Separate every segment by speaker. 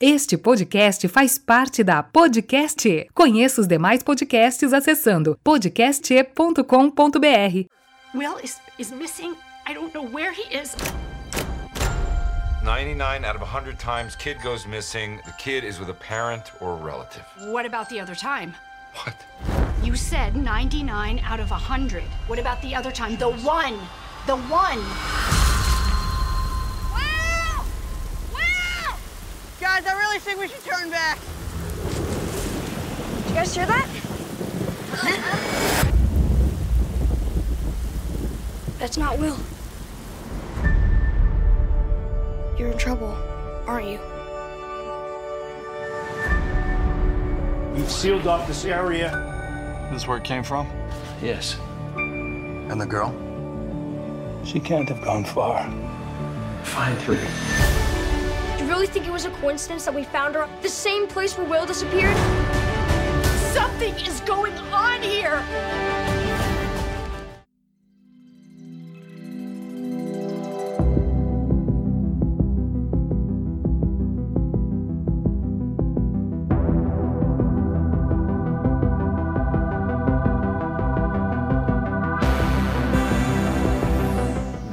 Speaker 1: Este podcast faz parte da Podcast. E. Conheça os demais podcasts acessando podcast.com.br.
Speaker 2: Will is is missing. I don't know where he is.
Speaker 3: 99 out of 100 times, kid goes missing. The kid is with a parent or a relative.
Speaker 2: What about the other time?
Speaker 3: What?
Speaker 2: You said 99 out of 100. What about the other time? The one. The one.
Speaker 4: Wow! Wow! Guys, I really think we should turn back. Did you guys hear that? That's not Will. You're in trouble, aren't you?
Speaker 5: We've sealed off this area.
Speaker 6: This is where it came from?
Speaker 7: Yes.
Speaker 6: And the girl?
Speaker 7: She can't have gone far. Find her.
Speaker 4: Do you really think it was a coincidence that we found her the same place where Will disappeared?
Speaker 2: Something is going on here.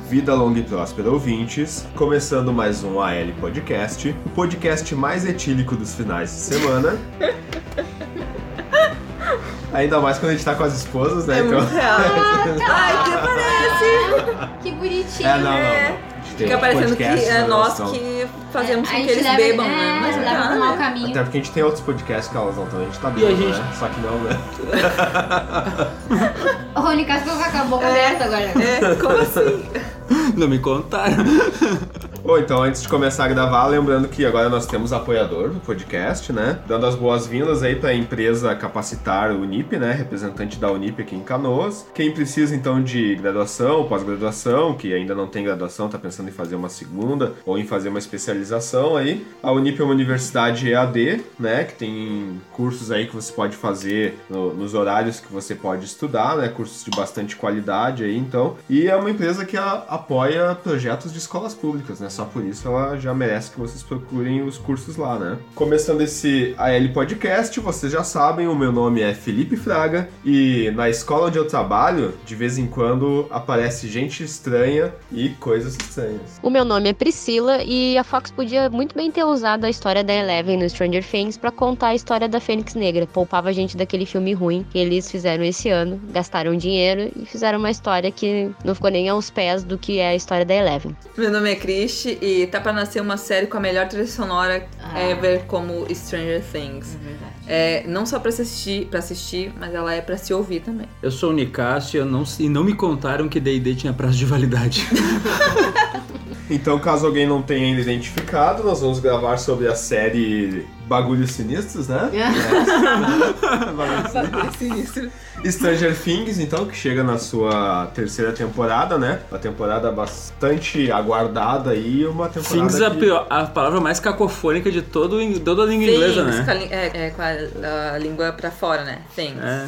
Speaker 8: Vida longa e próspera, ouvintes. Começando mais um AL Podcast, o podcast mais etílico dos finais de semana. Ainda mais quando a gente tá com as esposas,
Speaker 9: É
Speaker 8: né? então...
Speaker 10: Que bonitinho.
Speaker 8: É, não, não.
Speaker 10: né?
Speaker 8: A gente tem
Speaker 9: Fica parecendo que
Speaker 8: podcasts,
Speaker 9: é
Speaker 8: né,
Speaker 9: nós
Speaker 8: são-
Speaker 9: que fazemos
Speaker 10: A
Speaker 9: com que
Speaker 10: gente
Speaker 9: eles
Speaker 10: leva,
Speaker 9: bebam,
Speaker 10: é,
Speaker 9: né? Mas
Speaker 10: mas leva pro mau caminho.
Speaker 8: Até porque a gente tem outros podcasts que elas não estão, a gente tá bêbado,
Speaker 7: gente-
Speaker 8: né? Só que não, né?
Speaker 10: O Rony Castro ficou com a boca aberta agora.
Speaker 9: É, como assim?
Speaker 7: Não me contaram.
Speaker 8: Bom, então antes de começar a gravar, lembrando que agora nós temos apoiador do podcast, né? Dando as boas-vindas aí pra empresa Capacitar Unip, né? Representante da Unip aqui em Canoas. Quem precisa então de graduação, pós-graduação, que ainda não tem graduação, tá pensando em fazer uma segunda ou em fazer uma especialização aí. A Unip é uma universidade EAD, né? Que tem cursos aí que você pode fazer no- nos horários que você pode estudar, né? Cursos de bastante qualidade aí, então. E é uma empresa que a- apoia projetos de escolas públicas, né? Só por isso ela já merece que vocês procurem os cursos lá, né? Começando esse AL Podcast, vocês já sabem, o meu nome é Felipe Fraga e na escola onde eu trabalho, de vez em quando aparece gente estranha e coisas estranhas.
Speaker 11: O meu nome é Priscila e a Fox podia muito bem ter usado a história da Eleven no Stranger Things pra contar a história da Fênix Negra. Poupava a gente daquele filme ruim que eles fizeram esse ano, gastaram dinheiro e fizeram uma história que não ficou nem aos pés do que é a história da Eleven.
Speaker 9: Meu nome é Cristi e tá pra nascer uma série com a melhor trilha sonora
Speaker 10: Ah.
Speaker 9: ever como Stranger Things.
Speaker 10: É verdade.
Speaker 9: É, não só pra assistir, pra assistir, mas ela é pra se ouvir também.
Speaker 7: Eu sou o Nicásio não, e não me contaram que D&D tinha prazo de validade.
Speaker 8: Então, caso alguém não tenha ainda identificado, nós vamos gravar sobre a série Bagulhos Sinistros, né?
Speaker 10: É,
Speaker 8: Bagulhos Sinistros.
Speaker 9: Sinistro.
Speaker 8: Stranger Things, então, que chega na sua terceira temporada, né? Uma temporada bastante aguardada e uma temporada.
Speaker 7: Things é a,
Speaker 8: que-
Speaker 7: pior- a palavra mais cacofônica de todo, o in- toda a língua inglesa,
Speaker 9: Things, com a
Speaker 7: né?
Speaker 9: lin- é, é, com a, a língua pra fora, né? Things.
Speaker 7: É.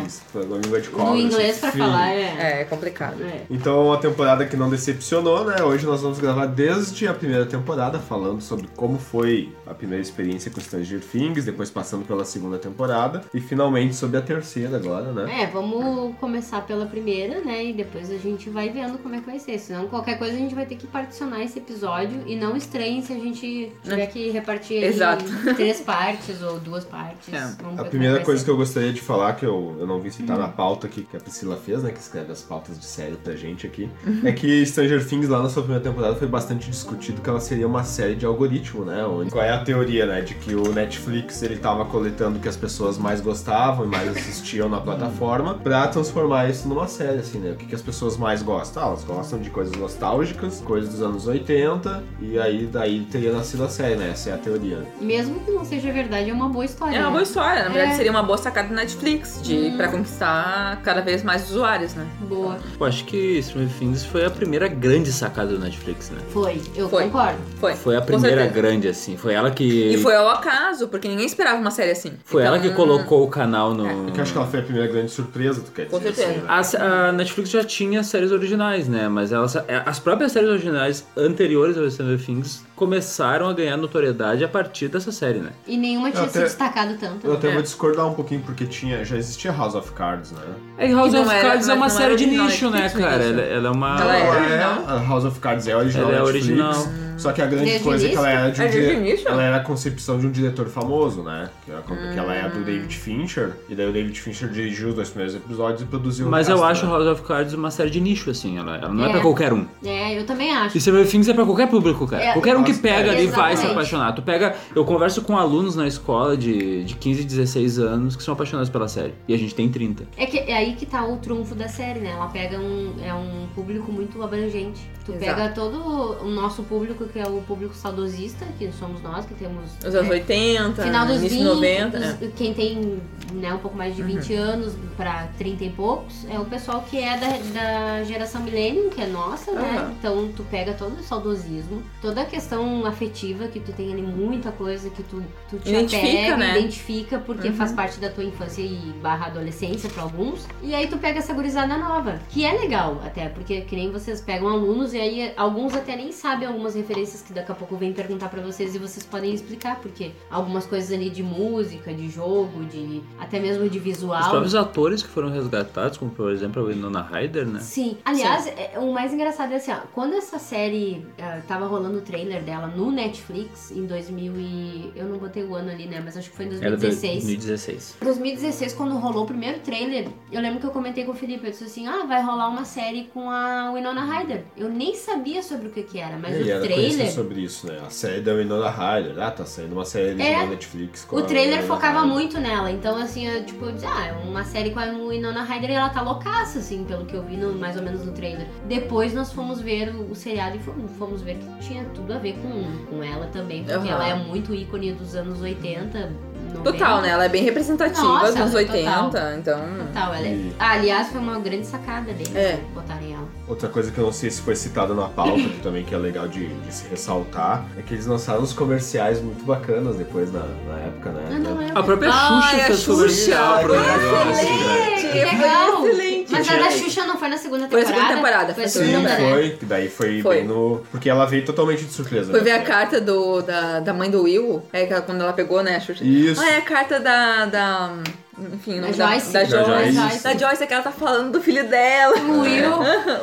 Speaker 8: Things, foi uma língua de cobra.
Speaker 10: No inglês
Speaker 8: assim,
Speaker 10: pra
Speaker 8: Things.
Speaker 10: falar é.
Speaker 9: É, é complicado.
Speaker 10: É.
Speaker 8: Então, uma temporada que não decepcionou, né? Hoje nós vamos gravar desde a primeira temporada, falando sobre como foi a primeira experiência com Stranger Things, depois passando pela segunda temporada e finalmente sobre a terceira agora, né?
Speaker 10: É, vamos começar pela primeira, né? E depois a gente vai vendo como é que vai ser. Senão, qualquer coisa a gente vai ter que particionar esse episódio. E não estranhe se a gente tiver que repartir ele
Speaker 9: Exato.
Speaker 10: em três partes ou duas partes.
Speaker 9: É.
Speaker 10: Vamos ver como
Speaker 8: A
Speaker 10: é
Speaker 8: primeira
Speaker 10: vai
Speaker 8: coisa
Speaker 10: ser. Hum.
Speaker 8: que eu gostaria de falar, que eu, eu não vi citar na pauta aqui, que a Priscila fez, né? Que escreve as pautas de série pra gente aqui,
Speaker 10: Uhum.
Speaker 8: é que Stranger Things lá na sua primeira temporada foi bastante discutido que ela seria uma série de algoritmo, né? Onde, qual é a teoria, né? De que o Netflix ele tava coletando o que as pessoas mais gostavam e mais assistiam
Speaker 10: Hum.
Speaker 8: na plataforma pra transformar isso numa série, assim, né? O que, que as pessoas mais gostam? Ah, elas gostam de coisas nostálgicas, coisas dos anos 80, e aí daí teria nascido a série, né? Essa é a teoria.
Speaker 10: Mesmo que não seja verdade, é uma boa história.
Speaker 9: É uma boa
Speaker 10: né?
Speaker 9: história, na verdade
Speaker 10: É.
Speaker 9: seria uma boa sacada do Netflix de,
Speaker 12: Uhum.
Speaker 9: pra conquistar cada vez mais usuários, né?
Speaker 10: Boa.
Speaker 7: Eu acho que Stranger Things foi a primeira grande sacada do Netflix, né?
Speaker 10: Foi, eu
Speaker 9: Foi.
Speaker 10: concordo.
Speaker 9: Foi.
Speaker 7: Foi a
Speaker 9: Com
Speaker 7: primeira
Speaker 9: certeza.
Speaker 7: grande, assim. Foi ela que...
Speaker 9: E foi ela acaso, porque ninguém esperava uma série assim.
Speaker 12: Foi
Speaker 9: Então,
Speaker 12: ela que colocou o canal no.
Speaker 8: É que eu acho que ela foi a primeira grande surpresa, tu quer
Speaker 9: Com
Speaker 8: dizer?
Speaker 9: certeza.
Speaker 8: assim, né?
Speaker 12: As- A, Netflix já tinha séries originais, né? Mas elas,
Speaker 7: é,
Speaker 12: as próprias séries originais anteriores ao Stranger Things começaram a ganhar notoriedade a partir dessa série, né?
Speaker 10: E nenhuma
Speaker 8: Eu
Speaker 10: tinha se
Speaker 8: até-
Speaker 10: destacado tanto.
Speaker 8: Eu até vou discordar um pouquinho, porque tinha, já existia House of Cards, né?
Speaker 12: É que House
Speaker 9: Que não
Speaker 12: of
Speaker 9: era-
Speaker 12: Cards é
Speaker 9: mas
Speaker 12: uma
Speaker 9: não
Speaker 12: série
Speaker 9: era
Speaker 12: de
Speaker 9: original
Speaker 12: nicho, né,
Speaker 9: Netflix,
Speaker 12: cara?
Speaker 9: né?
Speaker 12: Ela, ela é uma.
Speaker 9: Ela é original.
Speaker 8: A House of Cards é original
Speaker 12: Ela é
Speaker 8: Netflix,
Speaker 12: original.
Speaker 8: Só que a grande
Speaker 10: Desde o
Speaker 8: coisa é que ela
Speaker 10: início?
Speaker 8: era de um
Speaker 9: É desde
Speaker 8: dire-
Speaker 9: o início?
Speaker 8: Ela era a concepção de um diretor famoso, né? Que, era- que ela
Speaker 10: Ah.
Speaker 8: é do David Fincher. E daí o David Fincher dirigiu os dois primeiros episódios e produziu
Speaker 12: Mas
Speaker 8: o
Speaker 12: eu
Speaker 8: resto,
Speaker 12: acho
Speaker 8: né?
Speaker 12: House of Cards uma série de nicho, assim. Ela, ela não é,
Speaker 10: É.
Speaker 12: pra qualquer um.
Speaker 10: É, eu também acho.
Speaker 12: E Stranger Things é pra qualquer público, cara.
Speaker 10: É,
Speaker 12: qualquer um que
Speaker 8: nossa,
Speaker 12: pega
Speaker 8: é,
Speaker 12: ali vai se
Speaker 10: exatamente.
Speaker 12: apaixonar. Tu pega. Eu converso com alunos na escola de, de 15, 16 anos que são apaixonados pela série. E a gente tem 30.
Speaker 10: É que é aí que tá o trunfo da série, né? Ela pega um, é um público muito abrangente. Tu
Speaker 9: Exato.
Speaker 10: pega todo o nosso público, que é o público saudosista, que somos nós, que temos.
Speaker 9: Os
Speaker 12: É.
Speaker 9: anos
Speaker 10: né,
Speaker 9: 80,
Speaker 10: Final dos
Speaker 9: início
Speaker 10: 20,
Speaker 9: 90.
Speaker 10: os-
Speaker 9: é. Uhum.
Speaker 10: quem tem né, um pouco mais de 20 anos pra 30 e poucos, é o pessoal que é da, da geração millennium, que é nossa, né?
Speaker 9: Aham.
Speaker 10: Então tu pega todo o saudosismo, toda a questão afetiva, que tu tem ali muita coisa que tu, tu te
Speaker 9: Identifica,
Speaker 10: apega,
Speaker 9: né?
Speaker 10: identifica, porque faz parte da tua infância e barra adolescência pra alguns. E aí tu pega essa gurizada nova, que é legal até, porque que nem vocês pegam alunos e aí alguns até nem sabem algumas referências que daqui a pouco vem perguntar pra vocês e vocês podem explicar, porque algumas coisas ali de música, de jogo, de até mesmo de
Speaker 12: Os
Speaker 10: visual.
Speaker 12: próprios atores que foram resgatados, como por exemplo a Winona Ryder, né?
Speaker 10: Sim. Aliás, é- o mais engraçado é assim, ó, quando essa série ah, tava rolando o trailer dela no Netflix em 2000 e... eu não botei o ano ali, né, mas acho que foi em
Speaker 12: Era
Speaker 10: 2016.
Speaker 12: 2016.
Speaker 10: 2016, quando rolou o primeiro trailer, eu lembro que eu comentei com o Felipe, eu disse assim, ah, vai rolar uma série com a Winona Ryder. Eu nem sabia sobre o que que era, mas
Speaker 8: É,
Speaker 10: o
Speaker 8: e era
Speaker 10: trailer...
Speaker 8: conhecida sobre isso, né? A série da Winona Ryder. Ah, tá saindo uma série original
Speaker 10: É.
Speaker 8: Netflix. com
Speaker 10: O
Speaker 8: a
Speaker 10: trailer
Speaker 8: Winona
Speaker 10: focava
Speaker 8: Ryder. né?
Speaker 10: muito nela, então assim, eu, tipo, eu disse, ah, é uma série com a Winona Ryder e ela tá loucaça, assim, pelo que eu vi no- mais ou menos no trailer. Depois nós fomos ver o, o seriado e fomos, fomos ver que tinha tudo a ver com, com ela também, porque
Speaker 9: Aham.
Speaker 10: ela é muito ícone dos anos 80, 90.
Speaker 9: Total, né? Ela é bem representativa
Speaker 10: Nossa,
Speaker 9: dos anos
Speaker 10: total.
Speaker 9: 80, então.
Speaker 12: Tá.
Speaker 10: Total, ela é...
Speaker 8: E-
Speaker 10: Ah, aliás, foi uma grande sacada deles
Speaker 9: É.
Speaker 10: botarem ela.
Speaker 8: Outra coisa que eu não sei se foi citada na pauta, que também que é legal de, de se ressaltar, é que eles lançaram uns comerciais muito bacanas depois na, na época, né?
Speaker 10: Ah, não, é
Speaker 12: A própria
Speaker 9: Ai,
Speaker 12: Xuxa
Speaker 9: a
Speaker 12: fez
Speaker 9: Xuxa,
Speaker 12: comercial pro
Speaker 8: foi
Speaker 12: negócio.
Speaker 8: excelente.
Speaker 12: né?
Speaker 10: Que
Speaker 9: Foi
Speaker 10: É, legal!
Speaker 9: excelente.
Speaker 10: Mas a da
Speaker 12: Gente.
Speaker 10: Xuxa não foi na segunda
Speaker 9: Foi
Speaker 10: temporada?
Speaker 9: na segunda temporada,
Speaker 10: Foi
Speaker 9: foi
Speaker 10: a
Speaker 8: Sim,
Speaker 9: Sim,
Speaker 10: segunda, né?
Speaker 8: foi, que daí foi,
Speaker 9: é. Foi.
Speaker 8: bem no. Porque ela veio totalmente de surpresa.
Speaker 9: Foi
Speaker 8: né?
Speaker 9: ver a carta do, da, da mãe do Will, é, que ela- quando ela pegou, né, a Xuxa.
Speaker 8: Isso.
Speaker 9: Ah, é a carta da. da enfim, o nome
Speaker 10: Da Joyce.
Speaker 9: Da,
Speaker 10: Da
Speaker 9: Joyce.
Speaker 8: Joyce.
Speaker 9: Da Joyce, é que ela tá falando do filho dela.
Speaker 10: O Will...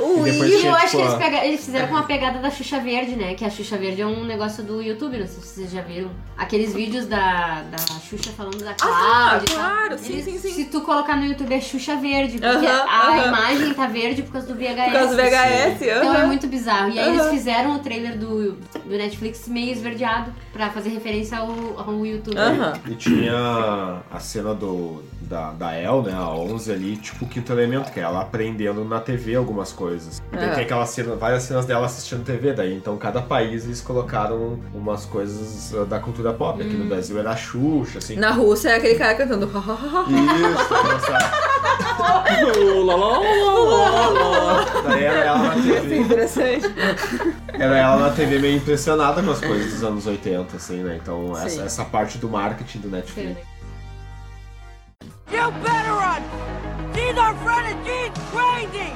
Speaker 9: o
Speaker 8: E
Speaker 9: Will.
Speaker 8: depois
Speaker 10: E
Speaker 8: tinha,
Speaker 10: eu acho
Speaker 8: tipo,
Speaker 10: que eles,
Speaker 8: a-
Speaker 10: pega- eles fizeram com a pegada da Xuxa Verde, né? Que a Xuxa Verde é um negócio do YouTube, não sei se vocês já viram. Aqueles vídeos da, da Xuxa falando da
Speaker 9: Ah,
Speaker 10: Cláudia. e tal.
Speaker 9: claro, sim,
Speaker 10: Eles-
Speaker 9: sim, sim.
Speaker 10: Se tu colocar no YouTube é Xuxa Verde, porque
Speaker 9: Aham,
Speaker 10: a
Speaker 9: aham.
Speaker 10: imagem tá verde por causa do VHS.
Speaker 9: Por causa do VHS.
Speaker 10: Então é
Speaker 9: aham.
Speaker 10: muito bizarro. E aí eles
Speaker 9: Aham.
Speaker 10: fizeram o trailer do, do Netflix meio esverdeado pra fazer referência ao, ao YouTube.
Speaker 9: Aham.
Speaker 8: E tinha a cena do, da, da El, né? A 11 ali, tipo, o quinto elemento, que é ela aprendendo na TV algumas coisas. E daí
Speaker 9: É.
Speaker 8: tem aquela cena, várias cenas dela assistindo TV, daí então cada país eles colocaram umas coisas eh, da cultura pop.
Speaker 9: Hum.
Speaker 8: Aqui no Brasil era a Xuxa, assim.
Speaker 9: Na Rússia é aquele cara cantando. "Ha,
Speaker 8: Isso, daí mostrar-
Speaker 12: Ô, lá, lá, lá, lá, lá.
Speaker 8: daí era ela na
Speaker 9: ha, ha".
Speaker 8: TV.
Speaker 9: Interessante.
Speaker 8: Era ela na TV meio impressionada com as coisas dos anos 80, assim, né? Então
Speaker 9: Sim.
Speaker 8: essa, essa parte do marketing do Netflix.
Speaker 13: You better run! She's our friend and she's crazy!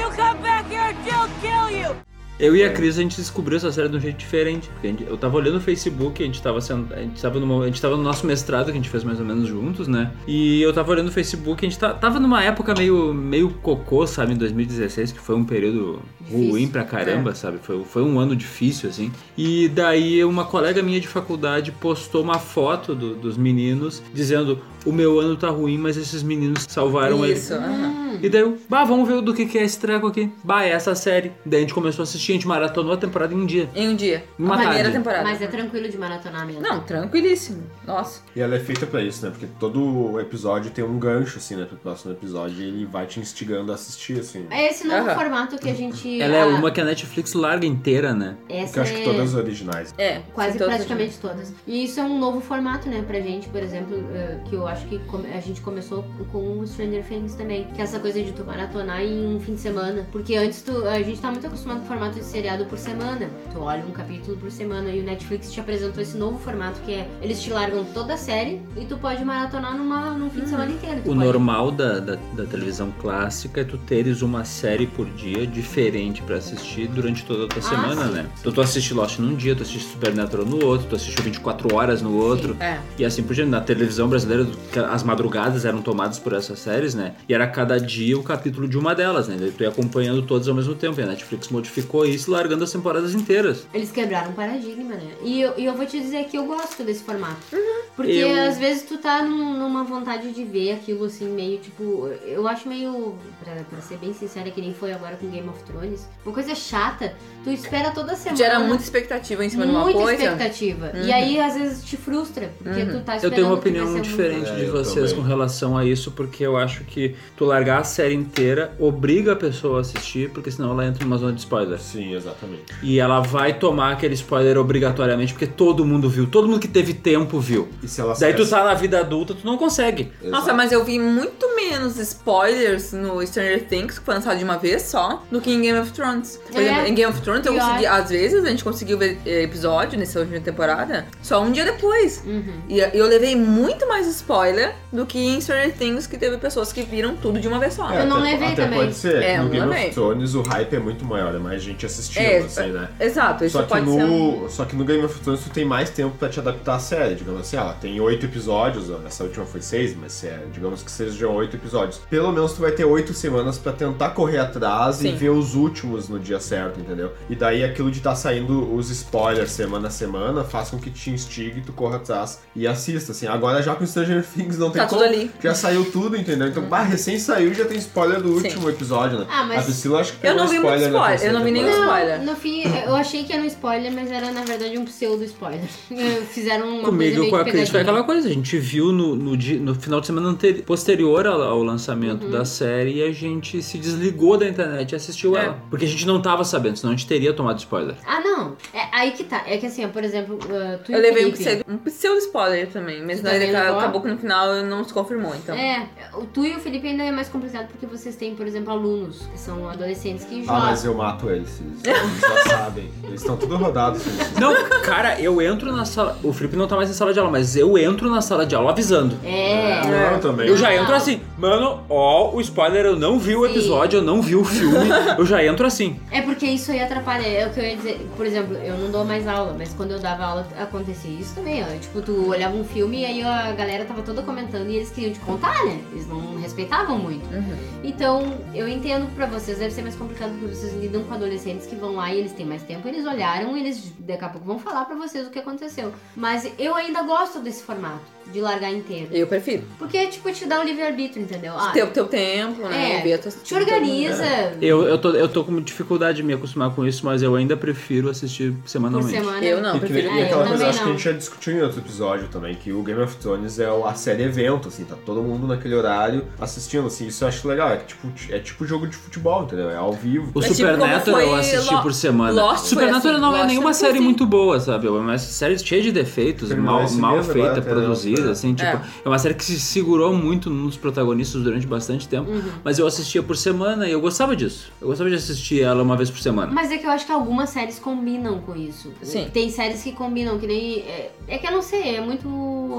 Speaker 13: You come back here, she'll kill you!
Speaker 12: Eu e a Cris, a gente descobriu essa série de um jeito diferente. Porque a gente- eu tava olhando o Facebook, a gente tava sendo. A gente tava, numa- a gente tava no nosso mestrado que a gente fez mais ou menos juntos, né? E eu tava olhando o Facebook, a gente tá- tava numa época meio, meio cocô, sabe, em 2016, que foi um período
Speaker 10: Difícil.
Speaker 12: ruim pra caramba, sabe? Foi, foi um ano difícil, assim. E daí uma colega minha de faculdade postou uma foto do- dos meninos dizendo: O meu ano tá ruim, mas esses meninos salvaram ele.
Speaker 9: Isso. aham.
Speaker 12: E daí eu, bah, vamos ver do que, que é esse treco aqui. Bah, é essa série. Daí a gente começou a assistir, a gente maratonou a temporada em um dia.
Speaker 9: Em um dia.
Speaker 12: Uma
Speaker 9: a primeira
Speaker 12: tarde.
Speaker 9: temporada.
Speaker 10: Mas é tranquilo de maratonar mesmo.
Speaker 9: Não, tranquilíssimo. Nossa.
Speaker 8: E ela é feita pra isso, né? Porque todo episódio tem um gancho, assim, né? Pro próximo episódio e ele vai te instigando a assistir, assim. né?
Speaker 10: É esse novo
Speaker 9: Aham.
Speaker 10: formato que a gente.
Speaker 12: Ela é
Speaker 10: ah,
Speaker 12: uma que a Netflix larga inteira, né?
Speaker 10: Essa
Speaker 8: Porque eu acho
Speaker 10: é-
Speaker 8: que todas as originais.
Speaker 9: É.
Speaker 10: Quase
Speaker 9: são todas-
Speaker 10: praticamente todas. E isso é um novo formato, né, pra gente, por exemplo, eh, que eu acho acho que come- a gente começou com o Stranger Things também, que é essa coisa de tu maratonar em um fim de semana. Porque antes tu, a gente tá muito acostumado com o formato de seriado por semana. Tu olha um capítulo por semana e o Netflix te apresentou esse novo formato que é eles te largam toda a série e tu pode maratonar numa, num
Speaker 9: Hum.
Speaker 10: fim de semana inteiro. Tu
Speaker 12: O
Speaker 10: pode-
Speaker 12: normal da, da, da televisão clássica é tu teres uma série por dia diferente pra assistir durante toda a tua
Speaker 10: Ah,
Speaker 12: semana,
Speaker 10: sim,
Speaker 12: né? Então tu assiste Lost num dia, tu assiste Supernatural no outro, tu assiste 24 Horas no outro.
Speaker 9: É.
Speaker 12: E assim por diante. Na televisão brasileira, tu- as madrugadas eram tomadas por essas séries, né? E era cada dia o capítulo de uma delas, né? Daí tu ia acompanhando todas ao mesmo tempo. E a Netflix modificou isso, largando as temporadas inteiras.
Speaker 10: Eles quebraram o paradigma, né? E eu, e eu vou te dizer que eu gosto desse formato.
Speaker 12: Uhum.
Speaker 10: Porque
Speaker 12: Eu-
Speaker 10: às vezes tu tá num- numa vontade de ver aquilo assim, meio tipo. Eu acho meio. Pra, pra ser bem sincera, que nem foi agora com Game of Thrones. Uma coisa chata. Tu espera toda semana.
Speaker 9: Gera muita expectativa em cima de uma
Speaker 10: Muita
Speaker 9: coisa.
Speaker 10: expectativa. E
Speaker 9: Uhum.
Speaker 10: aí às vezes te frustra. Porque
Speaker 9: Uhum.
Speaker 10: tu tá esperando.
Speaker 12: Eu tenho uma
Speaker 10: que vai
Speaker 12: opinião
Speaker 10: ser
Speaker 12: diferente
Speaker 10: muito-
Speaker 12: de vocês com relação a isso, porque eu acho que tu largar a série inteira obriga a pessoa a assistir, porque senão ela entra numa zona de spoiler.
Speaker 8: Sim, exatamente.
Speaker 12: E ela vai tomar aquele spoiler obrigatoriamente, porque todo mundo viu, todo mundo que teve tempo viu.
Speaker 8: E se ela
Speaker 12: Daí tu
Speaker 8: acessa-
Speaker 12: tá na vida adulta, tu não consegue.
Speaker 9: Nossa, mas eu vi muito menos spoilers no Stranger Things, que foi lançado de uma vez só, do que em Game of Thrones. Por
Speaker 10: É.
Speaker 9: exemplo, em Game of Thrones eu
Speaker 10: Pior.
Speaker 9: consegui, às vezes, a gente conseguiu ver eh, episódio nessa última temporada só um dia depois.
Speaker 10: Uhum.
Speaker 9: E eu levei muito mais spoiler do que em Stranger Things, que teve pessoas que viram tudo de uma vez só.
Speaker 8: É, até, até Pode ser,
Speaker 9: É,
Speaker 8: que
Speaker 9: eu
Speaker 8: no
Speaker 9: não
Speaker 8: Game
Speaker 9: levei.
Speaker 8: of Thrones o hype é muito maior, é mais gente assistindo,
Speaker 9: É,
Speaker 8: assim, né?
Speaker 9: Exato, isso
Speaker 8: Só que,
Speaker 9: pode ser um-
Speaker 8: no, só que no Game of Thrones tu tem mais tempo pra te adaptar à série, digamos assim, ah, tem oito episódios, ó, essa última foi seis, mas se é, digamos que sejam oito episódios. Pelo menos tu vai ter oito semanas pra tentar correr atrás e
Speaker 9: Sim.
Speaker 8: ver os últimos no dia certo, entendeu? E daí aquilo de tá saindo os spoilers semana a semana faz com que te instigue, tu corra atrás e assista, assim. Agora já com Stranger Things não tem
Speaker 9: Tá
Speaker 8: como,
Speaker 9: tudo ali.
Speaker 8: já saiu tudo, entendeu? Então, bah, recém saiu e já tem spoiler do último episódio, né?
Speaker 10: Ah, mas-
Speaker 8: A Priscila acho que
Speaker 9: Eu
Speaker 8: pegou
Speaker 9: não vi muito
Speaker 8: spoiler na
Speaker 9: spoiler,
Speaker 8: terceira
Speaker 9: eu não vi nenhum
Speaker 8: temporada.
Speaker 9: um spoiler.
Speaker 10: No fim, eu achei que era um spoiler, mas era na verdade um pseudo spoiler. Fizeram uma coisa
Speaker 12: Comigo
Speaker 10: meio
Speaker 12: com a
Speaker 10: de
Speaker 12: crítica é
Speaker 10: pegadinha.
Speaker 12: aquela coisa, a gente viu no, no, di- no final de semana anteri- posterior ao, ao lançamento
Speaker 10: Uhum.
Speaker 12: da série e a gente se desligou da internet e assistiu
Speaker 10: É.
Speaker 12: ela. Porque a gente não tava sabendo, senão a gente teria tomado spoiler.
Speaker 10: Ah, não. É aí que tá. É que assim, ó, por exemplo, uh, Twin
Speaker 9: Eu levei um
Speaker 10: Peaks.
Speaker 9: pseudo, um pseudo spoiler também, mas
Speaker 10: Tu
Speaker 9: daí
Speaker 10: também
Speaker 9: acabou,
Speaker 10: levou?
Speaker 9: acabou que no final não se confirmou, então.
Speaker 10: tá É, o tu e o Felipe ainda é mais complicado porque vocês têm, por exemplo, alunos, que são adolescentes que
Speaker 8: Ah,
Speaker 10: jogam.
Speaker 8: mas eu mato eles. Eles, eles já sabem. Eles estão tudo rodados. eles.
Speaker 12: Não, cara, eu entro na sala. O Felipe não tá mais na sala de aula, mas eu entro na sala de aula avisando.
Speaker 10: É.
Speaker 8: Não, eu também.
Speaker 12: Eu já entro assim, mano, ó, o spoiler, eu não vi o episódio, eu não vi o filme, eu já entro assim.
Speaker 10: É porque isso aí atrapalha. É o que eu ia dizer. Por exemplo, eu não dou mais aula, mas quando eu dava aula acontecia isso também, ó. Tipo, tu olhava um filme e aí a galera tava toda comentando e eles queriam te contar, né? Eles não respeitavam muito.
Speaker 9: Uhum.
Speaker 10: Então, eu entendo que pra vocês deve ser mais complicado porque vocês lidam com adolescentes que vão lá e eles têm mais tempo, eles olharam e eles daqui a pouco vão falar pra vocês o que aconteceu. Mas eu ainda gosto desse formato, de largar inteiro.
Speaker 9: Eu prefiro.
Speaker 10: Porque, tipo, te dá o livre-arbítrio, entendeu? Ah,
Speaker 9: Ter o teu tempo, né?
Speaker 10: É,
Speaker 9: ver a tua-
Speaker 10: te organiza.
Speaker 9: né?
Speaker 12: Eu, eu, tô, eu tô com dificuldade de me acostumar com isso, mas eu ainda prefiro assistir semanalmente.
Speaker 10: né?
Speaker 9: Eu não,
Speaker 8: E que nem-
Speaker 9: prefiro.
Speaker 8: e
Speaker 9: É,
Speaker 8: aquela
Speaker 9: eu
Speaker 8: coisa,
Speaker 9: também
Speaker 8: acho que a
Speaker 9: não.
Speaker 8: gente já discutiu em outro episódio também, que o Game of Thrones é o- a série evento, assim, tá todo mundo naquele horário assistindo, assim, isso eu acho legal, é que, tipo, é tipo jogo de futebol, entendeu? É ao vivo.
Speaker 12: O Supernatural eu assisti por semana. Supernatural não é nenhuma série muito boa, sabe? É uma série cheia de defeitos,
Speaker 8: Terminou
Speaker 12: mal,
Speaker 8: esse
Speaker 12: mal
Speaker 8: mês agora,
Speaker 12: feita,
Speaker 8: até, né?
Speaker 12: produzida, assim, tipo,
Speaker 9: É.
Speaker 12: é. uma série que se segurou muito nos protagonistas durante bastante tempo,
Speaker 10: Uhum.
Speaker 12: mas eu assistia por semana e eu gostava disso. Eu gostava de assistir ela uma vez por semana.
Speaker 10: Mas é que eu acho que algumas séries combinam com isso.
Speaker 9: Sim.
Speaker 10: Tem séries que combinam, que nem. É, é que eu não sei, é muito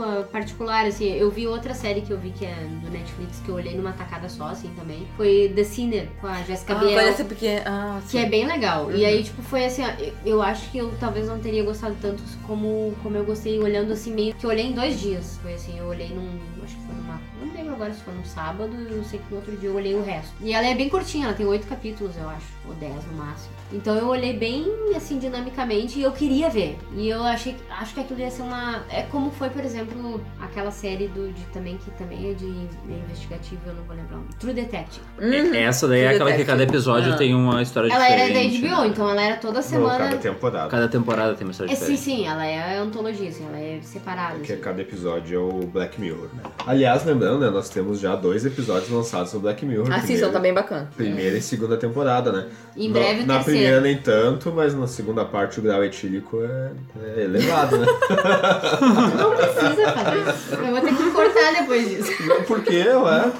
Speaker 10: ah, particular, assim. Eu vi outra série que eu vi que é do Netflix, que eu olhei numa tacada só, assim, também. Foi The Sinner, com a Jessica
Speaker 9: Ah,
Speaker 10: Biel.
Speaker 9: parece porque. Ah,
Speaker 10: Que
Speaker 9: sim.
Speaker 10: é bem legal.
Speaker 9: Uhum.
Speaker 10: E aí, tipo, foi assim, ó, eu- eu acho que eu talvez não teria gostado tanto como, como eu gostei olhando assim meio. Que eu olhei em dois dias. Foi assim, eu olhei num. Acho que foi numa. Não lembro agora se foi num sábado, eu sei que no outro dia eu olhei o resto. E ela é bem curtinha, ela tem oito capítulos, eu acho. Ou dez no máximo. Então eu olhei bem assim, dinamicamente, e eu queria ver. E eu achei acho que aquilo ia ser uma. É como foi, por exemplo, aquela série do de também, que também é de investigativo, eu não vou lembrar o nome. True Detective.
Speaker 12: Essa daí é
Speaker 9: True
Speaker 12: aquela que
Speaker 9: Detective.
Speaker 12: cada episódio
Speaker 9: Ah.
Speaker 12: tem uma história
Speaker 10: Ela era da
Speaker 12: É diferente.
Speaker 10: HBO, então ela era toda semana.
Speaker 8: cada temporada.
Speaker 12: Cada temporada tem uma história
Speaker 10: É, sim,
Speaker 12: diferente.
Speaker 10: sim, ela é antologia, assim, ela é separada.
Speaker 8: Que é
Speaker 10: assim.
Speaker 8: cada episódio episódio é o Black Mirror. né? Aliás, lembrando, né, nós temos já dois episódios lançados no Black Mirror.
Speaker 9: Assistam,
Speaker 8: primeiro-
Speaker 9: tá bem bacana.
Speaker 8: Primeira e segunda temporada, né?
Speaker 10: Em
Speaker 8: No-
Speaker 10: breve o
Speaker 8: Na
Speaker 10: terceiro.
Speaker 8: primeira nem tanto, mas na segunda parte o grau etílico é, é elevado, né?
Speaker 10: Não precisa fazer isso. Eu vou ter que cortar depois disso.
Speaker 8: Por quê, ué?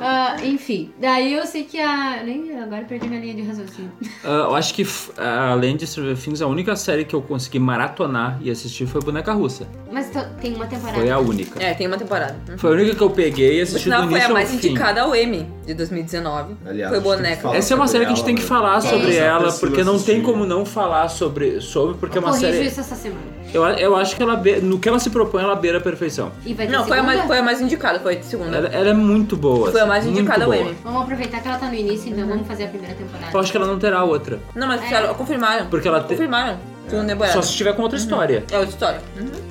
Speaker 10: Ah, enfim, daí eu sei que a. Nem agora perdi minha linha de raciocínio.
Speaker 12: Ah, eu acho que, f- ah, além de Stranger Things, a única série que eu consegui maratonar e assistir foi Boneca Russa.
Speaker 10: Mas to- tem uma temporada.
Speaker 12: Foi a única.
Speaker 9: É, tem uma temporada. Uhum.
Speaker 12: Foi a única que eu peguei e
Speaker 9: Por
Speaker 12: assisti do
Speaker 9: sinal, foi a
Speaker 12: início ao
Speaker 9: mais
Speaker 12: fim.
Speaker 9: indicada ao Emmy de 2019. foi
Speaker 8: Aliás, a gente tem que
Speaker 9: boneca.
Speaker 8: falar
Speaker 12: Essa é uma série que a gente tem que falar
Speaker 9: né?
Speaker 12: sobre
Speaker 9: É.
Speaker 12: ela,
Speaker 9: Preciso
Speaker 12: porque não tem como não falar sobre, sobre porque é uma
Speaker 10: Corrijo
Speaker 12: série.
Speaker 10: isso essa semana.
Speaker 12: Eu, eu acho que ela be- no que ela se propõe, ela beira a perfeição.
Speaker 10: E vai ter
Speaker 9: Não, foi a,
Speaker 10: É segunda?
Speaker 9: mais, foi a mais indicada, foi a segunda.
Speaker 12: Ela, ela é muito boa.
Speaker 9: Foi a
Speaker 12: assim,
Speaker 9: mais indicada ao
Speaker 12: muito boa.
Speaker 9: Emmy.
Speaker 10: Vamos aproveitar que ela tá no início, então vamos fazer a primeira temporada.
Speaker 12: Eu acho que ela não terá outra.
Speaker 9: Não,
Speaker 10: É.
Speaker 9: mas ela- confirmaram.
Speaker 12: é- Porque ela te- É.
Speaker 9: Confirmaram. Segunda temporada.
Speaker 12: Só se tiver com outra história.
Speaker 9: É outra história.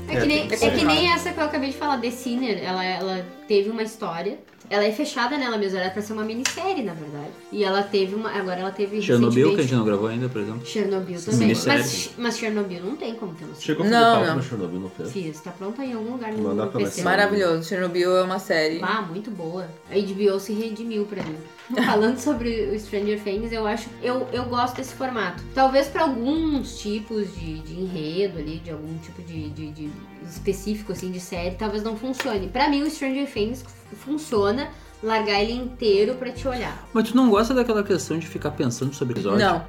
Speaker 10: É que,
Speaker 9: tem
Speaker 10: nem,
Speaker 9: que
Speaker 10: é que
Speaker 9: confirmar.
Speaker 10: nem essa que eu acabei de falar, The Sinner, ela, ela teve uma história. Ela é fechada nela mesma, era pra ser uma minissérie, na verdade. E ela teve uma. Agora ela teve.
Speaker 12: Chernobyl, que a
Speaker 10: recentemente-
Speaker 12: gente não gravou ainda, por exemplo.
Speaker 10: Chernobyl
Speaker 12: Sim,
Speaker 10: também.
Speaker 12: minissérie.
Speaker 10: Mas, mas Chernobyl não tem como ter uma
Speaker 8: Chegou a fazer
Speaker 9: Não,
Speaker 8: pauta
Speaker 9: não.
Speaker 8: no Chernobyl, não fez?
Speaker 10: Fiz, tá pronta em algum lugar no,
Speaker 8: Mandar
Speaker 10: no
Speaker 8: pra
Speaker 10: PC.
Speaker 8: Alessandra.
Speaker 9: Maravilhoso. Chernobyl é uma série.
Speaker 10: Ah, muito boa. A HBO se redimiu pra mim. Falando sobre o Stranger Things, eu acho. Eu, eu gosto desse formato. Talvez pra alguns tipos de, de enredo ali, de algum tipo de, de- de específico assim de série, talvez não funcione. Pra mim, o Stranger Things f- funciona largar ele inteiro pra te olhar.
Speaker 12: Mas tu não gosta daquela questão de ficar pensando sobre episódio?
Speaker 9: Não.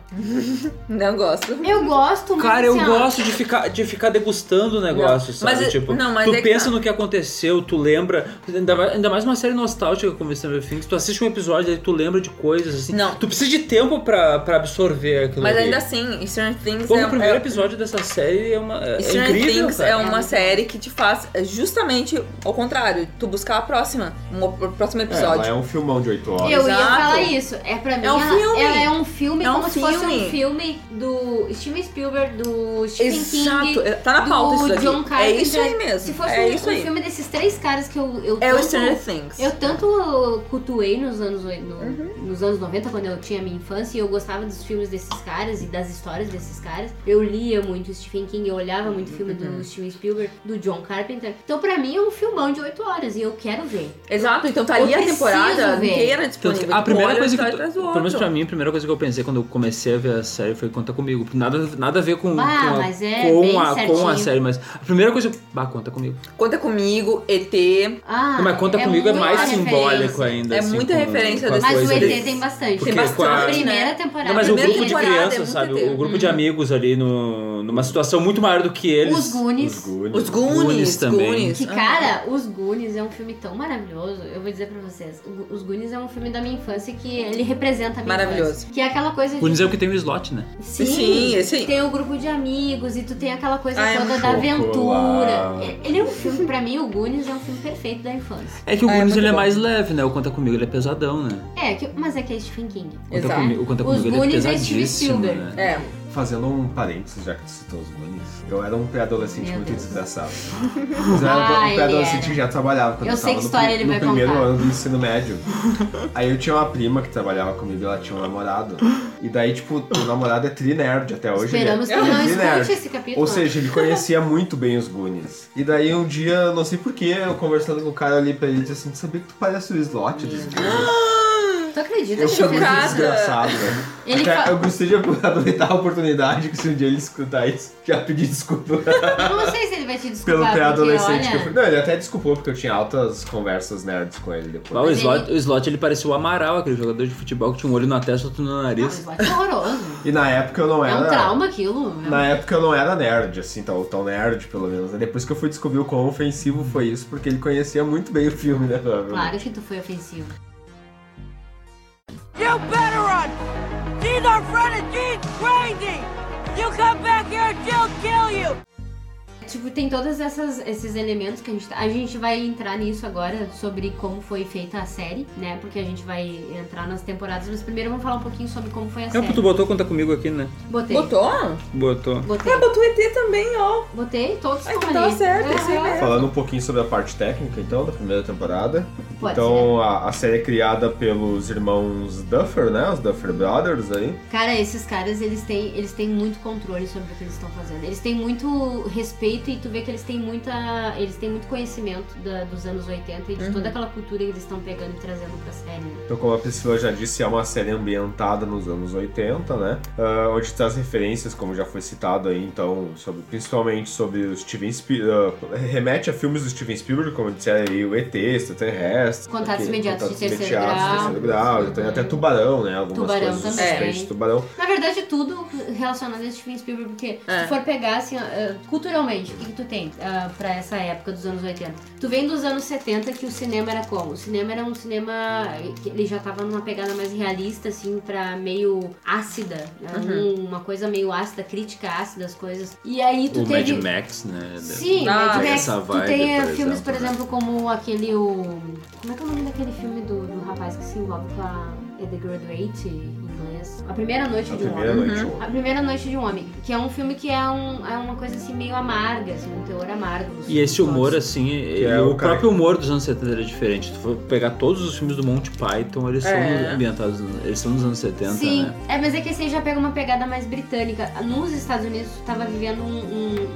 Speaker 9: não gosto.
Speaker 10: Eu gosto, mas
Speaker 12: Cara, eu
Speaker 10: assim, ó,
Speaker 12: gosto de ficar, de ficar degustando o negócio,
Speaker 9: Não,
Speaker 12: sabe?
Speaker 9: mas é-
Speaker 12: tipo,
Speaker 9: não, mas
Speaker 12: tu
Speaker 9: é que
Speaker 12: pensa
Speaker 9: tá.
Speaker 12: no que aconteceu, tu lembra. Ainda, vai- ainda mais uma série nostálgica como Stranger Things, tu assiste um episódio e tu lembra de coisas assim.
Speaker 9: Não.
Speaker 12: Tu precisa de tempo pra, pra absorver aquilo
Speaker 9: Mas
Speaker 12: ali.
Speaker 9: ainda assim, Stranger Things
Speaker 12: Como
Speaker 9: é,
Speaker 12: o primeiro
Speaker 9: é-
Speaker 12: episódio dessa série é uma. É
Speaker 9: Stranger
Speaker 12: incrível,
Speaker 9: Things
Speaker 12: cara.
Speaker 9: é uma série que te faz é justamente ao contrário, tu buscar a próxima, uma- o próximo
Speaker 8: É, ela
Speaker 9: episódio.
Speaker 8: é um filmão de 8 horas.
Speaker 10: Eu ia
Speaker 9: Exato.
Speaker 10: falar isso. É pra mim.
Speaker 9: É um
Speaker 10: ela,
Speaker 9: filme.
Speaker 10: ela é um filme
Speaker 9: É um
Speaker 10: como se fosse
Speaker 9: filme.
Speaker 10: um filme do Steven Spielberg, do Stephen
Speaker 9: Exato.
Speaker 10: King.
Speaker 9: Tá na pauta
Speaker 10: do
Speaker 9: isso daqui.
Speaker 10: John
Speaker 9: É
Speaker 10: Carpenter.
Speaker 9: isso aí mesmo.
Speaker 10: Se fosse
Speaker 9: É
Speaker 10: um,
Speaker 9: isso
Speaker 10: um
Speaker 9: aí.
Speaker 10: filme desses três caras que eu, eu
Speaker 9: É o
Speaker 10: tanto-
Speaker 9: Stranger Things.
Speaker 10: Eu tanto cultuei nos anos, oi- no-
Speaker 9: Uhum.
Speaker 10: nos anos 90, quando eu tinha minha infância, e eu gostava dos filmes desses caras e das histórias desses caras. Eu lia muito Stephen King, eu olhava muito filme do
Speaker 9: Uhum.
Speaker 10: Steven Spielberg, do John Carpenter. Então, pra mim, é um filmão de 8 horas e eu quero ver.
Speaker 9: Exato, então tá
Speaker 10: Eu
Speaker 9: ali a
Speaker 10: preciso
Speaker 9: temporada
Speaker 10: ver.
Speaker 9: inteira
Speaker 12: Tanto que
Speaker 9: disponível.
Speaker 12: Então, a
Speaker 9: Tu
Speaker 12: primeira
Speaker 9: olha
Speaker 12: coisa
Speaker 9: um
Speaker 12: que. tu-
Speaker 9: episódio atrás do
Speaker 12: Pelo menos
Speaker 9: outro.
Speaker 12: pra mim, a primeira coisa que eu pensei quando eu comecei a ver a série foi conta comigo. Nada, nada a ver com,
Speaker 10: Ah,
Speaker 12: com, a-
Speaker 10: mas é bem
Speaker 12: com, a, com a
Speaker 10: certinho.
Speaker 12: série, mas a primeira coisa. Bah, conta comigo.
Speaker 9: Conta comigo, ET.
Speaker 10: Ah,
Speaker 12: Não, mas conta comigo é mais simbólico ainda.
Speaker 9: É
Speaker 12: assim,
Speaker 9: muita
Speaker 12: com-
Speaker 9: referência
Speaker 12: com a
Speaker 9: desse-
Speaker 10: Mas o
Speaker 12: coisa
Speaker 10: ET
Speaker 12: dele.
Speaker 10: tem bastante.
Speaker 12: Porque
Speaker 10: tem bastante.
Speaker 12: com a-
Speaker 10: A primeira temporada.
Speaker 12: Não, mas o
Speaker 10: primeira
Speaker 12: grupo de
Speaker 10: temporada é
Speaker 12: crianças,
Speaker 10: muito
Speaker 12: sabe?
Speaker 10: ET.
Speaker 12: O grupo de amigos ali no, numa situação muito maior do que é eles.
Speaker 10: Os Goonies. Os
Speaker 8: Goonies.
Speaker 9: Os Goonies,
Speaker 12: também.
Speaker 9: Goonies.
Speaker 10: Que, cara, Os Goonies é um filme tão maravilhoso. Eu vou dizer pra vocês. o- Os Goonies é um filme da minha infância que ele representa a minha
Speaker 9: Maravilhoso.
Speaker 10: infância. Que é aquela coisa de...
Speaker 12: Goonies é o que tem o slot, né?
Speaker 10: Sim,
Speaker 9: Sim, esse aí.
Speaker 10: tem o grupo de amigos e tu tem aquela coisa
Speaker 9: Ah, é
Speaker 10: toda
Speaker 9: um
Speaker 10: da aventura.
Speaker 8: chocolate.
Speaker 10: Ele é um filme, pra mim, o Goonies é um filme perfeito da infância.
Speaker 12: É que o
Speaker 9: Ah, é
Speaker 12: Goonies
Speaker 9: muito
Speaker 12: ele é
Speaker 9: bom.
Speaker 12: mais leve, né? O Conta Comigo ele é pesadão, né?
Speaker 10: É, que- mas é que é Stephen King.
Speaker 12: O Conta
Speaker 9: Exato.
Speaker 12: Comigo, o Conta
Speaker 10: Os
Speaker 12: Comigo ele é
Speaker 10: Goonies é Steven
Speaker 12: pesadíssimo,
Speaker 10: Spielberg.
Speaker 12: né?
Speaker 9: É.
Speaker 8: Fazendo um parênteses, já que tu citou os Goonies, eu era um pré-adolescente
Speaker 10: Meu
Speaker 8: muito
Speaker 10: Deus.
Speaker 8: desgraçado. Mas eu era
Speaker 10: Ah,
Speaker 8: um
Speaker 10: ele
Speaker 8: pré-adolescente
Speaker 10: era.
Speaker 8: que já trabalhava. Quando
Speaker 10: Eu
Speaker 8: eu,
Speaker 10: sei
Speaker 8: tava
Speaker 10: que
Speaker 8: no
Speaker 10: história
Speaker 8: pri-
Speaker 10: ele
Speaker 8: no
Speaker 10: vai
Speaker 8: primeiro
Speaker 10: contar.
Speaker 8: ano do ensino médio. Aí eu tinha uma prima que trabalhava comigo, ela tinha um namorado. E daí, tipo, o namorado é trinerd até hoje. ele é-
Speaker 10: Esperamos que
Speaker 8: ele é
Speaker 10: não
Speaker 8: trinerd.
Speaker 10: escute esse capítulo.
Speaker 8: Ou seja, ele conhecia muito bem os Goonies. E daí um dia, não sei porquê, eu conversando com o cara ali pra ele, disse assim, sabia que tu parece o slot dos Goonies?
Speaker 10: Tu acredita
Speaker 8: Eu
Speaker 10: Ah, que
Speaker 8: sou
Speaker 10: ele fez
Speaker 8: muito
Speaker 9: Chocada.
Speaker 10: isso?
Speaker 8: desgraçado, velho.
Speaker 10: Ele
Speaker 8: Até
Speaker 10: fa-
Speaker 8: Eu gostaria de aproveitar a oportunidade que se um dia ele escutar isso, já pedir desculpa
Speaker 10: Eu não sei se ele vai te desculpar.
Speaker 8: pelo
Speaker 10: porque,
Speaker 8: pré-adolescente que eu
Speaker 10: olha,
Speaker 8: fui. Não, ele até desculpou, porque eu tinha altas conversas nerds com ele
Speaker 12: Ah, o,
Speaker 8: depois.
Speaker 12: slot, o slot ele parecia o Amaral, aquele jogador de futebol que tinha um olho na testa e outro no nariz.
Speaker 10: Mas é horroroso.
Speaker 8: E na época eu não
Speaker 10: É
Speaker 8: era.
Speaker 10: um trauma aquilo. é um
Speaker 8: Na época eu não era nerd, assim, tão, tão nerd, pelo menos. né? Depois que eu fui descobrir o quão ofensivo foi isso, porque ele conhecia muito bem o filme, né?
Speaker 10: Claro que tu foi ofensivo.
Speaker 13: You better run! These are Gene crazy! You come back here, she'll kill you!
Speaker 10: Tipo, tem todos esses elementos que a gente. tá- A gente vai entrar nisso agora sobre como foi feita a série, né? Porque a gente vai entrar nas temporadas, mas primeiro vamos falar um pouquinho sobre como foi a
Speaker 12: É,
Speaker 10: série.
Speaker 12: porque tu botou Conta Comigo aqui, né?
Speaker 10: Botei.
Speaker 9: Botou?
Speaker 12: Botou.
Speaker 10: Botei.
Speaker 9: É, botou ET também, ó.
Speaker 10: Botei, todos
Speaker 9: Ai,
Speaker 10: estão
Speaker 9: tá
Speaker 10: ali.
Speaker 9: certo, isso aí
Speaker 10: Aham.
Speaker 9: mesmo.
Speaker 8: Falando um pouquinho sobre a parte técnica, então, da primeira temporada.
Speaker 10: Pode
Speaker 8: então, a, a série é criada pelos irmãos Duffer, né? Os Duffer Brothers aí.
Speaker 10: Cara, esses caras, eles têm, eles têm muito controle sobre o que eles estão fazendo. Eles têm muito respeito jeito e tu vê que eles têm muita. Eles têm muito conhecimento da- dos anos 80 e de
Speaker 9: Uhum.
Speaker 10: toda aquela cultura que eles estão pegando e trazendo pra série. né?
Speaker 8: Então, como a Priscila já disse, é uma série ambientada nos anos 80, né? Ah, onde traz referências, como já foi citado aí, então, sobre, principalmente sobre o Steven Spielberg. remete a filmes do Steven Spielberg, como disseram aí, o ET, Extraterrestre.
Speaker 10: Contatos
Speaker 8: aquele-
Speaker 10: imediatos de terceiro
Speaker 8: imediatos de
Speaker 10: grau.
Speaker 8: terceiro grau. Tem até Tubarão, né? Algumas
Speaker 10: Tubarão
Speaker 8: coisas
Speaker 10: também.
Speaker 8: existentes de Tubarão.
Speaker 10: Na verdade, é tudo relacionado a Steven Spielberg, porque se
Speaker 12: É.
Speaker 10: tu for pegar, assim, ah, culturalmente, o que, que tu tem ah, pra essa época dos anos 80? Tu vem dos anos 70 que o cinema era como? O cinema era um cinema que ele já tava numa pegada mais realista, assim, pra meio ácida, né?
Speaker 9: Uhum.
Speaker 10: Um- uma coisa meio ácida, crítica ácida às coisas. E aí tu
Speaker 12: O
Speaker 10: teve...
Speaker 12: Mad Max, né? Deve-
Speaker 10: Sim, Mad
Speaker 12: tem
Speaker 10: Max.
Speaker 12: essa
Speaker 10: Tu
Speaker 12: vibe,
Speaker 10: tem eh,
Speaker 12: por
Speaker 10: filmes, por
Speaker 12: né?
Speaker 10: exemplo, como aquele. O... Como é que é o nome daquele filme do, do rapaz que se envolve com a. É The Graduate em inglês? A Primeira Noite
Speaker 8: A
Speaker 10: de um
Speaker 8: Primeira
Speaker 10: Homem.
Speaker 8: Noite de um Homem.
Speaker 10: A Primeira Noite de um Homem. Que é um filme que é, um, é uma coisa assim meio amarga, assim, um teor amargo.
Speaker 12: E esse humor, assim, e
Speaker 8: é
Speaker 12: o,
Speaker 8: o cara-
Speaker 12: próprio humor dos anos 70 era diferente. Tu for pegar todos os filmes do Monty Python, eles
Speaker 9: É.
Speaker 12: são ambientados, eles são dos anos 70,
Speaker 10: Sim,
Speaker 12: né?
Speaker 10: é, mas é que assim já pega uma pegada mais britânica. Nos Estados Unidos, tu tava vivendo um,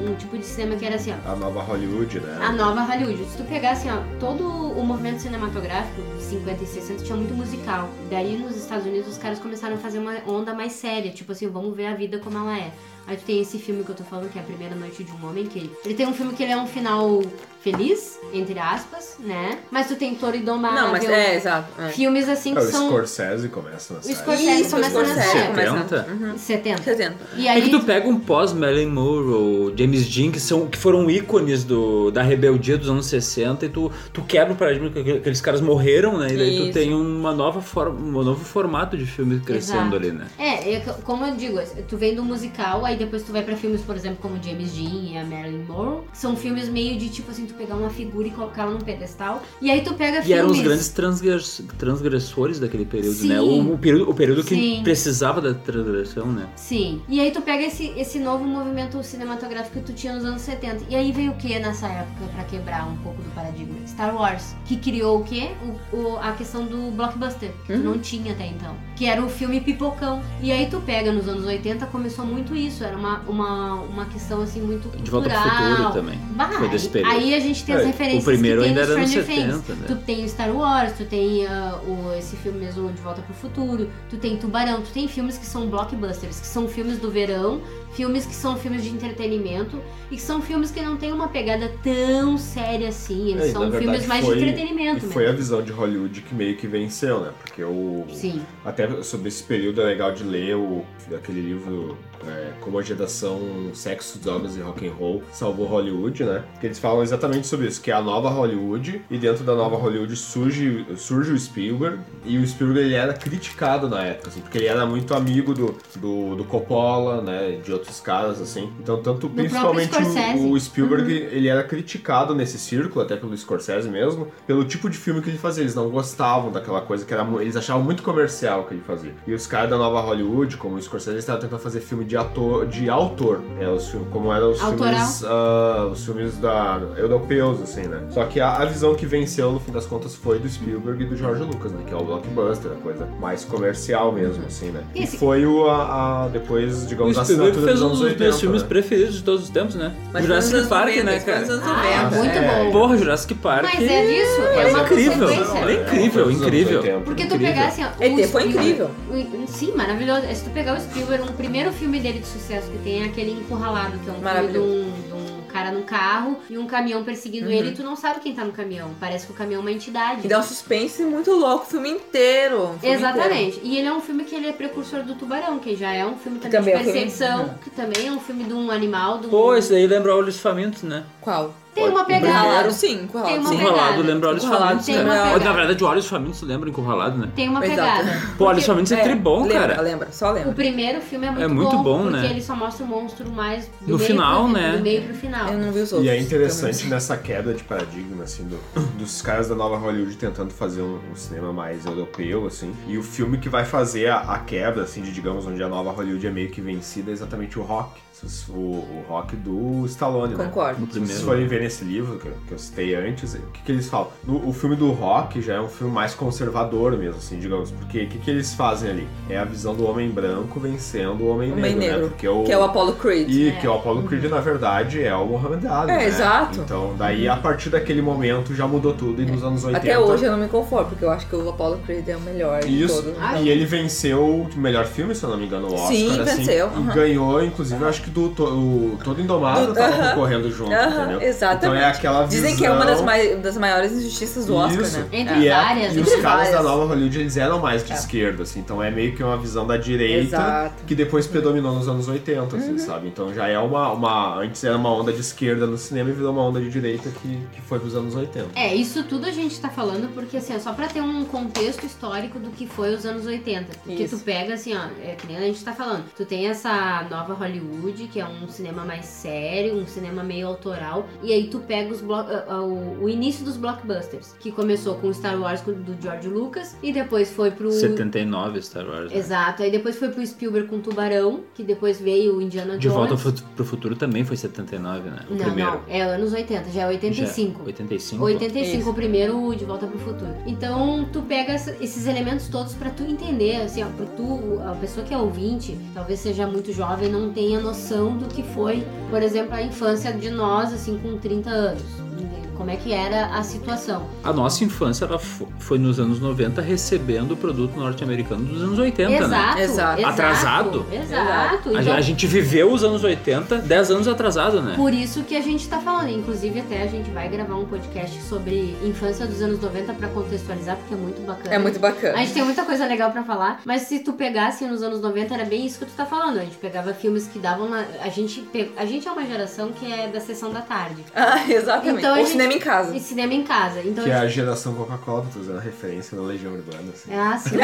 Speaker 10: um- um tipo de cinema que era assim, ó.
Speaker 8: A nova Hollywood, né?
Speaker 10: A nova Hollywood. Se tu pegar assim, ó, todo o movimento cinematográfico de 50 e 60 tinha muito musical. Daí nos Estados Unidos os caras começaram a fazer uma onda mais séria, tipo assim, vamos ver a vida como ela é. Aí tu tem esse filme que eu tô falando, que é A Primeira Noite de um Homem, que ele, ele tem um filme que ele é um final feliz, entre aspas, né? Mas tu tem Toro e Domável.
Speaker 9: Não, mas é, exato. é.
Speaker 10: Filmes assim que
Speaker 8: É, o
Speaker 10: são...
Speaker 8: Scorsese começa na série.
Speaker 10: Scorsese
Speaker 9: Isso,
Speaker 10: começa nessa
Speaker 9: Scorsese
Speaker 10: época.
Speaker 9: começa.
Speaker 12: 70?
Speaker 9: Uhum.
Speaker 10: 70.
Speaker 9: 70.
Speaker 10: E
Speaker 12: É que
Speaker 10: aí...
Speaker 12: tu pega um pós-Marilyn Monroe, James Dean, que, são, que foram ícones do, da rebeldia dos anos 60, e tu, tu quebra o paradigma que aqueles caras morreram, né? E daí
Speaker 10: Isso.
Speaker 12: tu tem uma nova forma, um novo formato de filme crescendo
Speaker 10: Exato.
Speaker 12: ali, né?
Speaker 10: É, eu- como eu digo, tu vem do musical, aí depois tu vai pra filmes, por exemplo, como James Dean e a Marilyn Monroe, que são filmes meio de tipo assim, tu pegar uma figura e colocar ela num pedestal, e aí tu pega
Speaker 12: E
Speaker 10: É filmes.
Speaker 12: eram os grandes transgress- transgressores daquele período,
Speaker 10: Sim.
Speaker 12: né? O, o período, o período que
Speaker 10: Sim.
Speaker 12: precisava da transgressão, né?
Speaker 10: Sim. E aí tu pega esse, esse novo movimento cinematográfico que tu tinha nos anos 70. E aí veio o que nessa época pra quebrar um pouco do paradigma? Star Wars, que criou o quê? O, o- a questão do blockbuster, que tu
Speaker 9: Uhum.
Speaker 10: não tinha até então. Que era o filme pipocão. E aí tu pega nos anos 80, começou muito isso. Era uma, uma, uma questão assim muito cultural.
Speaker 12: De Volta pro Futuro também.
Speaker 10: Bah,
Speaker 12: Foi desse
Speaker 10: aí-
Speaker 12: período.
Speaker 10: Aí a gente tem as
Speaker 12: É, o
Speaker 10: referências
Speaker 12: primeiro
Speaker 10: que tem
Speaker 12: ainda
Speaker 10: no
Speaker 12: era nos
Speaker 10: Stranger Things.
Speaker 12: 70, né?
Speaker 10: Tu tem o Star Wars, tu tem ah, o, esse filme mesmo De Volta pro Futuro, tu tem Tubarão, tu tem filmes que são blockbusters, que são filmes do verão, filmes que são filmes de entretenimento e que são filmes que não têm uma pegada tão séria assim. Eles
Speaker 8: É, e
Speaker 10: são
Speaker 8: na verdade
Speaker 10: filmes mais
Speaker 8: foi-
Speaker 10: de entretenimento
Speaker 8: E
Speaker 10: mesmo.
Speaker 8: foi a visão de Hollywood que meio que venceu, né? Porque o.
Speaker 10: Sim.
Speaker 8: Até sobre esse período é legal de ler o, aquele livro é, Como a Geração Sexo, Drogas e Rock and Roll Salvou Hollywood, né? Que eles falam exatamente sobre isso, que é a nova Hollywood e dentro da nova Hollywood surge, surge o Spielberg e o Spielberg ele era criticado na época, assim, porque ele era muito amigo do, do, do Coppola, né? De outros caras, assim. Então, tanto
Speaker 10: próprio
Speaker 8: principalmente
Speaker 10: Scorsese.
Speaker 8: o, o Spielberg,
Speaker 10: Uhum.
Speaker 8: ele era criticado nesse círculo, até pelo Scorsese mesmo, pelo tipo de filme que ele fazia. Eles não gostavam daquela coisa que era, mu- eles achavam muito comercial que ele fazia. E os caras da nova Hollywood, como o Scorsese, eles estavam tentando fazer filme de ator, de autor, é, os filmes, como eram os
Speaker 10: Autoral.
Speaker 8: filmes, ah, os filmes da europeus assim, né? Só que a, a visão que venceu no fim das contas foi do Spielberg e do George Lucas, né? Que é o blockbuster, a coisa mais comercial mesmo, assim, né?
Speaker 10: E
Speaker 8: E
Speaker 10: esse-
Speaker 8: foi o a, a- depois,
Speaker 12: O
Speaker 8: digamos, a
Speaker 12: Spielberg
Speaker 8: assinatura
Speaker 12: fez
Speaker 8: dos
Speaker 12: um dos
Speaker 8: anos
Speaker 12: meus
Speaker 8: 80,
Speaker 12: filmes
Speaker 8: né?
Speaker 12: preferidos de todos os tempos, né?
Speaker 9: Mas foi
Speaker 12: Jurassic
Speaker 9: nos anos
Speaker 12: Park,
Speaker 9: 90,
Speaker 12: né,
Speaker 9: foi
Speaker 12: cara?
Speaker 9: nos anos 90.
Speaker 10: Ah, muito bom.
Speaker 12: Porra, Jurassic Park.
Speaker 10: É. Mas é disso, é uma
Speaker 12: incrível.
Speaker 10: consequência.
Speaker 12: Ela é incrível,
Speaker 8: Dos anos
Speaker 12: incrível.
Speaker 8: 80.
Speaker 10: Porque tu
Speaker 12: Incrível.
Speaker 10: pegasse assim, ó,
Speaker 9: ET
Speaker 10: o
Speaker 9: É, foi
Speaker 10: Spielberg- o- Sim, maravilhoso. É, Se tu pegar o Spielberg, um primeiro filme dele de sucesso que tem é aquele Encurralado, que é um filme de
Speaker 9: Maravilhoso.
Speaker 10: um, de um cara num carro e um caminhão perseguindo
Speaker 9: Uhum.
Speaker 10: ele e tu não sabe quem tá no caminhão. Parece que o caminhão é uma entidade.
Speaker 9: E dá um suspense muito louco o filme inteiro. o filme inteiro.
Speaker 10: Exatamente. E ele é um filme que ele é precursor do Tubarão, que já é um filme também,
Speaker 9: também é
Speaker 10: de
Speaker 9: um filme-
Speaker 10: perseguição,
Speaker 9: Uhum.
Speaker 10: que também é um filme de um animal, de um...
Speaker 12: Pô, esse daí lembra Olhos Famintos, né?
Speaker 9: Qual?
Speaker 10: Tem uma
Speaker 9: O
Speaker 10: pegada.
Speaker 9: Ralado, sim. Com o
Speaker 10: Tem
Speaker 9: Ralado,
Speaker 10: uma
Speaker 9: sim.
Speaker 12: Encurralado
Speaker 10: pegada.
Speaker 12: lembra Olhos
Speaker 9: Encurralado
Speaker 12: Famintos,
Speaker 9: tem uma
Speaker 12: cara. Ou, na
Speaker 10: pegada.
Speaker 12: verdade, Olhos Famintos lembra Encurralado, né?
Speaker 10: Tem uma
Speaker 9: Exato.
Speaker 10: pegada.
Speaker 12: Pô, Olhos Famintos é tribom,
Speaker 9: Lembra,
Speaker 12: cara.
Speaker 9: lembra, só
Speaker 10: O
Speaker 9: lembra.
Speaker 10: primeiro filme é muito,
Speaker 12: É muito bom,
Speaker 10: porque
Speaker 12: né?
Speaker 10: ele só mostra o monstro mais do
Speaker 12: No
Speaker 10: meio
Speaker 12: final,
Speaker 10: pro,
Speaker 12: né?
Speaker 10: do meio pro final.
Speaker 9: Eu não vi os outros.
Speaker 8: E é
Speaker 9: pelo
Speaker 8: interessante
Speaker 9: menos.
Speaker 8: nessa queda de paradigma, assim, do- dos caras da nova Hollywood tentando fazer um, um cinema mais europeu, assim. E o filme que vai fazer a, a quebra, assim, de, digamos, onde a nova Hollywood é meio que vencida é exatamente o rock. Se vocês- O, o rock do Stallone, né?
Speaker 9: Concordo.
Speaker 12: No
Speaker 8: Se vocês
Speaker 12: primeiro.
Speaker 8: forem verem nesse livro, que eu, que eu citei antes, o que, que eles falam? No- o filme do Rock já é um filme mais conservador mesmo, assim, digamos. Porque o que, que eles fazem ali? É a visão do homem branco vencendo o homem,
Speaker 9: Homem
Speaker 8: negro,
Speaker 9: negro,
Speaker 8: né? Porque o,
Speaker 9: que é o Apollo Creed.
Speaker 8: E
Speaker 9: É.
Speaker 8: que o Apollo Creed, na verdade, é o Muhammad Ali,
Speaker 9: É,
Speaker 8: né?
Speaker 9: exato.
Speaker 8: Então, daí, a partir daquele momento, já mudou tudo. E nos anos 80...
Speaker 9: Até hoje né? eu não me conformo, porque eu acho que o Apollo Creed é o melhor de
Speaker 8: Isso.
Speaker 9: todos.
Speaker 8: E ele venceu o melhor filme, se eu não me engano, o Oscar.
Speaker 9: Sim,
Speaker 8: assim,
Speaker 9: venceu,
Speaker 8: E
Speaker 9: aham.
Speaker 8: ganhou, inclusive, acho que do to- o Todo Indomado
Speaker 9: Do-
Speaker 8: tava
Speaker 9: aham.
Speaker 8: concorrendo junto,
Speaker 9: Aham,
Speaker 8: entendeu?
Speaker 9: exatamente.
Speaker 8: Então é aquela visão...
Speaker 9: Dizem que é uma das, mai- das maiores injustiças do Oscar,
Speaker 8: Isso.
Speaker 9: né?
Speaker 8: e é- E os caras da Nova Hollywood, eles eram mais de esquerda, assim. Então é meio que uma visão da direita
Speaker 9: Exato.
Speaker 8: que depois predominou nos anos 80, assim,
Speaker 9: Uhum.
Speaker 8: sabe? Então já é uma, uma... Antes era uma onda de esquerda no cinema e virou uma onda de direita que, que foi pros anos 80.
Speaker 10: É, isso tudo a gente tá falando porque, assim, é só pra ter um contexto histórico do que foi os anos 80. Porque
Speaker 9: Isso.
Speaker 10: tu pega, assim, ó, é que nem a gente tá falando. Tu tem essa nova Hollywood, que é um cinema mais sério, um cinema meio autoral. E aí tu pega os blo- ah, ah, o, o início dos blockbusters, que começou com Star Wars com- do George Lucas e depois foi pro...
Speaker 12: 79 Star Wars. né?
Speaker 10: Exato, aí depois foi pro Spielberg com Tubarão, que depois veio o Indiana Jones.
Speaker 12: De Volta ao Fut- pro Futuro também foi 79, né? O
Speaker 10: Não,
Speaker 12: primeiro.
Speaker 10: não, é anos 80, já é 85.
Speaker 12: Já, 85.
Speaker 10: 85, o primeiro o De Volta pro Futuro. Então, tu pega essa- esses elementos todos pra tu entender, assim, ó, pra tu, a pessoa que é ouvinte, talvez seja muito jovem, não tenha noção do que foi, por exemplo, a infância de nós, assim, com 30 anos. entende? Como é que era a situação.
Speaker 12: A nossa infância ela fo- foi nos anos 90 recebendo o produto norte-americano dos anos 80,
Speaker 10: Exato,
Speaker 12: né?
Speaker 10: exato.
Speaker 12: Atrasado.
Speaker 10: Exato.
Speaker 12: A,
Speaker 10: Então,
Speaker 12: a gente viveu os anos 80, 10 anos atrasado, né?
Speaker 10: Por isso que a gente tá falando. Inclusive, até a gente vai gravar um podcast sobre infância dos anos 90 pra contextualizar, porque é muito bacana.
Speaker 9: É muito bacana.
Speaker 10: A gente tem muita coisa legal pra falar, mas se tu pegasse nos anos 90, era bem isso que tu tá falando. A gente pegava filmes que davam na. A gente, pe- a gente é uma geração que é da sessão da tarde.
Speaker 9: Ah, exatamente.
Speaker 10: Então,
Speaker 9: Ou
Speaker 10: a gente-
Speaker 9: cinema em casa.
Speaker 10: E cinema em casa. Então
Speaker 8: Que é
Speaker 10: a
Speaker 8: a
Speaker 10: gente...
Speaker 8: geração Coca-Cola, tô fazendo referência na Legião Urbana, assim.
Speaker 12: é
Speaker 10: Ah, sim.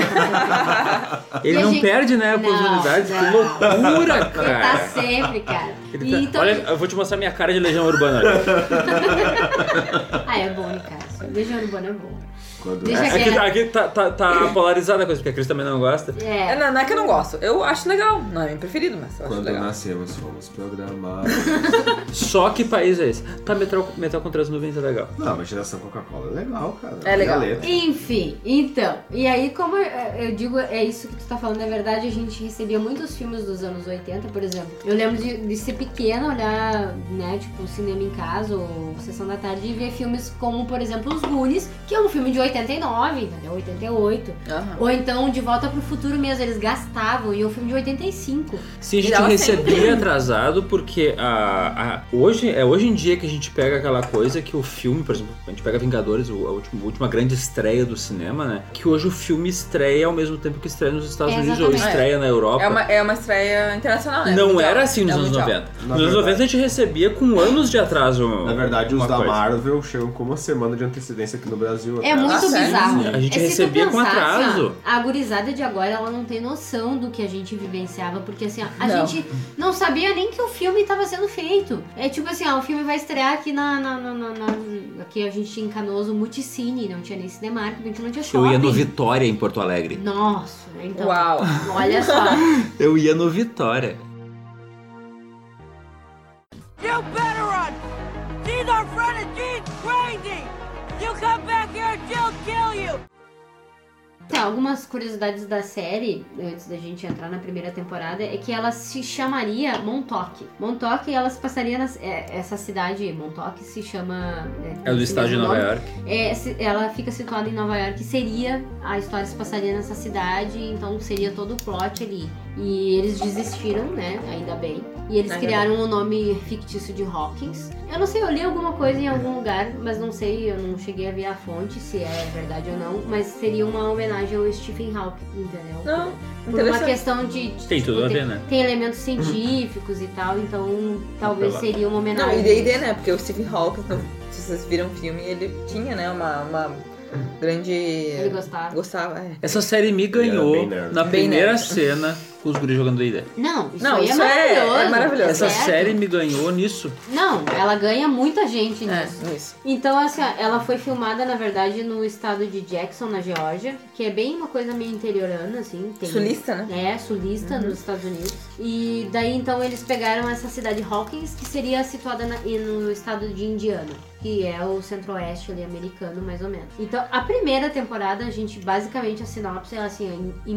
Speaker 12: Ele
Speaker 10: E a
Speaker 12: não
Speaker 10: gente-
Speaker 12: perde, né, a
Speaker 10: Não,
Speaker 12: oportunidade.
Speaker 10: não.
Speaker 12: Que loucura,
Speaker 10: Ele tá
Speaker 12: cara.
Speaker 10: sempre, cara.
Speaker 12: É. Ele
Speaker 10: E
Speaker 12: tá-
Speaker 10: então-
Speaker 12: Olha, eu vou te mostrar minha cara de Legião Urbana.
Speaker 10: Ah, é bom, Ricardo. Beijo urbano é bom.
Speaker 8: Quando...
Speaker 10: Deixa
Speaker 12: aqui
Speaker 10: quieto.
Speaker 12: tá, aqui tá, tá- tá polarizada a coisa, porque a Cris também não gosta.
Speaker 9: É, não, não é que eu não gosto. Eu acho legal. Não é meu preferido, mas eu acho
Speaker 8: Quando
Speaker 9: legal.
Speaker 8: nascemos, fomos programados.
Speaker 12: Só que país é esse? Tá, metal, metal contra as nuvens é legal.
Speaker 8: Não, mas geração Coca-Cola é legal, cara.
Speaker 10: É legal.
Speaker 8: Olha a letra.
Speaker 10: Enfim, então. E aí, como eh, eu digo, é isso que tu tá falando, na verdade, a gente recebia muitos filmes dos anos 80, por exemplo. Eu lembro de, de ser pequena, olhar, né, tipo, cinema em casa ou sessão da tarde e ver filmes como, por exemplo, Os Goonies, que é um filme de 89, entendeu? 88.
Speaker 8: é.
Speaker 10: Ou então, De Volta pro Futuro mesmo, eles gastavam, e é um filme de 85.
Speaker 12: Se a gente
Speaker 10: Então, assim,
Speaker 12: recebia atrasado, porque a, a- hoje, é hoje em dia que a gente pega aquela coisa que o filme, por exemplo, a gente pega Vingadores, o- a última, a última grande estreia do cinema, né? Que hoje o filme estreia ao mesmo tempo que estreia nos Estados Unidos ou
Speaker 9: Exatamente.
Speaker 12: estreia na Europa.
Speaker 9: É uma, é uma estreia internacional, né?
Speaker 12: Não
Speaker 9: Mundial.
Speaker 12: era assim nos
Speaker 9: É
Speaker 12: anos
Speaker 9: mundial.
Speaker 12: 90. Nos
Speaker 8: Na
Speaker 12: anos
Speaker 8: verdade.
Speaker 12: 90 a gente recebia com anos de atraso.
Speaker 8: Na verdade, os
Speaker 12: uma
Speaker 8: da
Speaker 12: coisa.
Speaker 8: Marvel chegam com uma semana de antecedência aqui no Brasil.
Speaker 10: É
Speaker 9: Tá
Speaker 8: cara.
Speaker 10: muito bizarro.
Speaker 12: A gente
Speaker 10: é se tu
Speaker 12: recebia com
Speaker 10: pensar, assim, ó,
Speaker 12: atraso.
Speaker 10: a gurizada de agora, ela não tem noção do que a gente vivenciava, porque assim, ó, a
Speaker 9: Não.
Speaker 10: gente não sabia nem que o filme estava sendo feito. É tipo assim, ó, o filme vai estrear aqui na. na, na, na- na- aqui a gente tinha em Canoas o Multicine, não tinha nem Cinemark, a gente não tinha shopping.
Speaker 12: Eu ia no Vitória, em Porto Alegre.
Speaker 10: Nossa, então.
Speaker 9: Uau.
Speaker 10: Olha só.
Speaker 12: Eu ia no Vitória.
Speaker 13: You better run! These are Frenetine's crazy! You come back here, she'll kill you!
Speaker 10: Tá, algumas curiosidades da série, antes da gente entrar na primeira temporada, é que ela se chamaria Montauk. Montauk, ela se passaria nas, é, essa cidade, Montauk se chama...
Speaker 12: É o do
Speaker 10: esse
Speaker 12: estado de
Speaker 10: mesmo
Speaker 12: Nova
Speaker 10: nome.
Speaker 12: York.
Speaker 10: É, se- ela fica situada em Nova York, e seria, a história se passaria nessa cidade, então seria todo o plot ali. E eles desistiram, né, ainda bem. E eles
Speaker 9: Ainda
Speaker 10: criaram o nome fictício de Hawkins. Eu não sei, eu li alguma coisa em algum lugar, mas não sei, eu não cheguei a ver a fonte, se é verdade ou não, mas seria uma homenagem ao Stephen Hawking, entendeu?
Speaker 9: Não,
Speaker 10: Por uma
Speaker 9: interessante.
Speaker 10: questão de... de- tipo,
Speaker 12: Tem tudo a
Speaker 10: tem,
Speaker 12: ver, né?
Speaker 10: Tem elementos científicos e tal, então talvez
Speaker 12: Pelado.
Speaker 10: seria uma
Speaker 9: Não,
Speaker 10: homenagem.
Speaker 9: e daí, daí, né? Porque o Stephen Hawking, não- se vocês viram o filme, ele tinha, né, uma, uma grande... Ele
Speaker 10: gostava.
Speaker 9: Gostava, é.
Speaker 12: Essa série me ganhou
Speaker 8: bem nerd.
Speaker 12: na
Speaker 9: Bem
Speaker 12: primeira
Speaker 9: nerd.
Speaker 12: cena com os guris jogando D&D.
Speaker 10: Não, isso
Speaker 9: Não,
Speaker 10: aí
Speaker 9: isso
Speaker 10: é
Speaker 9: é- é
Speaker 10: maravilhoso.
Speaker 9: maravilhoso.
Speaker 12: Essa
Speaker 10: certo?
Speaker 12: série me ganhou nisso.
Speaker 10: Não, ela ganha muita gente
Speaker 9: É,
Speaker 10: nisso. Então, assim, ó, ela foi filmada, na verdade, no estado de Jackson, na Geórgia, que é bem uma coisa meio interiorana, assim. Tem,
Speaker 9: Sulista, né?
Speaker 10: É, sulista
Speaker 9: Uhum.
Speaker 10: nos Estados Unidos. E daí, então, eles pegaram essa cidade Hawkins, que seria situada na- e no estado de Indiana, que é o centro-oeste ali americano, mais ou menos. Então, a primeira temporada, a gente, basicamente, a sinopse é assim, ó, em, em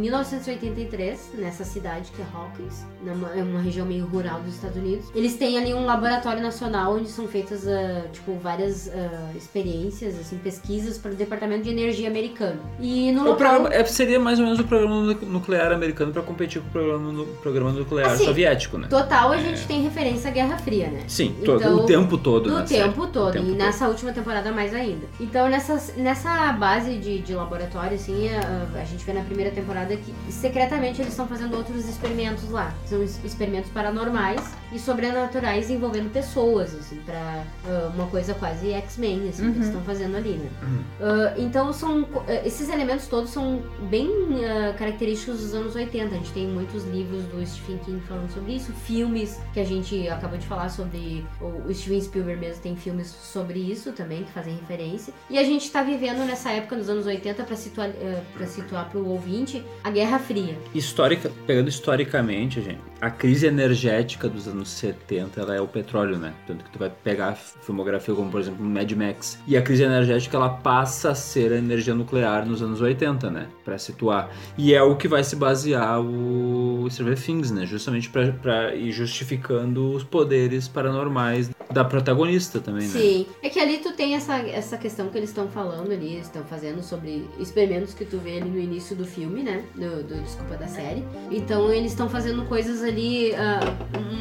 Speaker 10: 1983, nessa cidade que é Hawkins, numa- é uma região meio rural dos Estados Unidos, eles têm ali um laboratório nacional onde são feitas, ah, tipo, várias ah, experiências, assim, pesquisas para o Departamento de Energia americano. E no
Speaker 12: O
Speaker 10: local...
Speaker 12: programa, é, seria mais ou menos o programa nu- nuclear americano pra competir com o programa, nu- programa nuclear
Speaker 10: Assim,
Speaker 12: soviético, né?
Speaker 10: Total, a gente tem referência à Guerra Fria, né?
Speaker 12: Sim,
Speaker 10: Então,
Speaker 12: todo- o tempo todo,
Speaker 10: No
Speaker 12: né?
Speaker 10: tempo todo,
Speaker 12: tempo
Speaker 10: e nessa última temporada mais ainda. Então, nessa, nessa base de, de laboratório, assim, a, a gente vê na primeira temporada que secretamente eles estão fazendo outros experimentos lá. São es- experimentos paranormais e sobrenaturais envolvendo pessoas, assim, pra ah, uma coisa quase X-Men, assim,
Speaker 9: Uhum.
Speaker 10: que eles estão fazendo ali, né?
Speaker 9: Uhum.
Speaker 10: Ah, então, são, co- ah, esses elementos todos são bem ah, característicos dos anos 80. A gente tem muitos livros do Stephen King falando sobre isso, filmes que a gente acabou de falar sobre. O o Steven Spielberg mesmo tem filmes sobre isso também, que fazem referência. E a gente tá vivendo nessa época, nos anos 80, pra situar, ah, pra situar pro ouvinte, a Guerra Fria.
Speaker 12: Histórica, pegando historicamente, gente, a crise energética dos anos 70, ela é o petróleo, né? Tanto que tu vai pegar f- filmografia como, por exemplo, Mad Max. E a crise energética, ela passa a ser a energia nuclear nos anos 80, né? Pra situar. E é o que vai se basear o Stranger Things, né? Justamente pra, pra ir justificando os poderes paranormais da protagonista também, né?
Speaker 10: Sim. É que ali tu tem essa, essa questão que eles estão falando ali, eles estão fazendo sobre experimentos que tu vê ali no início do filme, né? Do, do- desculpa, da série. Então eles estão fazendo coisas ali, ah,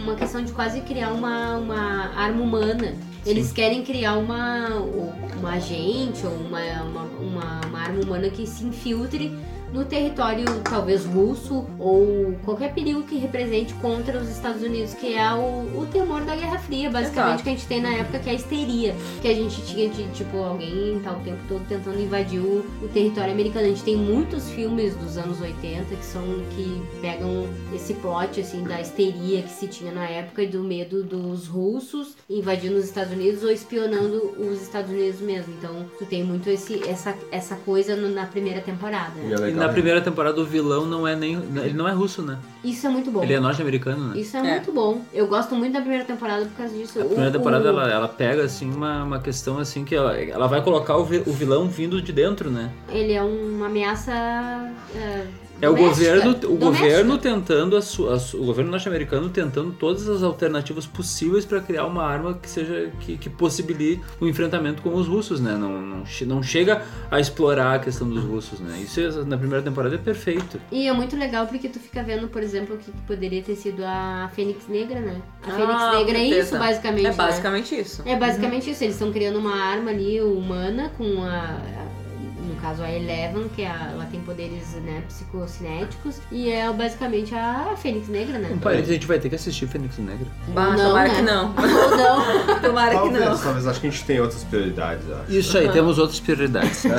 Speaker 10: uma questão de quase criar uma, uma arma humana. Eles querem criar uma, uma agente ou uma, uma, uma- uma arma humana que se infiltre no território talvez russo ou qualquer perigo que represente contra os Estados Unidos, que é o, o temor da Guerra Fria, basicamente,
Speaker 9: Exato.
Speaker 10: que a gente tem na época, que é a histeria. Que a gente tinha de, tipo, alguém tá o tempo todo tentando invadir o, o território americano. A gente tem muitos filmes dos anos 80 que são que pegam esse plot assim da histeria que se tinha na época e do medo dos russos invadindo os Estados Unidos ou espionando os Estados Unidos mesmo. Então, tu tem muito esse, essa, essa coisa no- na primeira temporada.
Speaker 8: é
Speaker 10: né?
Speaker 12: E na primeira temporada o vilão não é nem. Ele não é russo, né?
Speaker 10: Isso é muito bom.
Speaker 12: Ele é norte-americano, né?
Speaker 10: Isso é, muito bom. Eu gosto muito da primeira temporada por causa disso.
Speaker 12: A primeira temporada ela, ela pega assim uma, uma questão assim que ela, ela vai colocar o, vi- o vilão vindo de dentro, né?
Speaker 10: Ele é uma ameaça. é,
Speaker 12: É o
Speaker 10: doméstica.
Speaker 12: governo, o
Speaker 10: Doméstica.
Speaker 12: governo tentando a su- a su- o governo norte-americano tentando todas as alternativas possíveis para criar uma arma que seja que, que possibilite o enfrentamento com os russos, né? Não, não, che- não chega a explorar a questão dos russos, né? Isso é- na primeira temporada é perfeito.
Speaker 10: E é muito legal porque tu fica vendo, por exemplo, o que que poderia ter sido a Fênix Negra, né? A
Speaker 9: Ah,
Speaker 10: Fênix Negra é
Speaker 9: certeza.
Speaker 10: isso, basicamente.
Speaker 9: É
Speaker 10: né?
Speaker 9: basicamente isso.
Speaker 10: É basicamente isso. Eles estão criando uma arma ali humana com a. a- No caso, a Eleven, que é a- ela tem poderes né, psicocinéticos. E é basicamente a Fênix Negra, né?
Speaker 12: Um parênteses, a gente vai ter que assistir Fênix Negra.
Speaker 9: Bah,
Speaker 10: Não,
Speaker 9: tomara
Speaker 10: né?
Speaker 9: que não.
Speaker 10: Ou não.
Speaker 9: tomara que não.
Speaker 8: Talvez, talvez. Acho que a gente tem outras prioridades. acho.
Speaker 12: Isso aí, temos outras prioridades. tá?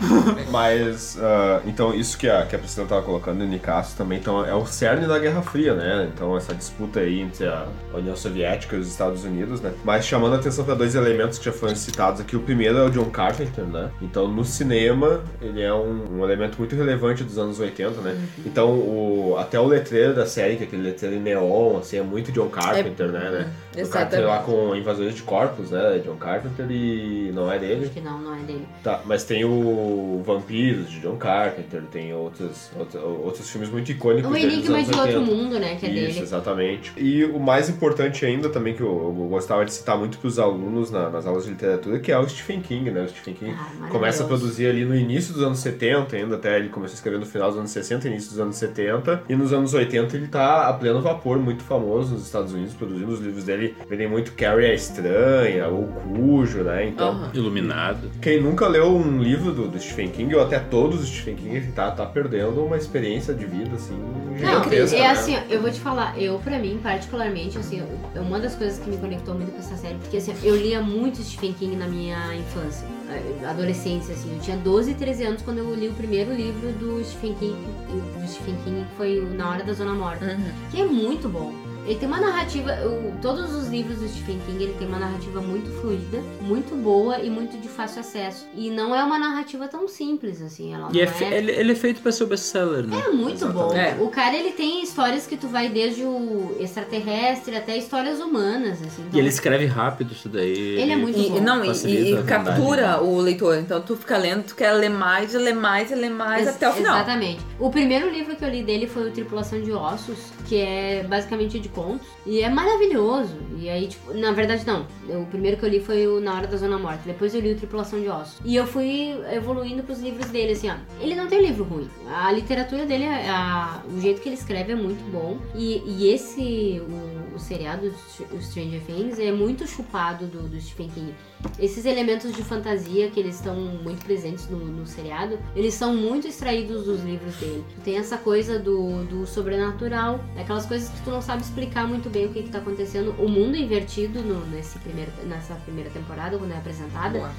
Speaker 8: Mas, ah, então, isso que a, que a Priscila tava colocando, o Nicasso também, então, é o cerne da Guerra Fria, né? Então, essa disputa aí entre a União Soviética e os Estados Unidos, né? Mas chamando a atenção para dois elementos que já foram citados aqui. O primeiro é o John Carpenter, né? Então, no cinema, ele é um, um elemento muito relevante dos anos 80, né? Então, o, até o letreiro da série, que é aquele letreiro em neon, assim, é muito John Carpenter, né? né? O Carpenter
Speaker 9: Exatamente.
Speaker 8: lá com Invasores de Corpos, né? John Carpenter e não é dele.
Speaker 10: Acho que não, não é dele.
Speaker 8: Tá, mas tem o Vampiros de John Carpenter, tem outros, outros, outros filmes muito icônicos.
Speaker 10: O
Speaker 8: dele dos
Speaker 10: Um Enigma
Speaker 8: anos
Speaker 10: de Outro
Speaker 8: 80.
Speaker 10: Mundo, né? Que é
Speaker 8: Isso, assim,
Speaker 10: dele.
Speaker 8: exatamente. E o mais importante ainda também, que eu, eu gostava de citar muito para os alunos na- nas aulas de literatura, que é o Stephen King, né? O Stephen
Speaker 10: Ah,
Speaker 8: King começa a produzir ali no início dos anos 70, ainda até ele começou a escrever no final dos anos 60, início dos anos 70. E nos anos 80 ele tá a pleno vapor, muito famoso nos Estados Unidos, produzindo os livros dele. Vendem muito Carrie a Estranha, O Cujo, né? Então...
Speaker 12: Iluminado.
Speaker 8: Quem nunca leu um livro do, do Stephen King, ou até todos do Stephen King, tá, tá perdendo uma experiência de vida, assim,
Speaker 10: Não,
Speaker 8: gigantesca.
Speaker 10: é
Speaker 8: né?
Speaker 10: assim, ó, eu vou te falar, eu pra mim, particularmente, assim, eu- uma das coisas que me conectou muito com essa série, porque assim, eu lia muito Stephen King na minha infância, eh, adolescência, infância, assim. Eu tinha 12, 13 anos quando eu li o primeiro livro do Stephen King, do Stephen King que foi o Na Hora da Zona Morta,
Speaker 12: Uhum.
Speaker 10: que é muito bom. Ele tem uma narrativa, o- todos os livros do Stephen King, ele tem uma narrativa muito fluida, muito boa e muito de fácil acesso. E não é uma narrativa tão simples, assim. Ela
Speaker 12: E é
Speaker 10: não
Speaker 12: fe- ele, ele é feito pra ser o best-seller, né?
Speaker 10: É muito bom.
Speaker 12: É.
Speaker 10: O cara ele tem histórias que tu vai desde o extraterrestre até histórias humanas, assim.
Speaker 12: E ele escreve rápido isso daí.
Speaker 10: Ele é muito
Speaker 9: e,
Speaker 10: bom.
Speaker 9: Não, e-
Speaker 12: facilita
Speaker 9: e, e
Speaker 12: a vendagem.
Speaker 9: captura o leitor. Então tu fica lendo, tu quer ler mais, e ler mais, e ler mais
Speaker 10: Ex-
Speaker 9: até o final.
Speaker 10: Exatamente. O primeiro livro que eu li dele foi o Tripulação de Ossos, que é basicamente de contos. E é maravilhoso. E aí, tipo, na verdade não. O primeiro que eu li foi o Na Hora da Zona Morta. Depois eu li o Tripulação de Ossos. E eu fui evoluindo pros livros dele, assim, ó. Ele não tem livro ruim. A literatura dele, é, a- o jeito que ele escreve é muito bom. E, e esse, o, o seriado, o Stranger Things, é muito chupado do, do Stephen King. Esses elementos de fantasia que eles estão muito presentes no, no seriado, eles são muito extraídos dos livros dele. Tem essa coisa do, do sobrenatural, aquelas coisas que tu não sabe explicar muito bem o que, que tá acontecendo. O mundo invertido no- nesse primeiro, nessa primeira temporada, quando é apresentada.
Speaker 9: Boa.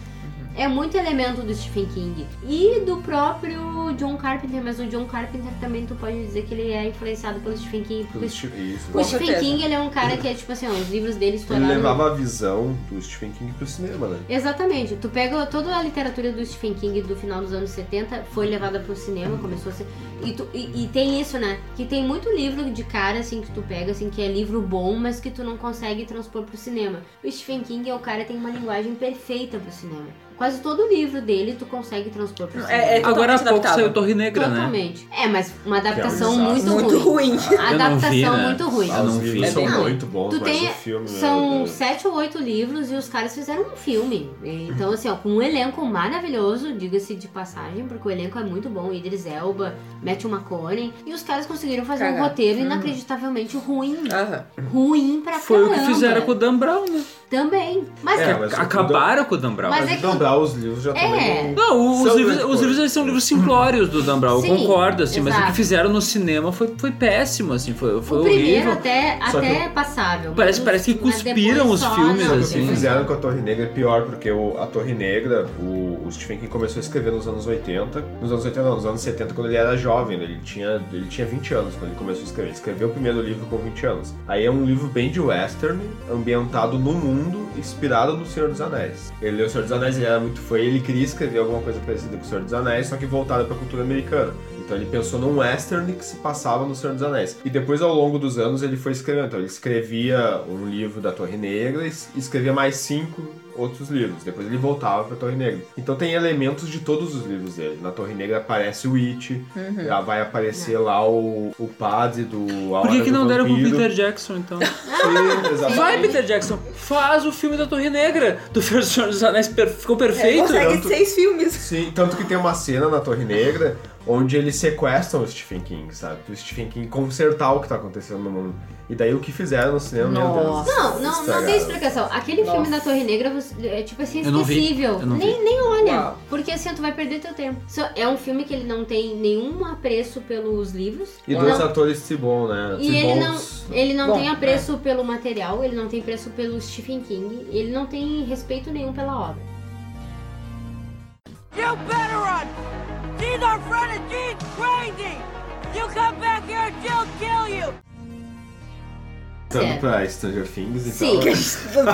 Speaker 10: É muito elemento do Stephen King e do próprio John Carpenter, mas o John Carpenter também tu pode dizer que ele é influenciado pelo Stephen King, porque
Speaker 8: Pelo Stephen- isso.
Speaker 10: o
Speaker 8: Com
Speaker 10: Stephen
Speaker 8: certeza.
Speaker 10: King ele é um cara que é tipo assim, ó, os livros dele estouraram
Speaker 8: Ele levava a visão do Stephen King pro cinema, né?
Speaker 10: Exatamente. Tu pega toda a literatura do Stephen King do final dos anos 70, foi levada pro cinema, começou a ser. E, tu- e- e tem isso, né? Que tem muito livro de cara, assim, que tu pega, assim, que é livro bom, mas que tu não consegue transpor pro cinema. O Stephen King é o cara que tem uma linguagem perfeita pro cinema. Quase todo livro dele tu consegue transpor
Speaker 12: É,
Speaker 10: pro cinema.
Speaker 12: Agora há pouco saiu Torre Negra, né?
Speaker 10: Totalmente. É, mas uma adaptação
Speaker 12: Que é um
Speaker 10: muito,
Speaker 12: desastre. Muito
Speaker 10: ruim.
Speaker 12: ruim. Eu não
Speaker 10: Adaptação
Speaker 12: vi, né?
Speaker 10: muito ruim.
Speaker 12: Eu não
Speaker 8: Os
Speaker 12: vi.
Speaker 8: livros
Speaker 12: É
Speaker 8: são
Speaker 12: bem ruim.
Speaker 8: muito bons,
Speaker 10: Tu
Speaker 8: mas
Speaker 10: tem,
Speaker 8: o filme... né?
Speaker 10: são sete ou oito livros e os caras fizeram um filme. Então, assim, ó, com um elenco maravilhoso, diga-se de passagem, porque o elenco é muito bom. Idris Elba, Matthew McConaughey. E os caras conseguiram fazer um
Speaker 9: Cagar.
Speaker 10: roteiro
Speaker 9: Uhum.
Speaker 10: inacreditavelmente ruim. Ruim pra
Speaker 12: Foi o que
Speaker 10: caramba.
Speaker 12: fizeram com o Dan Brown, né?
Speaker 10: Também. Mas
Speaker 12: É, acabaram com o Dan Brown. né?
Speaker 10: Mas é que-
Speaker 8: Dan Brown, os livros já
Speaker 10: É. também não-
Speaker 12: Não, os
Speaker 10: são
Speaker 12: livros,
Speaker 10: grande
Speaker 12: os livros eles são livros simplórios do Dan Brown, eu
Speaker 10: Sim,
Speaker 12: concordo, assim, mas o
Speaker 10: exato.
Speaker 12: que fizeram no cinema foi, foi péssimo, assim, foi, foi
Speaker 10: o primeiro
Speaker 12: horrível.
Speaker 10: até,
Speaker 12: Só que
Speaker 10: até é passável.
Speaker 12: Parece-
Speaker 10: mas-
Speaker 12: parece que
Speaker 10: mas
Speaker 12: cuspiram
Speaker 10: depois
Speaker 12: os
Speaker 10: só,
Speaker 12: filmes, assim.
Speaker 10: não.
Speaker 8: O que fizeram com a Torre Negra é pior, porque o- a Torre Negra, o, o Stephen King começou a escrever nos anos 80. Nos anos 80, não, nos anos 70, quando ele era jovem, né? ele, tinha, ele tinha 20 anos quando ele começou a escrever. Ele escreveu o primeiro livro com 20 anos. Aí é um livro bem de western, ambientado no mundo, inspirado no Senhor dos Anéis. Ele leu o Senhor dos Anéis, ele era muito fã, ele queria escrever alguma coisa parecida com o Senhor dos Anéis, só que voltada pra cultura americana. Então ele pensou num western que se passava no Senhor dos Anéis. E depois, ao longo dos anos, ele foi escrevendo. Então ele escrevia um livro da Torre Negra e es- escrevia mais cinco outros livros. Depois ele voltava pra Torre Negra. Então tem elementos de todos os livros dele. Na Torre Negra aparece o It,
Speaker 12: Uhum.
Speaker 8: já vai aparecer lá o, o padre do... A
Speaker 12: Por
Speaker 8: Hora
Speaker 12: que, que
Speaker 8: do
Speaker 12: não deram pro
Speaker 8: Vampiro.
Speaker 12: Peter Jackson, então?
Speaker 8: Sim, exatamente.
Speaker 12: Vai, Peter Jackson, faz o filme da Torre Negra. Tu fez o Senhor dos Anéis, per- ficou perfeito.
Speaker 8: Tanto- Sim, tanto que tem uma cena na Torre Negra onde eles sequestram o Stephen King, sabe? Pro Stephen King consertar o que tá acontecendo no mundo. E daí o que fizeram no cinema, meu Deus.
Speaker 10: Não, não, não
Speaker 8: estragaram.
Speaker 10: tem explicação. Aquele filme
Speaker 9: Nossa.
Speaker 10: da Torre Negra você- é tipo assim,
Speaker 8: Eu não vi.
Speaker 10: esquecível.
Speaker 8: Eu não vi.
Speaker 10: Nem, nem olha.
Speaker 9: Uau.
Speaker 10: Porque assim, tu vai perder teu tempo. Só- É um filme que ele não tem nenhum apreço pelos livros.
Speaker 8: E dois
Speaker 10: Não.
Speaker 8: atores Cibon, né?
Speaker 10: E ele não,
Speaker 8: Cibons.
Speaker 10: ele não
Speaker 8: Bom, é.
Speaker 10: tem apreço pelo material, ele não tem apreço pelo Stephen King, ele não tem respeito nenhum pela obra.
Speaker 13: You better run! These are Frenetine's crazy! You come back here, she'll kill you!
Speaker 10: É.
Speaker 8: Tanto Então, pra Stranger Things,
Speaker 13: Sim.
Speaker 8: então...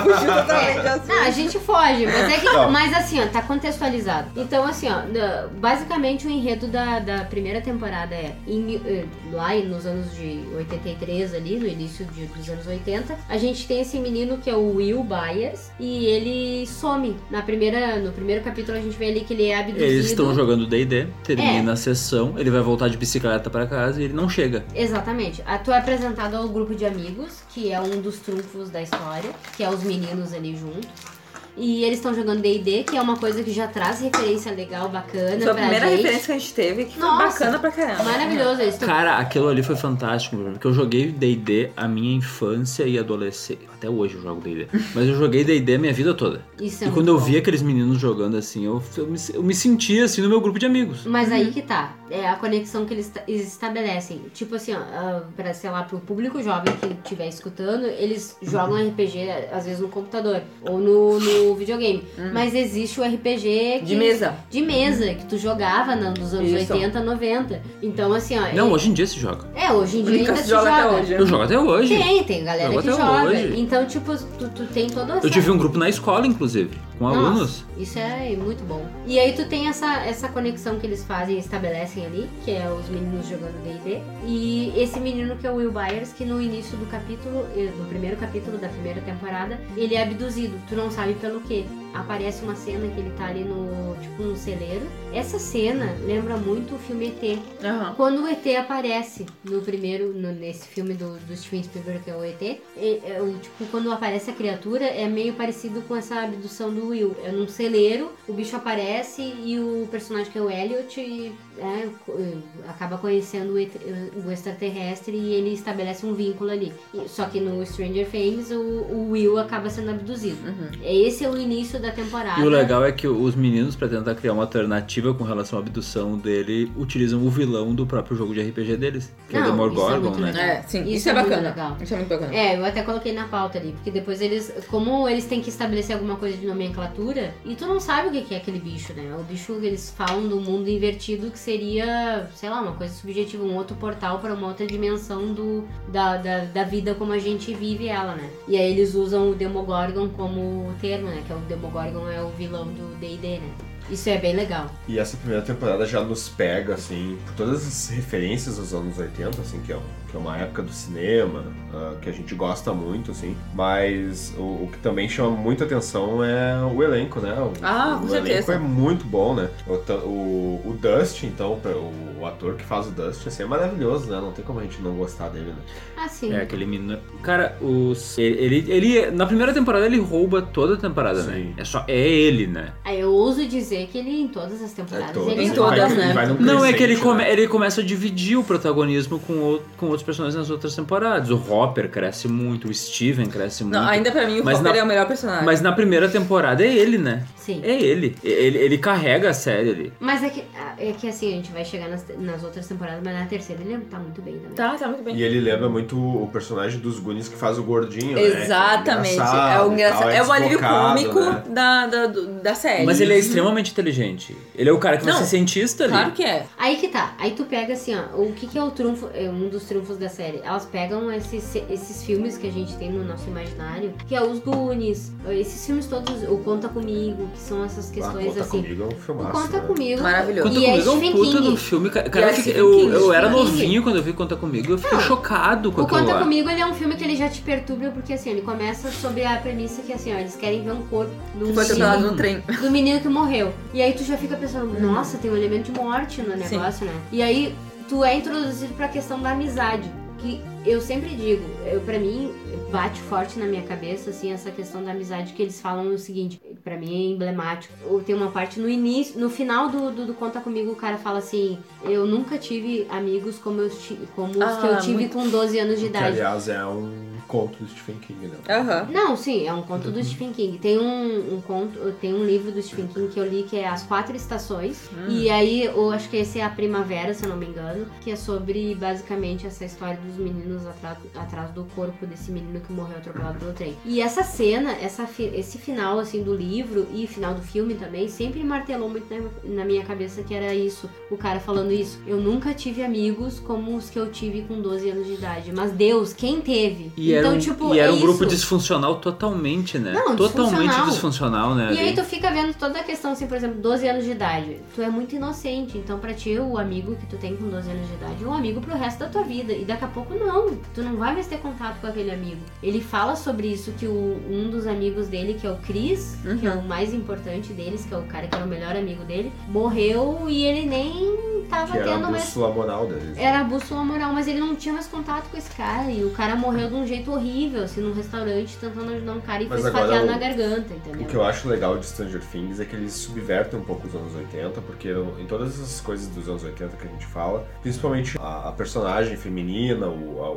Speaker 10: Não, a gente foge, mas é que.
Speaker 8: Não.
Speaker 10: Mas assim, ó, tá contextualizado. Então, assim, ó, na- basicamente o enredo da, da primeira temporada é em mil- eh, lá nos anos de 83 ali, no início de- dos anos 80, a gente tem esse menino que é o Will Byers e ele some. Na primeira, no primeiro capítulo a gente vê ali que ele é abduzido.
Speaker 12: Eles estão jogando D&D,
Speaker 10: É.
Speaker 12: termina a sessão, ele vai voltar de bicicleta pra casa e ele não chega.
Speaker 10: Exatamente. Ah, Tu é apresentado ao grupo de amigos, que é um dos trunfos da história, que é os meninos ali junto. E eles estão jogando D&D, que é uma coisa que já traz referência legal, bacana
Speaker 9: Foi a
Speaker 10: pra
Speaker 9: primeira
Speaker 10: gente.
Speaker 9: referência que a gente teve, que foi né?
Speaker 10: Nossa,
Speaker 9: bacana pra caramba.
Speaker 10: Maravilhoso isso.
Speaker 12: Cara, aquilo ali foi fantástico, meu, porque eu joguei D&D a minha infância e adolescência. Até hoje eu jogo D&D. Mas eu joguei D&D a minha vida toda.
Speaker 10: Isso é
Speaker 12: E
Speaker 10: muito
Speaker 12: quando eu
Speaker 10: bom.
Speaker 12: vi aqueles meninos jogando assim, eu, eu me, eu me sentia assim no meu grupo de amigos.
Speaker 10: Mas
Speaker 9: Uhum.
Speaker 10: aí que tá, é a conexão que eles esta- eles estabelecem. Tipo assim, ó, ah, pra, sei lá, pro
Speaker 9: Uhum.
Speaker 10: público jovem que estiver escutando, eles jogam RPG, às vezes, no computador. Ou no, no o videogame. Mas existe o RPG.
Speaker 9: Uhum. De mesa.
Speaker 10: De mesa, que tu jogava na- nos anos
Speaker 9: Isso.
Speaker 10: 80, 90. Então, assim, ó.
Speaker 12: Não,
Speaker 10: é-
Speaker 12: hoje em dia se joga.
Speaker 10: É, hoje em dia
Speaker 9: Nunca
Speaker 10: ainda
Speaker 9: se
Speaker 10: se
Speaker 9: joga
Speaker 10: joga.
Speaker 9: até hoje, né?
Speaker 12: Eu jogo até hoje.
Speaker 10: Tem, tem galera
Speaker 12: Jogo
Speaker 10: que
Speaker 12: até
Speaker 10: joga.
Speaker 12: hoje.
Speaker 10: Então, tipo, tu, tu tem toda essa...
Speaker 12: Eu tive um grupo na escola, inclusive, com
Speaker 10: Nossa,
Speaker 12: alunos.
Speaker 10: Isso é muito bom. E aí tu tem essa, essa conexão que eles fazem, estabelecem ali, que é os meninos jogando D&D. E esse menino que é o Will Byers, que no início do capítulo, eh, do primeiro capítulo da primeira temporada, ele é abduzido. Tu não sabe pelo quê. Aparece uma cena que ele tá ali no, tipo, num celeiro. Essa cena lembra muito o filme ET. Quando o ET aparece no primeiro, no- nesse filme do, do Steven Spielberg, que é o ET, e- é o- tipo, quando aparece a criatura, é meio parecido com essa abdução do Will. É num celeiro, o bicho aparece e o personagem que é o Elliot é, co- acaba conhecendo o, ET o extraterrestre e ele estabelece um vínculo ali. E- Só que no Stranger Things, o, o Will acaba sendo abduzido. Esse é o início da temporada.
Speaker 12: E o legal é que os meninos, pra tentar criar uma alternativa com relação à abdução dele, utilizam o vilão do próprio jogo de RPG deles, que é o
Speaker 10: Não, isso é
Speaker 12: Demogorgon,
Speaker 10: muito
Speaker 12: né?
Speaker 10: legal.
Speaker 9: É, sim, isso é
Speaker 10: muito
Speaker 9: bacana.
Speaker 10: legal.
Speaker 9: Isso é muito bacana.
Speaker 10: É, eu até coloquei na pauta ali, porque depois eles, como eles têm que estabelecer alguma coisa de nomenclatura, e tu não sabe o que que é aquele bicho, né? O bicho que eles falam do mundo invertido que seria, sei lá, uma coisa subjetiva, um outro portal para uma outra dimensão do, da, da, da vida como a gente vive ela, né? E aí eles usam o Demogorgon como termo, né? Que é o Demogorgon é o vilão do D&D, né? Isso é bem legal.
Speaker 8: E essa primeira temporada já nos pega, assim, por todas as referências dos anos 80, assim, que é, que é uma época do cinema, ah, que a gente gosta muito, assim. Mas o, o que também chama muita atenção é o elenco, né? O,
Speaker 9: Ah, com
Speaker 8: o elenco
Speaker 9: certeza.
Speaker 8: é muito bom, né? O, ta- o, o Dust, então, pra- o, o ator que faz o Dust, assim, é maravilhoso, né? Não tem como a gente não gostar dele, né?
Speaker 10: Ah, sim.
Speaker 12: É, aquele menino. é- Cara, os. Ele, ele, ele- Na primeira temporada ele rouba toda a temporada, né? É só. É ele, né?
Speaker 10: Aí eu ouso dizer que ele, em todas as
Speaker 8: É
Speaker 10: temporadas,
Speaker 12: É, todas,
Speaker 10: ele é
Speaker 12: ele vai-
Speaker 10: né?
Speaker 12: ele
Speaker 8: assim, vai num
Speaker 12: Não, é que ele,
Speaker 8: crescente, né?
Speaker 12: come- ele começa a dividir o protagonismo com, o- com outros personagens nas outras temporadas. O Hopper cresce muito, o Steven cresce muito.
Speaker 9: Não, ainda pra mim o
Speaker 12: Mas
Speaker 9: Hopper
Speaker 12: na-
Speaker 9: é o melhor personagem.
Speaker 12: Mas na primeira temporada é ele, né?
Speaker 10: Sim.
Speaker 12: É ele. Ele, ele carrega a série ali.
Speaker 10: Mas é que, é que assim, a gente vai chegar nas, nas outras temporadas, mas na terceira ele tá muito bem também.
Speaker 9: Tá, tá muito bem.
Speaker 8: E é ele lembra muito o personagem dos Goonies que faz o gordinho, né? Que é
Speaker 9: Exatamente.
Speaker 8: engraçado
Speaker 9: É o
Speaker 8: e
Speaker 9: engraçado.
Speaker 8: tal,
Speaker 9: É o alívio
Speaker 8: desbocado,
Speaker 9: cômico
Speaker 8: né?
Speaker 9: da, da, do- da série.
Speaker 12: Mas ele é extremamente inteligente. Ele é o cara que vai
Speaker 10: Não,
Speaker 12: ser cientista ali.
Speaker 9: Claro que é.
Speaker 10: Aí que tá, aí tu pega assim, ó, o que que é o trunfo, é um dos trunfos da série? Elas pegam esses, esses filmes que a gente tem no nosso imaginário, que é os Goonies, esses filmes todos, o Conta Comigo, que são essas
Speaker 8: Ah,
Speaker 10: questões
Speaker 8: conta
Speaker 10: assim.
Speaker 8: comigo é um filmaço.
Speaker 10: Conta
Speaker 8: né?
Speaker 10: Comigo.
Speaker 9: Maravilhoso.
Speaker 10: E é
Speaker 12: Comigo é um
Speaker 10: Stephen
Speaker 12: puta
Speaker 10: King.
Speaker 12: do filme. ca-
Speaker 10: E
Speaker 12: Cara,
Speaker 10: é
Speaker 12: que-
Speaker 10: Stephen
Speaker 12: eu,
Speaker 10: King,
Speaker 12: eu era
Speaker 10: Stephen King.
Speaker 12: novinho quando eu vi Conta Comigo. Eu fiquei chocado com
Speaker 10: O
Speaker 12: aquilo
Speaker 10: Conta
Speaker 12: lá.
Speaker 10: Comigo ele é um filme que ele já te perturba, porque assim, ele começa sobre a premissa que assim, ó, eles querem ver um corpo do
Speaker 9: Que foi
Speaker 10: menino-
Speaker 9: atropelado no trem.
Speaker 10: do menino que morreu. E aí tu já fica pensando, nossa, tem um elemento de morte no negócio, né? E aí tu é introduzido pra questão da amizade. Que eu sempre digo, eu, pra mim, bate forte na minha cabeça, assim, essa questão da amizade que eles falam o seguinte, pra mim é emblemático. Ou tem uma parte no início, no final do, do, do Conta Comigo, o cara fala assim, eu nunca tive amigos como, eu ti- como os que eu
Speaker 9: Ah,
Speaker 10: tive
Speaker 9: muito-
Speaker 10: com 12 anos de
Speaker 8: Que,
Speaker 10: idade.
Speaker 8: aliás, é um conto do Stephen King, né?
Speaker 9: Aham.
Speaker 10: Não, sim, é um conto do Stephen King. Tem um, um conto, tem um livro do Stephen King que eu li que é As Quatro Estações.
Speaker 12: Ah.
Speaker 10: E aí, eu acho que esse é a Primavera, se eu não me engano, que é sobre basicamente essa história dos meninos atrás, atrás do corpo desse menino que morreu atropelado pelo trem. E essa cena, essa, fi- esse final assim do livro e final do filme também sempre martelou muito na, na minha cabeça que era isso, o cara falando isso. Eu nunca tive amigos como os que eu tive com 12 anos de idade, mas Deus, quem teve?
Speaker 12: E era
Speaker 10: então,
Speaker 12: um,
Speaker 10: tipo,
Speaker 12: e era
Speaker 10: é
Speaker 12: um grupo
Speaker 10: isso.
Speaker 12: disfuncional totalmente, né?
Speaker 10: Não,
Speaker 12: totalmente
Speaker 10: disfuncional.
Speaker 12: disfuncional, né?
Speaker 10: E aí
Speaker 12: ali.
Speaker 10: tu fica vendo toda a questão, assim, por exemplo, 12 anos de idade. Tu é muito inocente, então pra ti o amigo que tu tem com 12 anos de idade é um amigo pro resto da tua vida. E daqui a pouco não, tu não vai mais ter contato com aquele amigo. Ele fala sobre isso que o- um dos amigos dele, que é o Chris, que
Speaker 8: Uhum.
Speaker 10: é o mais importante deles, que é o cara que era o melhor amigo dele, morreu e ele nem tava
Speaker 8: Que era
Speaker 10: tendo
Speaker 8: a
Speaker 10: mais
Speaker 8: bússola moral deles.
Speaker 10: era a bússola moral, mas ele não tinha mais contato com esse cara. E o cara morreu de um jeito horrível, assim, num restaurante, tentando ajudar um cara e
Speaker 8: Mas
Speaker 10: foi
Speaker 8: agora é
Speaker 10: esfaqueado
Speaker 8: o-
Speaker 10: na garganta, entendeu?
Speaker 8: O que eu acho legal de Stranger Things é que eles subvertem um pouco os anos 80, porque eu- em todas essas coisas dos anos 80 que a gente fala, principalmente a, a personagem feminina, o, a-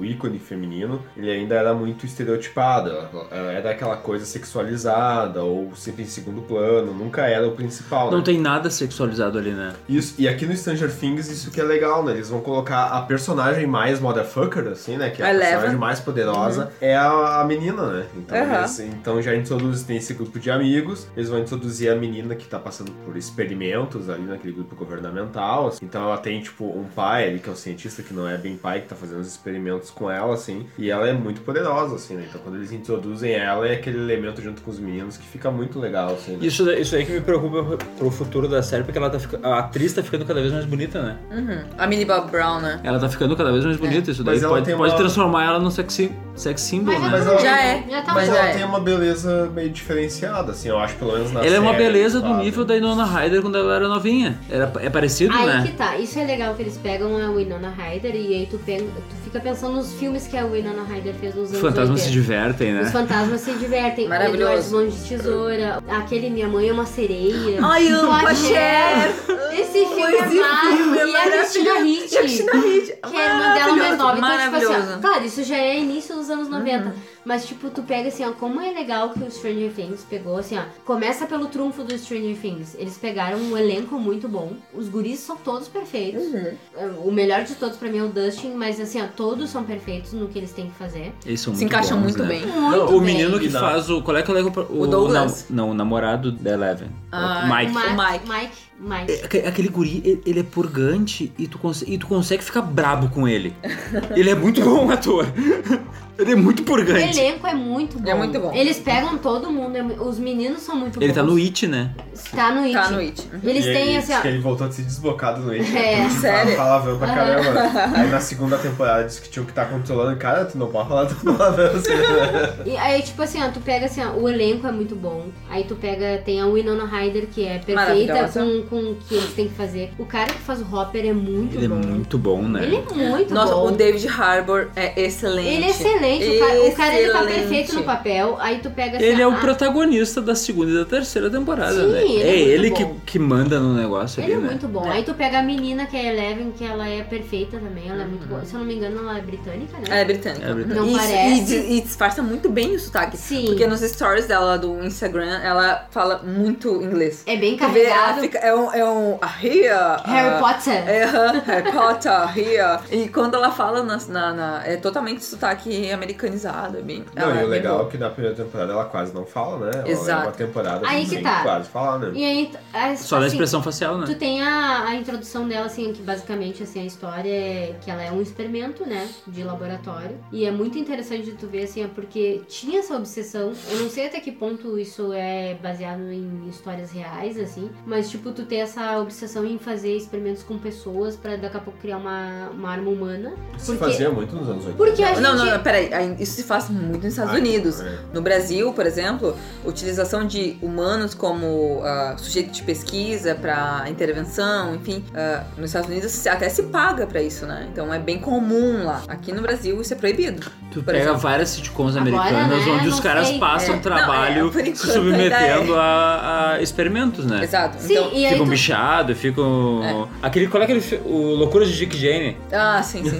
Speaker 8: o ícone feminino, ele ainda era muito estereotipado. ela- ela Era aquela coisa sexualizada, ou sempre em segundo plano, nunca era o principal.
Speaker 12: Não
Speaker 8: né?
Speaker 12: tem nada sexualizado ali, né?
Speaker 8: Isso, e aqui no no Stranger Things isso que é legal, né? Eles vão colocar a personagem mais motherfucker, assim, né? Que é a
Speaker 9: Eleven.
Speaker 8: personagem mais poderosa,
Speaker 9: Uhum.
Speaker 8: é a, a menina, né? Então,
Speaker 9: Aham.
Speaker 8: eles- então já introduz, tem esse grupo de amigos, eles vão introduzir a menina que tá passando por experimentos ali naquele grupo governamental. assim. Então ela tem, tipo, um pai ali, que é um cientista que não é bem pai, que tá fazendo os experimentos com ela, assim, e ela é muito poderosa, assim, né? Então quando eles introduzem ela, é aquele elemento junto com os meninos que fica muito legal, assim, né?
Speaker 12: Isso, daí- isso aí que me preocupa pro futuro da série, porque ela tá fica- a atriz tá ficando cada vez mais bonita, né?
Speaker 9: Uhum. A Millie Bob Brown, né?
Speaker 12: Ela tá ficando cada vez mais
Speaker 10: É.
Speaker 12: bonita, isso daí
Speaker 8: Mas ela
Speaker 12: pode,
Speaker 8: tem uma-
Speaker 12: pode transformar ela num sexy, sex symbol, né?
Speaker 9: é Já é. Já tá
Speaker 8: mas
Speaker 9: bom.
Speaker 8: ela
Speaker 9: Já é.
Speaker 8: tem uma beleza meio diferenciada, assim, eu acho, pelo menos na
Speaker 12: Ela é uma
Speaker 8: série,
Speaker 12: beleza do
Speaker 8: sabe?
Speaker 12: nível da Inona Ryder quando ela era novinha. Era, é parecido,
Speaker 10: Aí
Speaker 12: né?
Speaker 10: que tá, isso é legal que eles pegam a Winona Ryder e aí tu, pe- tu fica pensando nos filmes que a Winona Ryder fez nos
Speaker 12: Os
Speaker 10: anos
Speaker 12: fantasmas se
Speaker 10: 80.
Speaker 12: divertem, né?
Speaker 10: Os fantasmas se divertem.
Speaker 9: Maravilhoso.
Speaker 10: O Eduardo Mão de Tesoura. Aquele Minha Mãe é uma Sereia.
Speaker 12: Ah,
Speaker 9: Ai, amo a
Speaker 10: Pode
Speaker 9: Cher.
Speaker 10: ser. Esse filme
Speaker 9: esse
Speaker 10: é
Speaker 9: filme é
Speaker 10: maravilhoso. E a Christina
Speaker 9: maravilhoso.
Speaker 10: Hitch.
Speaker 9: E a Christina Hitch.
Speaker 10: Que é a irmã dela mais nova. Então, tipo assim, ó,
Speaker 9: Maravilhoso.
Speaker 10: claro, isso já é início dos anos 90.
Speaker 9: Uhum.
Speaker 10: Mas, tipo, tu pega assim, ó, como é legal que o Stranger Things pegou, assim, ó. Começa pelo trunfo do Stranger Things. Eles pegaram um elenco muito bom. Os guris são todos perfeitos. É,
Speaker 9: Uhum.
Speaker 10: O melhor de todos pra mim é o Dustin, mas assim, ó, todos são perfeitos no que eles têm que fazer.
Speaker 12: Eles são
Speaker 9: Se
Speaker 12: muito
Speaker 9: encaixam
Speaker 12: bons,
Speaker 9: muito
Speaker 12: né?
Speaker 9: bem.
Speaker 10: Muito
Speaker 12: Não, o
Speaker 10: bem.
Speaker 12: menino que
Speaker 10: E não.
Speaker 12: faz o. Qual é que é o.
Speaker 9: O Douglas.
Speaker 12: nam- não, o namorado da Eleven.
Speaker 10: Ah,
Speaker 12: o Mike.
Speaker 10: O
Speaker 9: O
Speaker 10: Mike. Mike. Mike.
Speaker 12: É, aque- Aquele guri, ele- ele é purgante e tu, conse- e tu consegue ficar brabo com ele. ele é muito bom ator. ele é muito
Speaker 10: O
Speaker 12: purgante.
Speaker 10: elenco é muito bom.
Speaker 9: É muito bom.
Speaker 10: Eles pegam todo mundo, é mu- os meninos são muito
Speaker 12: Ele
Speaker 10: bons.
Speaker 12: tá no It, né?
Speaker 10: Tá no It.
Speaker 9: Tá no It. Uhum.
Speaker 10: Eles
Speaker 8: E
Speaker 10: têm
Speaker 8: ele
Speaker 10: assim,
Speaker 8: disse
Speaker 10: ó.
Speaker 8: que ele voltou a se desbocado no It.
Speaker 10: É,
Speaker 8: né?
Speaker 10: sério?
Speaker 8: Palavrão pra
Speaker 10: Aham.
Speaker 8: caramba. Aí na segunda temporada disse que tinha que estar controlando. Cara, tu não pode falar tanto palavrão assim. né?
Speaker 10: E aí, tipo assim, ó, tu pega assim, ó, o elenco é muito bom. Aí tu pega, tem a Winona Ryder, que é perfeita
Speaker 9: Maravilhosa.
Speaker 10: com, com o que eles têm que fazer. O cara que faz o Hopper é muito
Speaker 12: Ele é
Speaker 10: bom.
Speaker 12: muito bom, né?
Speaker 10: Ele é muito
Speaker 9: Nossa,
Speaker 10: bom.
Speaker 9: o David Harbour é excelente.
Speaker 10: Ele é excelente, o cara, o cara, ele tá
Speaker 9: Excelente.
Speaker 10: perfeito no papel. Aí tu pega assim,
Speaker 12: Ele é
Speaker 10: ó,
Speaker 12: o
Speaker 10: ah,
Speaker 12: protagonista da segunda e da terceira temporada,
Speaker 10: Sim,
Speaker 12: né?
Speaker 10: ele é
Speaker 12: é
Speaker 10: muito
Speaker 12: ele
Speaker 10: bom.
Speaker 12: que, que manda no negócio
Speaker 10: Ele é
Speaker 12: ali, né?
Speaker 10: muito bom. Aí tu pega a menina que é Eleven, que ela é perfeita também, ela é muito boa. Se eu não me engano, ela é britânica, né?
Speaker 9: É britânica.
Speaker 12: É britânica.
Speaker 10: Não
Speaker 9: e,
Speaker 10: parece.
Speaker 9: E, di- e disfarça muito bem o sotaque.
Speaker 10: Sim.
Speaker 9: Porque nos stories dela do Instagram, ela fala muito inglês.
Speaker 10: É bem
Speaker 9: Tu vê, ela
Speaker 10: carregado.
Speaker 9: fica- é um. É um a Ria.
Speaker 10: Harry
Speaker 9: a-
Speaker 10: Potter.
Speaker 9: É, aham, Harry Potter, a Ria. E quando ela fala na, na- na- é totalmente sotaque americanizado. É bem,
Speaker 8: Não,
Speaker 10: Ah,
Speaker 9: ela é
Speaker 8: e o
Speaker 9: bem
Speaker 8: legal é
Speaker 9: boa.
Speaker 8: que na primeira temporada ela quase não fala, né? Ela
Speaker 9: Exato.
Speaker 8: É uma temporada
Speaker 10: Aí que
Speaker 8: sem
Speaker 10: tá.
Speaker 8: quase falar, né?
Speaker 10: E aí, a-
Speaker 12: Só na
Speaker 10: assim,
Speaker 12: expressão facial, né?
Speaker 10: Tu tem a, a introdução dela, assim, que basicamente assim, a história é que ela é um experimento, né? De laboratório. E é muito interessante de tu ver, assim, é porque tinha essa obsessão. Eu não sei até que ponto isso é baseado em histórias reais, assim. Mas, tipo, tu ter essa obsessão em fazer experimentos com pessoas pra daqui a pouco criar uma, uma arma humana.
Speaker 8: Isso
Speaker 10: Porque...
Speaker 8: fazia muito nos anos 80.
Speaker 10: Porque é a gente.
Speaker 9: Não, não, não, peraí. aí Isso se faz muito nos Estados
Speaker 8: Ah,
Speaker 9: Unidos.
Speaker 8: é.
Speaker 9: No Brasil, por exemplo, utilização de humanos como ah, sujeito de pesquisa para intervenção, enfim, ah, nos Estados Unidos se- até se paga para isso, né? Então é bem comum lá. Aqui no Brasil isso é proibido.
Speaker 12: Tu
Speaker 9: Por
Speaker 12: pega
Speaker 9: exemplo.
Speaker 12: várias sitcoms
Speaker 10: Agora,
Speaker 12: americanas
Speaker 10: né,
Speaker 12: onde os
Speaker 10: não
Speaker 12: caras
Speaker 10: sei.
Speaker 12: passam
Speaker 9: É.
Speaker 12: trabalho
Speaker 9: Não, é, por enquanto
Speaker 12: se submetendo
Speaker 9: ainda
Speaker 12: a, a experimentos,
Speaker 8: É.
Speaker 12: né?
Speaker 9: Exato.
Speaker 10: Sim,
Speaker 9: então,
Speaker 10: Hum. e aí.
Speaker 12: Ficam
Speaker 10: tu-
Speaker 12: bichados, ficam. Aquele, qual é aquele. fi- O Loucura de Dick Jane?
Speaker 9: Ah, sim, sim, sim.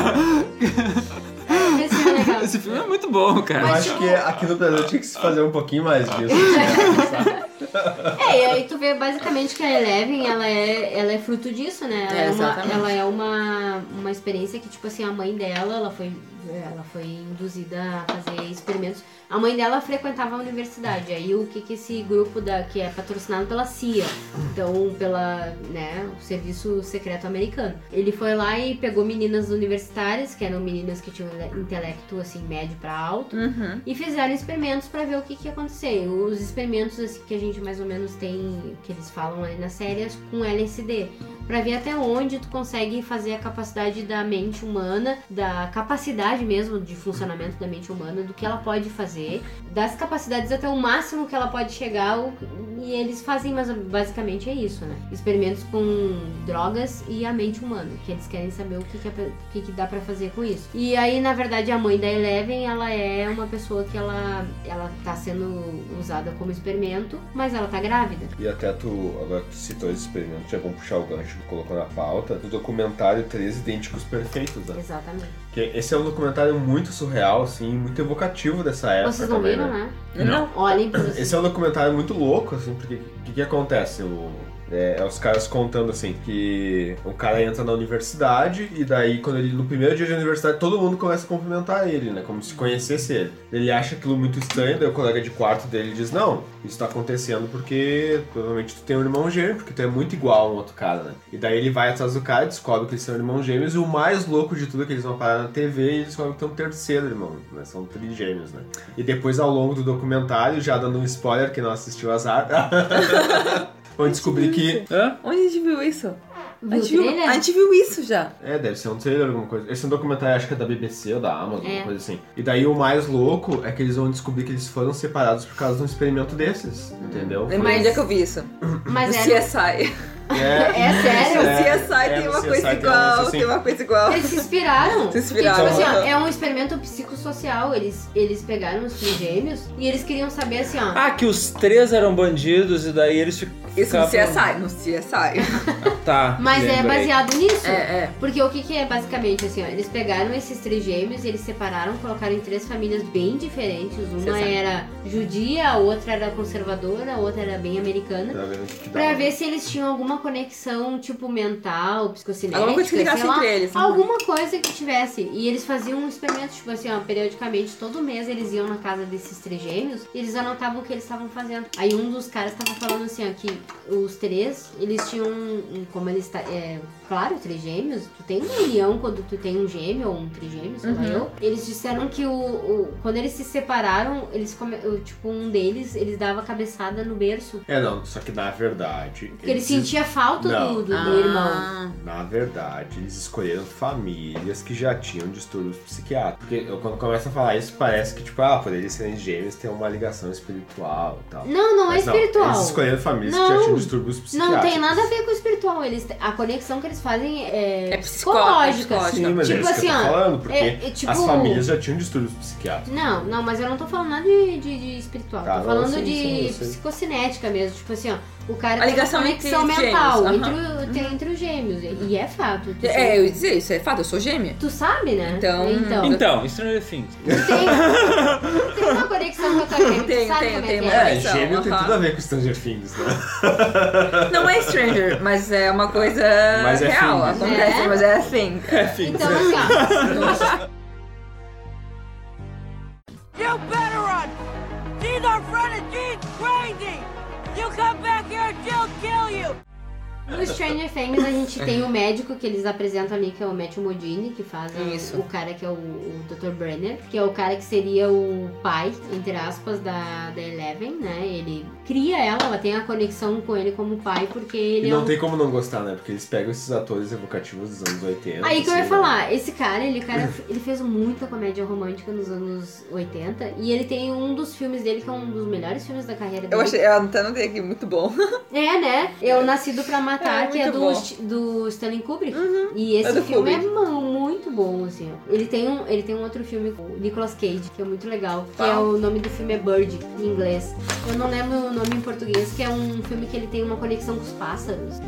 Speaker 10: Esse é legal. tipo,
Speaker 12: Esse filme é muito bom,
Speaker 8: Eu
Speaker 12: cara.
Speaker 8: acho que é aqui no Brasil tinha que se fazer um pouquinho mais disso. né?
Speaker 10: É, e aí tu vê basicamente que a Eleven, ela é, ela é fruto disso, né? Ela
Speaker 9: É,
Speaker 10: é, uma,
Speaker 9: exatamente.
Speaker 10: ela é uma, uma experiência que, tipo assim, a mãe dela, ela foi, ela foi induzida a fazer experimentos. A mãe dela frequentava a universidade. Aí o que que esse grupo da, que é patrocinado pela CIA, então pela, né, o serviço secreto americano. Ele foi lá e pegou meninas universitárias, que eram meninas que tinham intelecto, assim, médio pra alto
Speaker 9: Uhum.
Speaker 10: e fizeram experimentos pra ver o que, que ia acontecer. Os experimentos assim, que a gente mais ou menos tem, que eles falam ali na série, é com LSD. Pra ver até onde tu consegue fazer a capacidade da mente humana, da capacidade mesmo de funcionamento da mente humana, do que ela pode fazer, das capacidades até o máximo que ela pode chegar. o- E eles fazem, mas basicamente é isso, né? Experimentos com drogas e a mente humana, que eles querem saber o que, que, a pe- o que que dá pra fazer com isso. E aí, na verdade, a mãe da Eleven, ela é uma pessoa que ela, ela tá sendo usada como experimento, mas ela tá grávida.
Speaker 8: E até tu, agora que tu citou esse experimento, já vamos puxar o gancho que tu colocou na pauta, do documentário Três Idênticos Perfeitos, né?
Speaker 10: Exatamente.
Speaker 8: Que esse é um documentário muito surreal, assim, muito evocativo dessa época
Speaker 10: Vocês não
Speaker 8: também,
Speaker 10: viram,
Speaker 8: né?
Speaker 10: né?
Speaker 12: Não.
Speaker 10: Olhem pra vocês.
Speaker 8: é Esse é um documentário muito louco, assim, porque o que, que acontece? O, É, é os caras contando assim que o cara entra na universidade e daí quando ele no primeiro dia de universidade todo mundo começa a cumprimentar ele, né? Como se conhecesse ele. Ele acha aquilo muito estranho, daí o colega de quarto dele diz: "Não, isso tá acontecendo porque provavelmente tu tem um irmão gêmeo, porque tu é muito igual a um outro cara, né?" E daí ele vai atrás do cara, descobre que eles são irmãos gêmeos e o mais louco de tudo é que eles vão parar na TV e eles descobrem que tem um terceiro irmão, né? São trigêmeos, né? E depois ao longo do documentário, já dando um spoiler que não assistiu azar, vão descobrir que Hã?
Speaker 9: Onde a gente viu isso?
Speaker 10: Viu
Speaker 9: A
Speaker 10: o
Speaker 9: gente viu,
Speaker 10: trailer?
Speaker 9: a gente viu isso já.
Speaker 8: É, deve ser um trailer, alguma coisa. Esse é um documentário, acho que é da BBC ou da Amazon,
Speaker 9: É.
Speaker 8: alguma coisa assim. E daí o mais louco é que eles vão descobrir que eles foram separados por causa de um experimento desses, entendeu?
Speaker 9: Lembra onde é que eu vi isso?
Speaker 10: Mas
Speaker 9: no
Speaker 10: era-
Speaker 9: CSI.
Speaker 8: É,
Speaker 10: É Ah, sério?
Speaker 9: No CSI tem
Speaker 8: no
Speaker 9: uma
Speaker 8: CSI
Speaker 9: coisa
Speaker 8: tem
Speaker 9: igual,
Speaker 8: isso, assim.
Speaker 9: tem uma coisa igual.
Speaker 10: Eles se inspiraram.
Speaker 9: Se inspiraram.
Speaker 10: Porque, tipo assim, ó,
Speaker 9: Aham.
Speaker 10: é um experimento psicossocial. Eles, eles pegaram os trigêmeos e eles queriam saber assim, ó.
Speaker 12: Ah, que os três eram bandidos e daí eles fi-
Speaker 9: Isso no
Speaker 12: ficavam...
Speaker 9: CSI, no CSI.
Speaker 12: Tá.
Speaker 10: Mas é
Speaker 12: lembrei.
Speaker 10: baseado nisso.
Speaker 9: É, é.
Speaker 10: Porque o que, que é basicamente assim, ó, eles pegaram esses trigêmeos, eles separaram, colocaram em três famílias bem diferentes. Uma
Speaker 9: Cê sabe.
Speaker 10: era judia, a outra era conservadora, a outra era bem americana.
Speaker 8: Pra ver o Tá que que dá.
Speaker 10: É. Pra ver se eles tinham alguma conexão, tipo, mental, psicocinética,
Speaker 9: Alguma coisa que
Speaker 10: sei
Speaker 9: ligasse
Speaker 10: lá,
Speaker 9: entre eles.
Speaker 10: Alguma coisa que tivesse. E eles faziam um experimento, tipo assim, ó, periodicamente, todo mês eles iam na casa desses trigêmeos e eles anotavam o que eles estavam fazendo. Aí um dos caras tava falando assim, ó, que os três, eles tinham, um- como eles... ta- É, claro, trigêmeos, tu tem uma união quando tu tem um gêmeo ou um trigêmeo, sei lá
Speaker 9: Uhum.
Speaker 10: eu. Eles disseram que o, o- quando eles se separaram, eles come- o- tipo, um deles, eles dava cabeçada no berço.
Speaker 8: É, não, só que na verdade.
Speaker 10: Porque ele
Speaker 8: eles-
Speaker 10: sentia falta
Speaker 8: Não.
Speaker 10: do, do, do
Speaker 9: Ah.
Speaker 10: irmão.
Speaker 8: Na verdade, eles escolheram famílias que já tinham distúrbios psiquiátricos. Porque eu, quando começa a falar isso, parece que, tipo, ah, por eles serem gêmeos, tem uma ligação espiritual e tal.
Speaker 10: Não, não é
Speaker 8: Mas
Speaker 10: espiritual.
Speaker 8: eles escolheram famílias que já
Speaker 10: Não.
Speaker 8: tinham distúrbios psiquiátricos.
Speaker 10: Não tem nada a ver com o espiritual. Eles, a conexão que eles fazem é,
Speaker 9: É psicó-
Speaker 10: psicológica.
Speaker 9: é psicológica.
Speaker 8: Sim, mas
Speaker 10: tipo
Speaker 8: é isso
Speaker 10: assim,
Speaker 8: que eu tô
Speaker 10: ó.
Speaker 8: falando, porque
Speaker 10: é- é tipo-
Speaker 8: as famílias já tinham distúrbios psiquiátricos.
Speaker 10: Não, não, mas eu não tô falando nada de, de- de espiritual.
Speaker 8: Tá,
Speaker 10: tô
Speaker 8: não,
Speaker 10: falando
Speaker 8: sim,
Speaker 10: de
Speaker 8: sim, eu sei.
Speaker 10: psicocinética mesmo. Tipo assim, ó. O cara
Speaker 9: A
Speaker 10: tem
Speaker 9: ligação
Speaker 10: uma
Speaker 9: entre
Speaker 10: conexão
Speaker 9: os
Speaker 10: mental
Speaker 9: gêmeos,
Speaker 10: entre,
Speaker 9: aham. Uhum.
Speaker 10: o- tem entre os gêmeos. E- E é fato. Tu,
Speaker 9: É, eu ia dizer isso, é fato, eu sou gêmea.
Speaker 10: tu sabe, né?
Speaker 9: Então-
Speaker 10: então,
Speaker 12: Então, Stranger Things.
Speaker 10: tem uma conexão com a tua gêmea.
Speaker 9: Tem,
Speaker 10: Tu sabe
Speaker 9: tem,
Speaker 10: como
Speaker 9: tem
Speaker 10: é que
Speaker 9: uma
Speaker 10: é.
Speaker 8: É,
Speaker 9: Então,
Speaker 8: gêmeo tem
Speaker 9: aham.
Speaker 8: tudo a ver com Stranger Things, né?
Speaker 9: Não é Stranger, mas é uma coisa
Speaker 8: Mas é
Speaker 9: real.
Speaker 8: thing.
Speaker 9: acontece,
Speaker 10: É?
Speaker 9: mas é assim.
Speaker 10: Então, assim, ó.
Speaker 13: You better run! These are Frenetine's crazy! You come back here, she'll kill you!
Speaker 10: No Stranger Things a gente tem o médico que eles apresentam ali, que é o Matthew Modini, que faz o-
Speaker 9: Isso.
Speaker 10: o cara que é o, o Dr. Brenner, que é o cara que seria o pai, entre aspas, da, da Eleven, né? Ele cria ela, ela tem a conexão com ele como pai, porque ele
Speaker 8: E
Speaker 10: é
Speaker 8: não
Speaker 10: um...
Speaker 8: tem como não gostar, né? Porque eles pegam esses atores evocativos dos anos 80.
Speaker 10: Aí que eu ia
Speaker 8: assim, né?
Speaker 10: falar, esse cara, ele, cara, ele fez muita comédia romântica nos anos 80 e ele tem um dos filmes dele que é um dos melhores filmes da carreira dele.
Speaker 9: Eu achei, eu até não aqui, muito bom.
Speaker 10: É, né? Eu Nascido pra Matar,
Speaker 9: É,
Speaker 10: que é
Speaker 9: muito
Speaker 10: do,
Speaker 9: bom.
Speaker 10: St- do Stanley Kubrick. E esse
Speaker 9: É do
Speaker 10: filme
Speaker 9: Kubrick.
Speaker 10: é mu- muito bom, assim. ó. Ele tem, um, ele tem um outro filme com o Nicolas Cage, que é muito legal. Que é
Speaker 9: Qual?
Speaker 10: o nome do filme é Bird, em inglês. Eu não lembro o nome em português, que é um filme que ele tem uma conexão com os pássaros.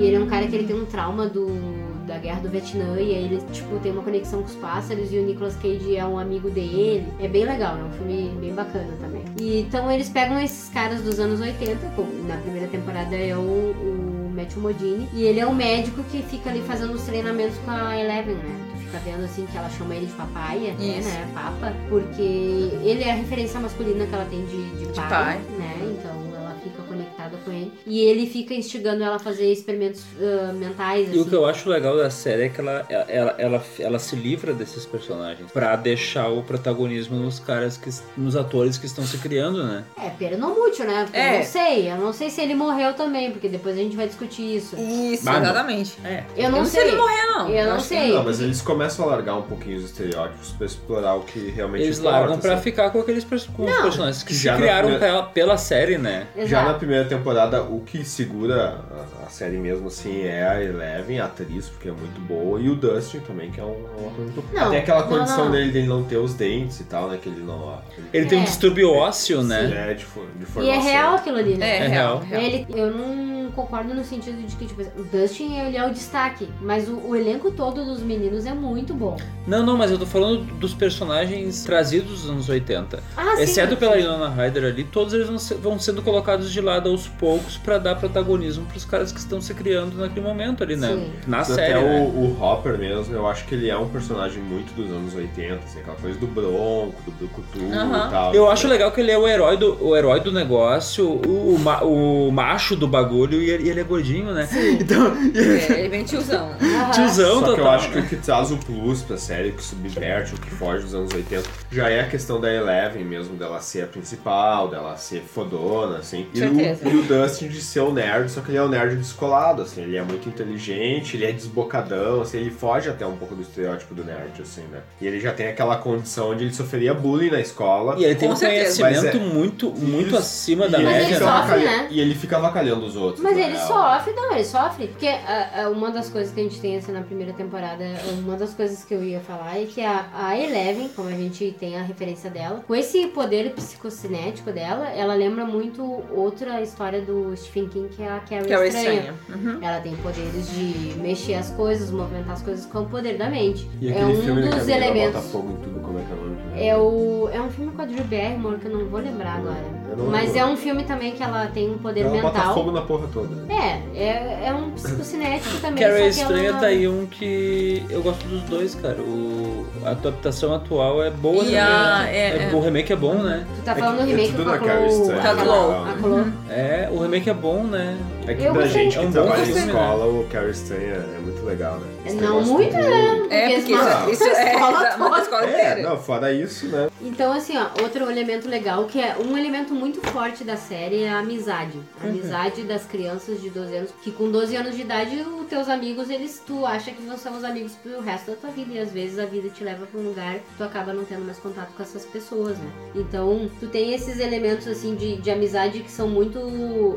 Speaker 10: E ele é um cara que ele tem um trauma do da guerra do Vietnã e aí ele tipo tem uma conexão com os pássaros e o Nicolas Cage é um amigo dele. É bem legal, é um filme bem bacana também. E então eles pegam esses caras dos anos 80, como na primeira temporada é o, o Matthew Modini, e ele é o médico que fica ali fazendo os treinamentos com a Eleven, né? Tu fica vendo assim que ela chama ele de papai até,
Speaker 9: Isso.
Speaker 10: né? Papa, porque ele é a referência masculina que ela tem de, de pai,
Speaker 9: pai.
Speaker 10: né? Então ela fica conectada com ele. E ele fica instigando ela a fazer experimentos ah, mentais,
Speaker 12: E o
Speaker 10: assim.
Speaker 12: que eu acho legal da série é que ela, ela, ela, ela se livra desses personagens pra deixar o protagonismo nos caras que. nos atores que estão se criando, né?
Speaker 10: É, pernomútil, né? Porque
Speaker 9: É.
Speaker 10: Eu não sei. Eu não sei se ele morreu também, porque depois a gente vai discutir isso.
Speaker 9: Isso,
Speaker 12: Mas não.
Speaker 9: exatamente.
Speaker 10: Eu não
Speaker 9: sei.
Speaker 10: sei.
Speaker 9: ele morrer, É. não.
Speaker 10: Eu não
Speaker 9: acho que
Speaker 10: sei.
Speaker 8: Não, mas eles começam a largar um pouquinho os estereótipos pra explorar o que realmente
Speaker 12: Eles
Speaker 8: importa,
Speaker 12: largam pra
Speaker 8: sabe?
Speaker 12: ficar com aqueles pers- com os
Speaker 10: Não.
Speaker 12: personagens que se
Speaker 8: assim. Já na
Speaker 12: criaram
Speaker 8: primeira-
Speaker 12: pela, pela série, né?
Speaker 8: Já na
Speaker 10: Exato.
Speaker 8: primeira temporada, o que segura a, a série mesmo, assim, é a Eleven, a atriz, porque é muito boa, e o Dustin também, que é um, é um ator muito
Speaker 10: Não,
Speaker 8: Até aquela
Speaker 10: não,
Speaker 8: condição
Speaker 10: não.
Speaker 8: dele, dele não ter os dentes e tal, né, que ele não...
Speaker 12: Ele tem um
Speaker 10: É.
Speaker 12: distúrbio ósseo, né?
Speaker 8: É, de, for- de
Speaker 10: E é
Speaker 8: formação.
Speaker 10: real aquilo ali, né?
Speaker 9: É,
Speaker 12: É
Speaker 9: real.
Speaker 12: real.
Speaker 9: real.
Speaker 10: Ele, eu não concordo no sentido de que, tipo, o Dustin ele é o destaque, mas o, o elenco todo dos meninos é muito bom.
Speaker 12: Não, não, mas eu tô falando dos personagens trazidos dos anos 80.
Speaker 10: Ah, sim.
Speaker 12: Exceto pela Ilona Ryder ali, todos eles vão, se- vão sendo colocados de lado aos poucos pra dar protagonismo pros caras que estão se criando naquele momento ali, né? Na
Speaker 8: Até
Speaker 12: série,
Speaker 8: o,
Speaker 12: né?
Speaker 8: o Hopper mesmo, eu acho que ele é um personagem muito dos anos 80, assim, aquela coisa do Bronco, do Brucutu e tal.
Speaker 12: Eu acho legal que ele é o herói do, o herói do negócio, o, o ma- o macho do bagulho e ele, e ele é gordinho, né? Então,
Speaker 9: É, ele vem tiozão.
Speaker 12: Tiozão
Speaker 8: Só que eu
Speaker 12: total,
Speaker 8: acho que o que traz o plus pra série, que subverte, o que foge dos anos 80, já é a questão da Eleven mesmo, dela ser a principal, dela ser fodona, assim. E o,
Speaker 9: Certeza.
Speaker 8: e o Dustin de ser o nerd, só que ele é um nerd descolado, assim. Ele é muito inteligente, ele é desbocadão, assim. Ele foge até um pouco do estereótipo do nerd, assim, né? E ele já tem aquela condição onde ele sofreria bullying na escola.
Speaker 12: E ele tem
Speaker 8: Com
Speaker 12: um
Speaker 8: certeza.
Speaker 12: conhecimento
Speaker 8: Mas é-
Speaker 12: muito, muito
Speaker 8: Isso.
Speaker 12: acima
Speaker 8: E
Speaker 12: da
Speaker 8: ele
Speaker 12: média.
Speaker 8: fica
Speaker 10: Mas ele sofre,
Speaker 8: avacalha-
Speaker 10: né?
Speaker 8: E ele fica avacalhando os outros.
Speaker 10: Mas
Speaker 8: na
Speaker 10: ele
Speaker 8: real.
Speaker 10: sofre, não, ele sofre. Porque ah, ah, uma das coisas que a gente tem assim, na primeira temporada, uma das coisas que eu ia falar é que a, a Eleven, como a gente tem a referência dela, com esse poder psicocinético dela, ela lembra muito outra história do Stephen King, que é a Carrie,
Speaker 9: Carrie Estranha,
Speaker 10: Estranha.
Speaker 9: uhum.
Speaker 10: Ela tem poderes de mexer as coisas, movimentar as coisas com o poder da mente.
Speaker 8: E
Speaker 10: é
Speaker 8: aquele
Speaker 10: um
Speaker 8: filme né,
Speaker 10: dos
Speaker 8: que a mina
Speaker 10: elementos.
Speaker 8: Bota fogo em tudo, como é que é o nome?
Speaker 10: É, o, é um filme com a Drew Barrymore que eu não vou lembrar
Speaker 8: Eu
Speaker 10: agora.
Speaker 8: não
Speaker 10: Mas
Speaker 8: lembro.
Speaker 10: é um filme também que ela tem um poder
Speaker 8: Ela
Speaker 10: mental.
Speaker 8: bota fogo na porra toda. né?
Speaker 10: É, é, é um psicocinético também.
Speaker 12: Carrie
Speaker 10: só que é ela-
Speaker 12: Estranha tá aí um que eu gosto dos dois, cara. O, a adaptação atual é boa
Speaker 10: E
Speaker 12: também.
Speaker 10: a-
Speaker 12: né?
Speaker 10: é, é.
Speaker 12: O remake é bom, né?
Speaker 10: Tu tá falando do remake com a Chloe.
Speaker 12: Estranha.
Speaker 10: a Chloe.
Speaker 12: É, o remake é bom, né?
Speaker 8: É que
Speaker 10: Eu
Speaker 8: pra
Speaker 10: gostei.
Speaker 8: gente que
Speaker 12: É um bom
Speaker 8: trabalha em
Speaker 12: filme, né?
Speaker 8: escola, o Carrie Stanha é muito legal, né? Esse
Speaker 10: Não
Speaker 8: negócio
Speaker 10: muito,
Speaker 8: do-
Speaker 10: né?
Speaker 9: É, porque isso-
Speaker 10: eles-
Speaker 9: isso é-
Speaker 10: Escola
Speaker 9: mata a
Speaker 10: toda.
Speaker 9: escola
Speaker 8: É,
Speaker 9: inteira.
Speaker 8: não, fora isso, né?
Speaker 10: Então, assim, ó, outro elemento legal, que é um elemento muito forte da série, é a amizade. A
Speaker 9: Uhum.
Speaker 10: amizade das crianças de 12 anos. Que com 12 anos de idade, os teus amigos, eles tu acha que vão ser os amigos pro resto da tua vida. E às vezes a vida te leva pra um lugar que tu acaba não tendo mais contato com essas pessoas, né? Então, tu tem esses elementos, assim, de, de amizade que são muito.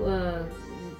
Speaker 10: ah,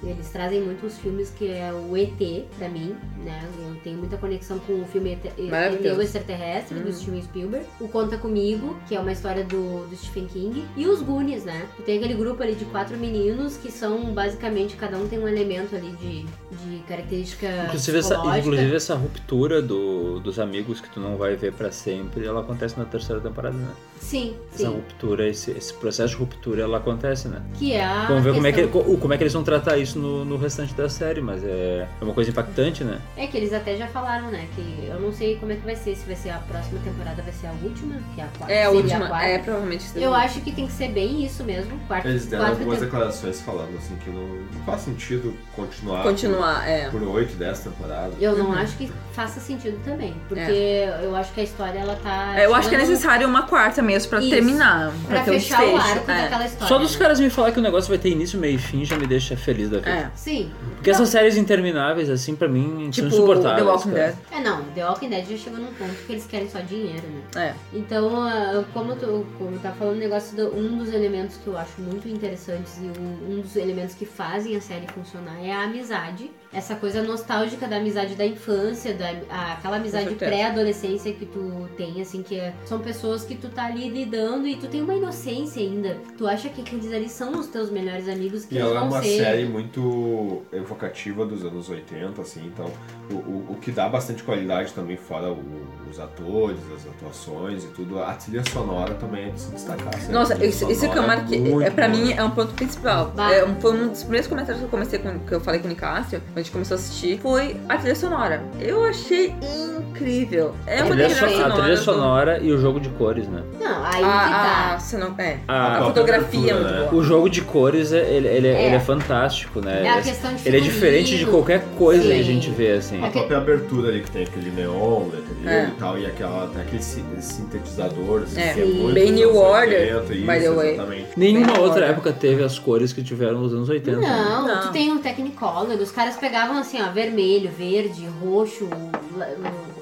Speaker 10: eles trazem muito os filmes que é o ET pra mim, né? Eu tenho muita conexão com o filme ET,
Speaker 9: Maravilhoso.
Speaker 10: Meu Extraterrestre, do
Speaker 12: Hum.
Speaker 9: Uhum.
Speaker 10: Steven Spielberg. O Conta Comigo, que é uma história do, do Stephen King. E os Goonies, né? Tem aquele grupo ali de quatro meninos que são basicamente, cada um tem um elemento ali de, de característica
Speaker 12: Inclusive essa,
Speaker 10: psicológica.
Speaker 12: inclusive essa ruptura do, dos amigos que tu não vai ver pra sempre, ela acontece na terceira temporada, né?
Speaker 10: Sim,
Speaker 12: Essa
Speaker 10: sim.
Speaker 12: ruptura, esse, esse processo de ruptura, ela acontece, né?
Speaker 10: Que é a
Speaker 12: Vamos ver como é, que,
Speaker 10: questão-
Speaker 12: co- como é que eles vão tratar isso no, no restante da série, mas é, é uma coisa impactante, né?
Speaker 10: É que eles até já falaram, né? Que eu não sei como é que vai ser, se vai ser a próxima temporada, vai ser a última, que é a quarta.
Speaker 9: É a
Speaker 10: seria
Speaker 9: última,
Speaker 10: quarta.
Speaker 9: é provavelmente seria
Speaker 10: Eu
Speaker 9: a
Speaker 10: acho que tem que ser bem isso mesmo. Quarta,
Speaker 8: Eles deram
Speaker 10: quatro
Speaker 8: algumas
Speaker 10: tem-
Speaker 8: declarações falando assim que não, não faz sentido continuar.
Speaker 9: Continuar,
Speaker 8: por,
Speaker 9: é.
Speaker 8: Por 8, 10 temporadas.
Speaker 10: Eu não
Speaker 12: Uhum.
Speaker 10: acho que faça sentido também, porque eu acho que a história ela tá.
Speaker 9: Eu acho que é
Speaker 10: chegando-
Speaker 9: necessário uma quarta mesmo pra
Speaker 10: Isso.
Speaker 9: terminar.
Speaker 10: Pra
Speaker 9: ter um
Speaker 10: fechar o
Speaker 9: desfecho,
Speaker 10: arco
Speaker 9: é.
Speaker 10: daquela história. né?
Speaker 12: Só dos caras me falar que o negócio vai ter início, meio e fim já me deixa feliz da vida.
Speaker 9: É.
Speaker 10: Sim.
Speaker 12: Porque essas séries intermináveis, assim, pra mim,
Speaker 9: Tipo,
Speaker 12: são insuportáveis.
Speaker 9: The Walking
Speaker 12: cara.
Speaker 9: Dead.
Speaker 10: É, não, The Walking Dead já chegou num ponto que eles querem só dinheiro, né?
Speaker 9: É.
Speaker 10: Então, ah, como tu, como tá falando, o negócio do, um dos elementos que eu acho muito interessantes e um, um dos elementos que fazem a série funcionar é a amizade. Essa coisa nostálgica da amizade da infância, da, a- aquela amizade
Speaker 9: certeza.
Speaker 10: pré-adolescência que tu tem, assim, que é- são pessoas que tu tá ali lidando e tu tem uma inocência ainda. Tu acha que aqueles ali são os teus melhores amigos que
Speaker 8: E
Speaker 10: eles
Speaker 8: ela é
Speaker 10: vão
Speaker 8: uma
Speaker 10: ser.
Speaker 8: série muito evocativa dos anos 80, assim, então o, o, o que dá bastante qualidade também, fora o- os atores, as atuações e tudo, a trilha sonora também é de se destacar. sabe? A
Speaker 9: Nossa,
Speaker 8: trilha
Speaker 9: isso, isso que eu
Speaker 8: sonora
Speaker 9: marquei,
Speaker 8: muito
Speaker 9: é, pra
Speaker 8: boa.
Speaker 9: mim é um ponto principal.
Speaker 10: Bah.
Speaker 9: É, um- foi um dos primeiros comentários que eu comecei com, que eu falei com o Nicásio, quando a gente começou a assistir, foi a trilha sonora. Eu achei incrível. É
Speaker 12: a
Speaker 9: uma
Speaker 12: trilha,
Speaker 9: das
Speaker 12: so-
Speaker 9: trilhas
Speaker 12: a
Speaker 9: sonoras
Speaker 12: trilha
Speaker 9: do- Ah,
Speaker 12: sonora e o jogo de cores, né?
Speaker 10: Não, aí que
Speaker 9: a,
Speaker 10: tá.
Speaker 9: a, seno- é,
Speaker 12: A-
Speaker 9: a fotografia é muito boa.
Speaker 12: O jogo de cores, é- ele, ele, é.
Speaker 10: É.
Speaker 12: ele é fantástico, né?
Speaker 10: É a questão de
Speaker 12: Ele é
Speaker 10: figurino.
Speaker 12: diferente de qualquer coisa que a
Speaker 10: Sim. É
Speaker 12: gente vê, assim.
Speaker 8: A própria abertura ali que tem aquele neon, né, aquele
Speaker 9: É.
Speaker 8: e tal, e aquela, tem aquele si- sintetizador, assim,
Speaker 9: É.
Speaker 8: que é muito
Speaker 9: Bem
Speaker 8: dos
Speaker 9: New
Speaker 8: anos
Speaker 9: Order,
Speaker 8: 80,
Speaker 9: by
Speaker 8: isso,
Speaker 9: the way.
Speaker 8: Exatamente.
Speaker 12: Nenhuma
Speaker 9: Bem
Speaker 12: outra
Speaker 9: agora.
Speaker 12: época teve as cores que tiveram nos anos 80. né?
Speaker 10: Não, tu tem um Technicolor, os caras pegavam assim, ó, vermelho, verde, roxo,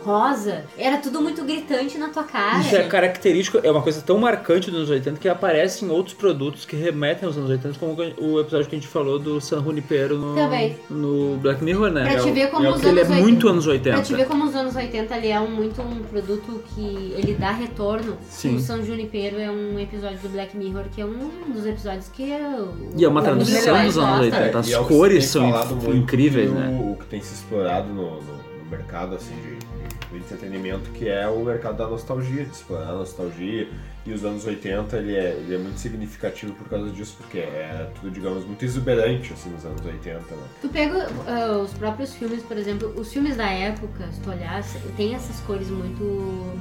Speaker 10: rosa, era tudo muito gritante na tua cara.
Speaker 12: Isso é característico, é uma coisa tão marcante dos anos 80 que aparece em outros produtos que remetem aos anos 80, como o episódio que a gente falou do San Junipero no,
Speaker 10: Também.
Speaker 12: no Black Mirror, né?
Speaker 10: Pra
Speaker 12: É
Speaker 10: te
Speaker 12: o-
Speaker 10: ver como
Speaker 12: é o
Speaker 10: os
Speaker 12: que ele é
Speaker 10: anos 80
Speaker 12: muito anos 80.
Speaker 10: Pra te ver como os anos 80 ele é um, muito um produto que ele dá retorno.
Speaker 12: Sim.
Speaker 10: O São Junipero é um episódio do Black Mirror que é um dos episódios que eu.
Speaker 12: E é uma
Speaker 10: eu
Speaker 12: tradução
Speaker 10: mais
Speaker 12: dos anos
Speaker 10: gosto.
Speaker 12: 80.
Speaker 8: É,
Speaker 12: As
Speaker 8: e é o que
Speaker 12: cores
Speaker 8: se tem
Speaker 12: são
Speaker 8: falado
Speaker 12: inc-
Speaker 8: muito
Speaker 12: incríveis,
Speaker 8: e o-
Speaker 12: né?
Speaker 8: O que tem se explorado no, no- no mercado, assim, de, de- de entretenimento, que é o mercado da nostalgia, de explorar a nostalgia. E os anos 80, ele é, ele é muito significativo por causa disso, porque é tudo, digamos, muito exuberante, assim, nos anos 80, né?
Speaker 10: Tu pega ah, os próprios filmes, por exemplo, os filmes da época, se tu olhar, tem essas cores muito,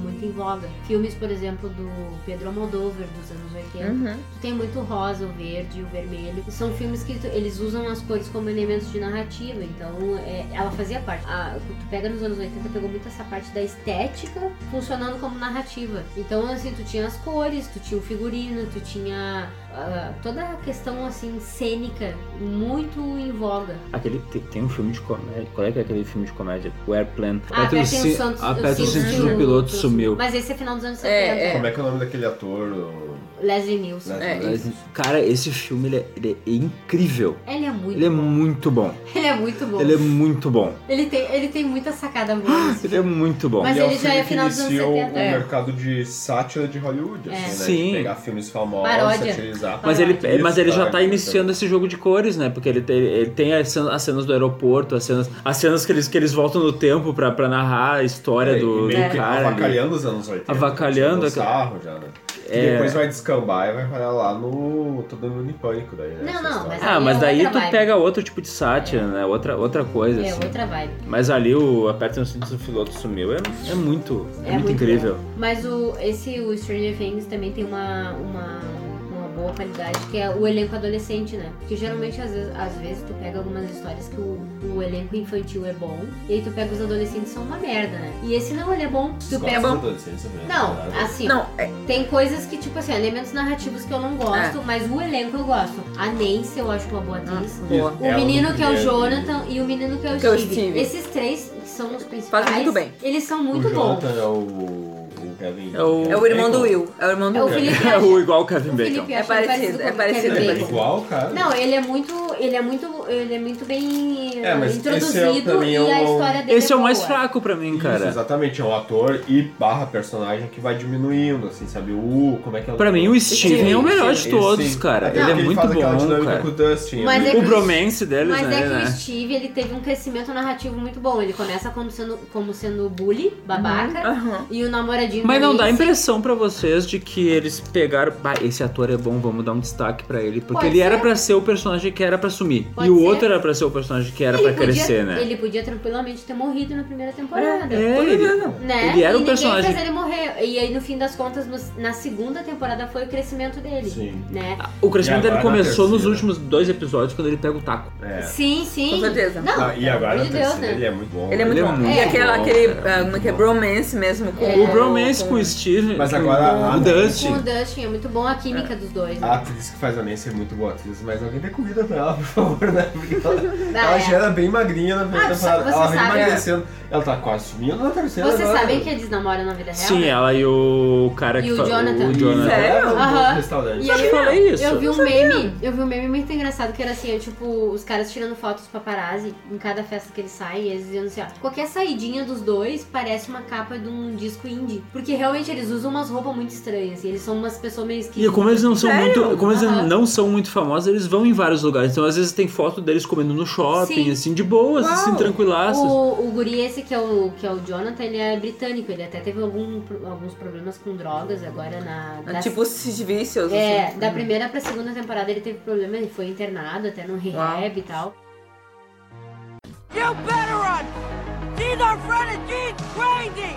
Speaker 10: muito em voga. Filmes, por exemplo, do Pedro Almodóvar dos anos 80,
Speaker 9: Uhum.
Speaker 10: tu tem muito o rosa, o verde, o vermelho. E são filmes que tu- eles usam as cores como elementos de narrativa, então é, ela fazia parte. A- tu pega nos anos 80, pegou muito essa parte da estética funcionando como narrativa. Então, assim, tu tinha as cores, tu tinha o figurino, tu tinha ah, toda a questão, assim, cênica muito em voga.
Speaker 12: Aquele, tem, tem um filme de comédia. Qual é que é aquele filme de comédia? O Airplane.
Speaker 10: Ah,
Speaker 12: Aperta o
Speaker 10: apertem
Speaker 12: cin-
Speaker 10: o cinto-
Speaker 12: aperta o
Speaker 10: cinto
Speaker 12: cinto de
Speaker 10: do-
Speaker 12: um piloto
Speaker 10: do-
Speaker 12: sumiu.
Speaker 10: Mas esse é final dos anos 70.
Speaker 8: Como é que é o nome daquele ator? o-
Speaker 10: Leslie
Speaker 9: É,
Speaker 10: Nielsen.
Speaker 12: Mas, Cara, esse filme ele é, ele é incrível.
Speaker 10: Ele é muito
Speaker 12: Ele é
Speaker 10: bom.
Speaker 12: muito bom.
Speaker 10: Ele é muito bom.
Speaker 12: Ele é muito bom.
Speaker 10: Ele tem, ele tem muita sacada boa.
Speaker 12: Ele é muito bom.
Speaker 10: Mas
Speaker 8: E é
Speaker 10: ele
Speaker 8: um
Speaker 10: já
Speaker 8: filme
Speaker 10: é final
Speaker 8: que
Speaker 10: dos anos
Speaker 8: iniciou
Speaker 10: 70.
Speaker 8: o
Speaker 10: É.
Speaker 8: mercado de sátira de Hollywood,
Speaker 10: É.
Speaker 8: assim, né?
Speaker 12: Sim.
Speaker 8: De pegar filmes famosos,
Speaker 10: Paródia.
Speaker 8: satirizar.
Speaker 12: Mas ele,
Speaker 8: Isso, então.
Speaker 12: mas ele já tá
Speaker 8: paródia,
Speaker 12: iniciando esse jogo de cores, né? Porque ele tem, ele tem as, cenas, as cenas do aeroporto, as cenas, as cenas que, eles, que eles voltam no tempo pra, pra narrar a história
Speaker 8: É,
Speaker 12: do,
Speaker 8: e
Speaker 12: do
Speaker 8: meio que
Speaker 12: cara. ali.
Speaker 8: avacalhando os anos 80.
Speaker 12: Avacalhando
Speaker 8: tirando sarro já, né?
Speaker 12: É.
Speaker 8: E depois vai descambar e vai parar lá no Todo Mundo em Pânico daí, né?
Speaker 10: Não,
Speaker 8: essa
Speaker 10: não,
Speaker 8: história.
Speaker 10: mas
Speaker 12: Ah,
Speaker 10: aí
Speaker 12: mas
Speaker 10: é
Speaker 12: daí
Speaker 10: outra
Speaker 12: tu
Speaker 10: vibe.
Speaker 12: pega outro tipo de sátira, né? Outra, outra coisa,
Speaker 10: É
Speaker 12: assim.
Speaker 10: outra vibe.
Speaker 12: Mas ali o Aperta o Cinto do Piloto Sumiu é, é muito, é,
Speaker 10: É
Speaker 12: muito,
Speaker 10: muito
Speaker 12: incrível.
Speaker 10: Mas o, esse, o Stranger Things também tem uma, uma, uma boa qualidade, que é o elenco adolescente, né? Porque geralmente, às vezes, às vezes tu pega algumas histórias que o, o elenco infantil é bom, e aí tu pega os adolescentes que são uma merda, né? E esse não, ele é bom. Tu
Speaker 8: Gosto
Speaker 10: pega...
Speaker 8: da adolescência mesmo,
Speaker 10: Não,
Speaker 8: né?
Speaker 10: assim,
Speaker 9: é,
Speaker 10: tem coisas que, tipo assim, elementos narrativos que eu não gosto, mas o elenco eu gosto. A Nancy eu acho uma boa atriz.
Speaker 9: boa.
Speaker 10: O
Speaker 9: Ela
Speaker 10: menino
Speaker 9: no
Speaker 10: que é o
Speaker 9: primeiro.
Speaker 10: Jonathan e o menino que é o
Speaker 9: Que é o
Speaker 10: Steve.
Speaker 9: Steve.
Speaker 10: Esses três que são os principais.
Speaker 9: Fazem muito bem.
Speaker 10: Eles são
Speaker 8: o
Speaker 10: muito bons.
Speaker 8: Jonathan é o, o Kevin.
Speaker 12: É o-
Speaker 9: É o irmão do Will. É o irmão do
Speaker 10: É o
Speaker 9: Will.
Speaker 10: Felipe
Speaker 12: É o igual o Kevin Bacon.
Speaker 10: Felipe
Speaker 9: É
Speaker 10: acha ele
Speaker 9: parecido, é
Speaker 10: com o
Speaker 9: parecido,
Speaker 10: Kevin
Speaker 9: é
Speaker 10: Bacon.
Speaker 8: Igual, cara.
Speaker 10: Não, ele é muito, ele é muito, ele é muito bem
Speaker 8: É, mas esse é o- pra
Speaker 10: introduzido
Speaker 8: mim
Speaker 10: e
Speaker 8: é
Speaker 10: a
Speaker 8: o-
Speaker 10: história dele
Speaker 12: Esse é o mais
Speaker 10: boa.
Speaker 12: fraco pra mim,
Speaker 8: Isso,
Speaker 12: cara.
Speaker 8: exatamente, é um ator e barra personagem que vai diminuindo, assim, sabe? O, como é que é
Speaker 12: Pra mim, o Steven é o melhor de
Speaker 8: Esse-
Speaker 12: todos, cara.
Speaker 8: até
Speaker 12: Ele é
Speaker 8: porque
Speaker 12: muito
Speaker 8: faz aquela
Speaker 12: bom,
Speaker 8: dinâmica
Speaker 12: cara.
Speaker 8: com o Dustin, é
Speaker 10: Mas
Speaker 8: muito
Speaker 10: é que
Speaker 12: O bromance deles,
Speaker 10: Mas é que
Speaker 12: né?
Speaker 10: o Steve, ele teve um crescimento narrativo muito bom. Ele começa como sendo, como sendo bully, babaca, e o namoradinho
Speaker 12: Uhum. Mas
Speaker 10: da
Speaker 12: não dá a
Speaker 10: Nancy-
Speaker 12: impressão pra vocês de que eles pegaram. Bah, esse ator é bom, vamos dar um destaque pra ele. Porque
Speaker 10: Pode
Speaker 12: ele era
Speaker 10: ser.
Speaker 12: pra ser o personagem que era pra sumir.
Speaker 10: Pode
Speaker 12: e o
Speaker 10: ser.
Speaker 12: outro era pra ser o personagem que era
Speaker 10: Ele
Speaker 12: pra
Speaker 10: podia-
Speaker 12: crescer, né?
Speaker 10: Ele podia tranquilamente ter morrido na primeira temporada.
Speaker 12: É, ele-
Speaker 10: Né?
Speaker 12: ele era
Speaker 10: e
Speaker 12: um personagem.
Speaker 10: ninguém fez ele morrer. E aí, no fim das contas, no- na segunda temporada foi o crescimento dele.
Speaker 8: Sim.
Speaker 10: Né?
Speaker 12: O crescimento
Speaker 8: E agora
Speaker 12: dele começou
Speaker 8: na
Speaker 12: nos
Speaker 8: terceira.
Speaker 12: últimos dois episódios, quando ele pega o taco.
Speaker 8: É.
Speaker 10: Sim, sim.
Speaker 9: Com certeza.
Speaker 10: Não,
Speaker 8: Ah, e agora
Speaker 10: pelo amor
Speaker 8: na
Speaker 10: de Deus,
Speaker 8: terceira
Speaker 10: né?
Speaker 8: ele é muito bom.
Speaker 9: Ele é muito
Speaker 12: Ele é
Speaker 9: bom.
Speaker 12: muito
Speaker 9: e aquela,
Speaker 12: bom,
Speaker 9: aquele,
Speaker 12: cara.
Speaker 9: ah, como é que é? Bromance mesmo. Com,
Speaker 12: O bromance com o
Speaker 9: Steve.
Speaker 12: Steve.
Speaker 8: Mas
Speaker 12: com
Speaker 8: agora a-
Speaker 12: o
Speaker 10: É, Com o
Speaker 12: Dustin.
Speaker 10: Dustin, é muito bom a química dos dois.
Speaker 8: A
Speaker 10: Né?
Speaker 8: atriz que faz a Nancy é muito boa atriz, mas alguém dê comida pra ela, por favor, né? Porque ela,
Speaker 10: Dá,
Speaker 8: ela
Speaker 10: é.
Speaker 8: já era bem magrinha na primeira
Speaker 10: Ah,
Speaker 8: temporada.
Speaker 10: você
Speaker 8: Ela vem
Speaker 10: sabe, né?
Speaker 8: emagrecendo. Ela tá quase sumindo na terceira.
Speaker 10: Vocês
Speaker 8: agora.
Speaker 10: sabem que eles namoram na vida é real? né?
Speaker 12: Sim, ela e o cara
Speaker 10: E
Speaker 12: que
Speaker 10: o
Speaker 12: fa-
Speaker 10: Jonathan.
Speaker 12: O Jonathan.
Speaker 9: Sério?
Speaker 8: Ela tá no
Speaker 10: é Aham.
Speaker 8: restaurante.
Speaker 10: E aí,
Speaker 12: Eu falei isso.
Speaker 10: Eu vi um meme, eu vi um meme muito engraçado que era assim, é, tipo, os caras tirando fotos paparazzi em cada festa que eles saem, e eles dizendo assim, ó, qualquer saidinha dos dois parece uma capa de um disco indie. Porque realmente eles usam umas roupas muito estranhas, e eles são umas pessoas meio
Speaker 12: E
Speaker 10: esquisitas.
Speaker 12: como eles não são
Speaker 9: Sério?
Speaker 12: muito. Como eles
Speaker 10: Aham.
Speaker 12: não são muito famosos, eles vão em vários lugares. Então, às vezes, tem foto deles comendo no shopping,
Speaker 10: Sim.
Speaker 12: assim, de boas,
Speaker 9: Uau.
Speaker 12: assim, tranquilaços.
Speaker 10: O, o guri esse que é o, que é o Jonathan, ele é britânico, ele até teve algum, alguns problemas com drogas agora na...
Speaker 9: Ah,
Speaker 10: da-
Speaker 9: Tipo os vícios.
Speaker 10: É,
Speaker 9: assim.
Speaker 10: da primeira pra segunda temporada ele teve problema, ele foi internado até no rehab e tal.
Speaker 13: You better run! These are Fred and Jean's crazy!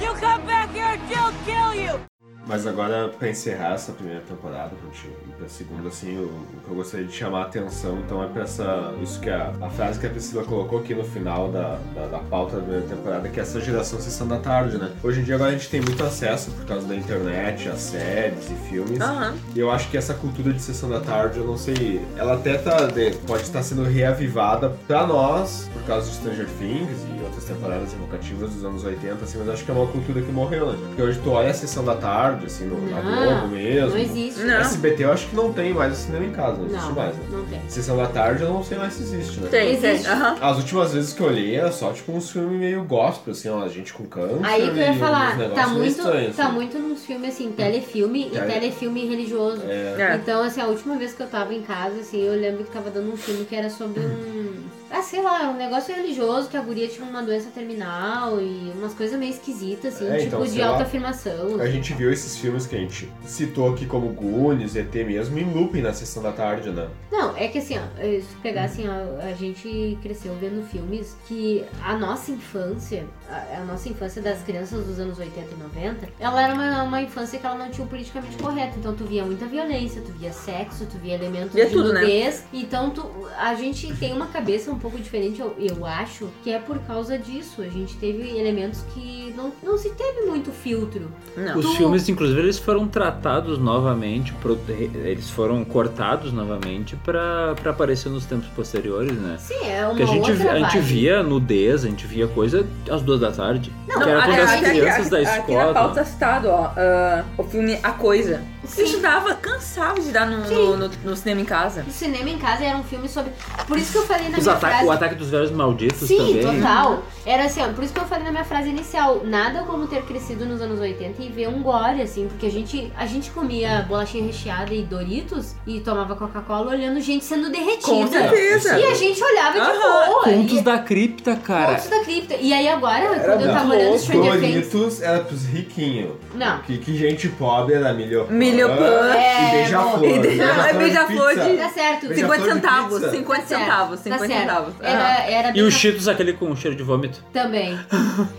Speaker 13: You come back here, she'll kill you!
Speaker 8: Mas agora, pra encerrar essa primeira temporada, contigo, e pra segunda, assim, o, o que eu gostaria de chamar a atenção, então, é pra essa. Isso que a, a frase que a Priscila colocou aqui no final da, da, da pauta da primeira temporada, que é essa geração sessão da tarde, né? Hoje em dia, agora a gente tem muito acesso por causa da internet, a séries e filmes.
Speaker 9: Aham.
Speaker 8: E eu acho que essa cultura de sessão da tarde, eu não sei. Ela até tá, de- pode estar sendo reavivada pra nós, por causa de Stranger Things e outras temporadas evocativas dos anos 80, assim, mas eu acho que é uma cultura que morreu, né? Porque hoje tu olha a sessão da tarde, assim, no,
Speaker 12: Tá
Speaker 8: na
Speaker 10: Não,
Speaker 8: Globo mesmo.
Speaker 10: Ah, não existe. Não.
Speaker 8: SBT eu acho que não tem mais o cinema em casa, não, existe
Speaker 10: Não,
Speaker 8: mais, né?
Speaker 10: não tem.
Speaker 8: Sessão da tarde eu não sei mais se existe, né?
Speaker 9: Tem, tem, Existe. aham.
Speaker 8: As últimas vezes que eu olhei era só tipo uns filmes meio gospel, assim, ó, a gente com câncer.
Speaker 10: Aí que eu ia
Speaker 8: e uns
Speaker 10: falar, tá
Speaker 8: negócios meio
Speaker 10: muito,
Speaker 8: estranhos,
Speaker 10: tá
Speaker 8: assim.
Speaker 10: muito nos filmes assim, telefilme
Speaker 8: Tele-
Speaker 10: e telefilme religioso.
Speaker 8: É. É.
Speaker 10: Então, assim, a última vez que eu tava em casa, assim, eu lembro que tava dando um filme que era sobre um. Ah, sei lá, um negócio religioso que a guria tinha uma doença terminal e umas coisas meio esquisitas, assim,
Speaker 8: É,
Speaker 10: tipo
Speaker 8: então,
Speaker 10: de
Speaker 8: sei lá.
Speaker 10: autoafirmação. assim.
Speaker 8: A gente viu esses filmes que a gente citou aqui como Goonies, ET mesmo, em looping na sessão da tarde, né?
Speaker 10: Não, é que assim, ó, eh, se pegar assim, ó, a gente cresceu vendo filmes que a nossa infância, a, a nossa infância das crianças dos anos 80 e 90, ela era uma, uma infância que ela não tinha o politicamente correto. Então tu via muita violência, tu via sexo, tu via elementos
Speaker 9: Via
Speaker 10: de
Speaker 9: tudo, né?
Speaker 10: nudez. Então tu, a gente tem uma cabeça um pouco diferente, eu, eu acho, que é por causa disso. A gente teve elementos que não, não se teve muito filtro.
Speaker 12: Os
Speaker 10: Tu-
Speaker 12: filmes, inclusive, eles foram tratados novamente, pro- eles foram cortados novamente pra pra aparecer nos tempos posteriores, né?
Speaker 10: Sim, é uma
Speaker 12: Porque a gente,
Speaker 10: outra
Speaker 12: a gente
Speaker 10: vibe.
Speaker 12: via nudez, a gente via coisa às duas da tarde.
Speaker 9: Não,
Speaker 12: que era quando
Speaker 9: até-
Speaker 12: as
Speaker 9: até aqui-
Speaker 12: crianças da
Speaker 9: aqui- Aqui na pauta
Speaker 12: escola.
Speaker 9: tá citado, ó, ah, o filme A Coisa. Isso dava, cansava de dar no, no, no- no cinema em casa.
Speaker 10: O cinema em casa era um filme sobre. Por isso que eu falei na
Speaker 12: Os
Speaker 10: minha
Speaker 12: ata-
Speaker 10: frase.
Speaker 12: O ataque dos velhos malditos
Speaker 10: Sim,
Speaker 12: também.
Speaker 10: total. Era assim, ó, por isso que eu falei na minha frase inicial, nada como ter crescido nos anos 80 e ver um gore, assim, porque a gente, a gente comia bolachinha recheada e Doritos e tomava Coca-Cola olhando gente sendo derretida.
Speaker 12: Com certeza.
Speaker 10: E a gente olhava de boa.
Speaker 12: Contos
Speaker 10: e-
Speaker 12: da cripta, cara.
Speaker 10: Contos da cripta. E aí agora,
Speaker 8: Era
Speaker 10: quando eu tava olhando Stranger Things...
Speaker 8: Doritos era pros riquinhos.
Speaker 10: Não.
Speaker 8: Que, que gente pobre era milho.
Speaker 9: Milhopan.
Speaker 8: E beija-flor.
Speaker 9: É,
Speaker 8: Beija-flor de
Speaker 9: beija-flor
Speaker 8: pizza.
Speaker 9: de-
Speaker 10: Tá certo.
Speaker 9: Beija-flor 50 de centavos, pizza. 50
Speaker 10: Tá certo,
Speaker 9: centavos,
Speaker 10: tá
Speaker 9: 50
Speaker 10: certo.
Speaker 9: centavos. Ah.
Speaker 10: Era, era
Speaker 12: E
Speaker 10: bem-
Speaker 12: o Cheetos, aquele com cheiro de vômito.
Speaker 10: Também.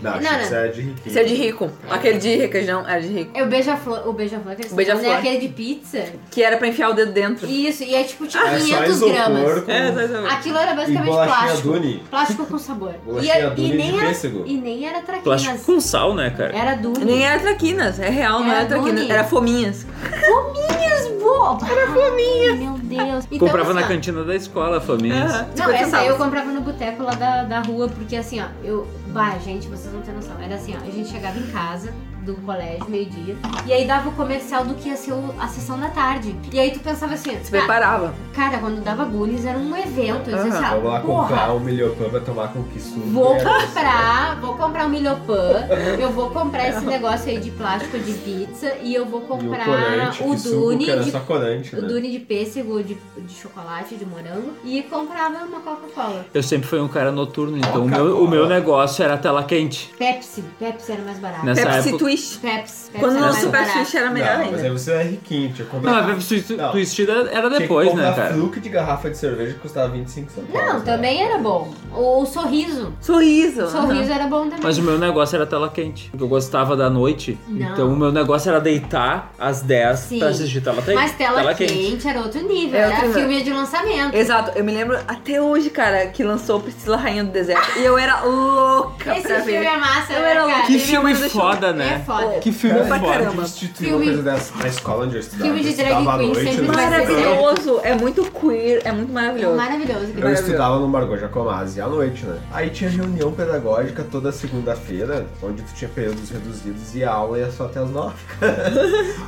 Speaker 8: Não,
Speaker 10: Não, Cheetos não.
Speaker 8: é de riquinho.
Speaker 9: Isso é de rico. Aquele de requeijão era de rico.
Speaker 10: É o beija-flor, o beija-flor que eles
Speaker 9: O beija-flor.
Speaker 10: falam, né? Aquele de pizza.
Speaker 9: Que era pra enfiar o dedo dentro.
Speaker 10: Isso, e é tipo, tipo
Speaker 9: Ah, é só
Speaker 10: 500
Speaker 9: isopor
Speaker 10: gramas.
Speaker 9: com- É, só isopor.
Speaker 10: Aquilo era
Speaker 9: E
Speaker 10: basicamente
Speaker 9: bolachinha
Speaker 10: plástico.
Speaker 9: Duni.
Speaker 10: Plástico com sabor.
Speaker 12: Bolachinha
Speaker 10: e, era-
Speaker 12: Duni
Speaker 10: e, nem
Speaker 12: de
Speaker 10: era,
Speaker 12: pêssego.
Speaker 10: e nem era traquinas.
Speaker 12: Plástico com sal, né, cara?
Speaker 10: Era Dune.
Speaker 9: Nem era traquinas, é real, não
Speaker 10: Era
Speaker 9: era traquinas.
Speaker 10: Dune.
Speaker 9: Era fominhas.
Speaker 10: Fominhas, boa! Era fominha! Meu Deus. Então,
Speaker 12: Comprava
Speaker 10: assim,
Speaker 12: na
Speaker 10: ó,
Speaker 12: cantina da escola, famílias.
Speaker 10: Não, essa aí eu comprava no boteco lá da, da rua, porque assim, ó, eu. Bah, gente, vocês não têm noção. Era assim, ó, a gente chegava em casa do colégio, meio-dia, e aí dava o comercial do que ia ser o- a sessão da tarde. E aí tu pensava assim,
Speaker 9: Se
Speaker 10: ah,
Speaker 9: preparava.
Speaker 10: Cara, quando dava Goonies era um evento. Eu dizia assim,
Speaker 8: Vamos
Speaker 10: ah,
Speaker 8: lá
Speaker 10: porra,
Speaker 8: comprar um milhopan pra tomar com que suco.
Speaker 10: Vou
Speaker 8: É.
Speaker 10: comprar, vou comprar um milhopan, eu vou comprar esse negócio aí de plástico de pizza e eu vou
Speaker 8: E o
Speaker 10: comprar
Speaker 8: corante,
Speaker 10: o
Speaker 8: que suco,
Speaker 10: Dune
Speaker 8: que era
Speaker 10: de,
Speaker 8: só corante,
Speaker 10: o
Speaker 8: né?
Speaker 10: Dune de pêssego, de, de chocolate, de morango e comprava uma Coca-Cola.
Speaker 12: Eu sempre fui um cara noturno, então o meu, o meu negócio era tela quente.
Speaker 10: Pepsi, Pepsi era mais barato.
Speaker 12: Nessa Pepsi época-
Speaker 9: Twist.
Speaker 10: Pepsi, Pepsi
Speaker 9: Quando
Speaker 10: era mais
Speaker 9: lançou Pepsi
Speaker 10: barato.
Speaker 9: Twist era melhor
Speaker 8: não,
Speaker 9: ainda.
Speaker 8: Mas aí você é riquinho, tinha que comprar.
Speaker 12: Não, a Pepsi Twi- Twist era- era
Speaker 8: Tinha que
Speaker 12: depois, né,
Speaker 8: comprar
Speaker 12: cara?
Speaker 8: fluke de garrafa de cerveja que custava 25 centavos. né?
Speaker 10: Não, também é era bom. O, sorriso.
Speaker 9: Sorriso.
Speaker 10: Sorriso era bom também.
Speaker 12: Mas o meu negócio era tela quente. Porque eu gostava da noite.
Speaker 10: Não.
Speaker 12: Então o meu negócio era deitar às 10
Speaker 10: Sim.
Speaker 12: pra assistir tela, te-
Speaker 10: Mas tela, quente. era outro nível,
Speaker 9: É
Speaker 10: era
Speaker 9: outro nível.
Speaker 10: filme de lançamento.
Speaker 9: Exato, eu me lembro até hoje, cara, que lançou Priscila Rainha do Deserto. E eu era louca
Speaker 10: Esse
Speaker 9: pra ver.
Speaker 10: filme é massa,
Speaker 9: eu
Speaker 10: né,
Speaker 9: era
Speaker 10: cara?
Speaker 9: louca.
Speaker 12: Que
Speaker 10: Ele
Speaker 12: filme
Speaker 10: não deixou-
Speaker 12: foda, né?
Speaker 10: É foda.
Speaker 12: Que filme
Speaker 8: Cara,
Speaker 12: foda.
Speaker 8: Eu instituí uma
Speaker 10: Filme-
Speaker 8: coisa dessa na escola onde eu estudava.
Speaker 10: filme de
Speaker 8: eu
Speaker 10: drag
Speaker 8: estudava à
Speaker 10: queen
Speaker 8: noite,
Speaker 10: sempre
Speaker 8: né?
Speaker 10: vai ser
Speaker 9: Maravilhoso, é muito queer, é muito maravilhoso.
Speaker 10: Maravilhoso.
Speaker 8: Eu estudava no Margot Jacomazzi à noite, né? Aí tinha reunião pedagógica toda segunda-feira, onde tu tinha períodos reduzidos e a aula ia só até as nove.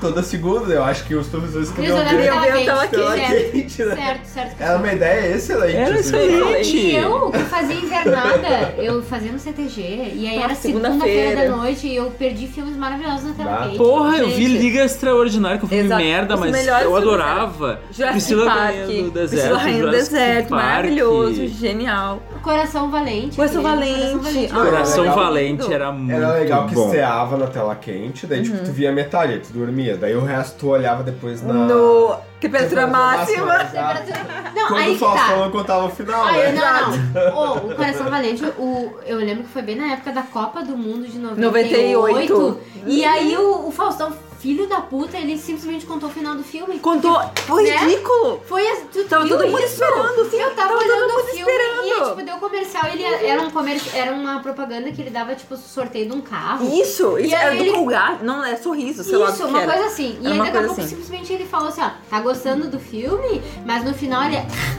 Speaker 8: toda segunda, eu acho que os professores
Speaker 10: Eles olharam
Speaker 8: queriam
Speaker 10: pela
Speaker 8: ver tela
Speaker 10: quente, tá certo.
Speaker 8: quente, né?
Speaker 10: Certo, certo.
Speaker 8: Era uma ideia excelente.
Speaker 12: Era
Speaker 8: assim,
Speaker 12: excelente.
Speaker 10: E eu que fazia invernada, eu fazia no CTG, e aí
Speaker 9: Ah,
Speaker 10: era
Speaker 9: segunda-feira.
Speaker 10: segunda-feira da noite e eu perdi filmes maravilhosos na tela
Speaker 8: Ah,
Speaker 10: quente.
Speaker 12: Porra, eu vi
Speaker 10: Gente,
Speaker 12: Liga Extraordinária, que eu fui
Speaker 9: Exato.
Speaker 12: merda,
Speaker 9: Os
Speaker 12: mas
Speaker 9: melhores
Speaker 12: eu
Speaker 9: filmes
Speaker 12: adorava.
Speaker 9: Jurassic
Speaker 12: Priscila
Speaker 9: Park,
Speaker 12: Rainha do Deserto.
Speaker 9: Priscila Rainha do
Speaker 12: Jurassic
Speaker 9: Deserto,
Speaker 12: Park.
Speaker 9: maravilhoso, genial.
Speaker 10: Coração Valente.
Speaker 9: Coração
Speaker 10: querido,
Speaker 9: Valente.
Speaker 8: Ah,
Speaker 12: Coração
Speaker 8: era legal.
Speaker 12: Valente era muito
Speaker 8: Era legal que
Speaker 12: bom.
Speaker 10: Uhum.
Speaker 8: estreava na tela quente, daí tipo, tu via metade, aí tu dormia, daí o resto tu olhava depois na.
Speaker 9: No Temperatura máxima.
Speaker 10: é Não,
Speaker 8: Ah. Quando
Speaker 10: aí
Speaker 8: o
Speaker 10: que tá.
Speaker 8: Faustão contava o final,
Speaker 10: Aí,
Speaker 8: né?
Speaker 10: não, não. Ô, o Coração Valente, o, eu lembro que foi bem na época da Copa do Mundo de 98.
Speaker 9: 98.
Speaker 10: E aí o, o Faustão, filho da puta, ele simplesmente contou o final do filme.
Speaker 9: Contou. Foi
Speaker 10: Né?
Speaker 9: ridículo.
Speaker 10: Foi assim, tu
Speaker 9: Tava
Speaker 10: viu
Speaker 9: todo mundo
Speaker 10: isso?
Speaker 9: esperando, sim.
Speaker 10: Eu tava,
Speaker 9: Tava todo
Speaker 10: olhando o
Speaker 9: mundo
Speaker 10: filme
Speaker 9: esperando.
Speaker 10: e, tipo, deu comercial. Ele era, um comer... era uma propaganda que ele dava, tipo, sorteio de um carro.
Speaker 9: Isso,
Speaker 10: E
Speaker 9: isso
Speaker 10: aí
Speaker 9: era do
Speaker 10: ele-
Speaker 9: Colgar, não é sorriso, sei
Speaker 10: Isso,
Speaker 9: lá do que
Speaker 10: uma
Speaker 9: era.
Speaker 10: coisa assim. E
Speaker 9: Era
Speaker 10: aí
Speaker 9: uma
Speaker 10: daqui a
Speaker 9: coisa
Speaker 10: pouco
Speaker 9: assim.
Speaker 10: simplesmente ele falou assim, ó, tá gostando do filme? Mas no final ele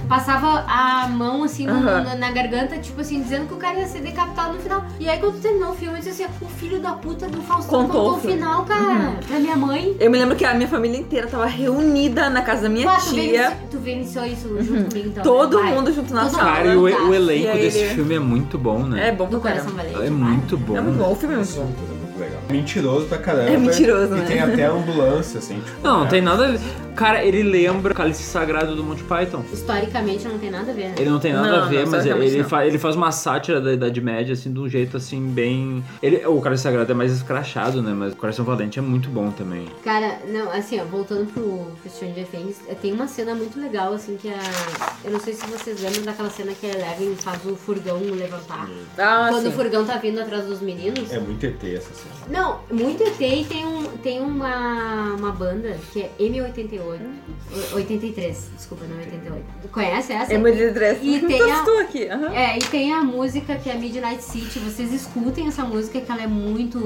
Speaker 10: passava a mão assim no-
Speaker 9: Aham.
Speaker 10: na, na garganta, tipo assim, dizendo que o cara ia ser decapitado no final. E aí quando terminou o filme, eu disse assim, o filho da puta do Faustão
Speaker 9: Contou
Speaker 10: contou,
Speaker 9: o
Speaker 10: o
Speaker 9: filme. Uhum.
Speaker 10: final, cara. Pra minha mãe.
Speaker 9: Eu me lembro que a minha família inteira tava reunida na casa da minha
Speaker 10: Pá, tu
Speaker 9: tia. Uhum.
Speaker 10: veni- Tu vivenciou isso junto comigo então.
Speaker 9: Todo
Speaker 10: né? Vai.
Speaker 9: mundo junto na
Speaker 10: Todo
Speaker 9: sala.
Speaker 12: Cara, e o, o
Speaker 9: E
Speaker 12: elenco
Speaker 9: aí
Speaker 12: desse
Speaker 9: ele-
Speaker 12: filme é muito bom, né?
Speaker 9: É bom pro
Speaker 10: Do Coração
Speaker 9: caramba.
Speaker 10: Valente.
Speaker 12: É muito bom.
Speaker 9: É muito bom, o filme é muito bom.
Speaker 8: Coisa muito legal. Mentiroso pra caramba.
Speaker 9: É mentiroso,
Speaker 8: E
Speaker 9: né?
Speaker 8: tem até ambulância, assim, tipo.
Speaker 12: Não, não
Speaker 8: né?
Speaker 12: tem nada. a ver. Cara, ele lembra o Cálice Sagrado do Monty Python.
Speaker 10: Historicamente não tem nada a ver. né?
Speaker 12: Ele não tem nada
Speaker 9: Não,
Speaker 12: a ver,
Speaker 9: não,
Speaker 12: mas ele,
Speaker 9: certamente
Speaker 12: ele
Speaker 9: não.
Speaker 12: fa- ele faz uma sátira da Idade Média, assim, de um jeito, assim, bem... Ele, o Cálice Sagrado é mais escrachado, né? Mas o Coração Valente é muito bom também.
Speaker 10: Cara, não, assim, ó, voltando pro, pro Stranger Things, eh, tem uma cena muito legal, assim, que a. Eu não sei se vocês lembram daquela cena que a Eleven faz o furgão levantar.
Speaker 9: Ah,
Speaker 10: Quando o
Speaker 9: sim.
Speaker 10: furgão tá vindo atrás dos meninos.
Speaker 8: É muito ET essa cena.
Speaker 10: Não, muito ET e tem, um, tem uma, uma banda que é M88. o- 83, desculpa, não é 88. Conhece essa?
Speaker 9: É muito interessante.
Speaker 10: E tem a-
Speaker 9: Estou aqui. aham.
Speaker 10: É, e tem a música que é Midnight City. Vocês escutem essa música que ela é muito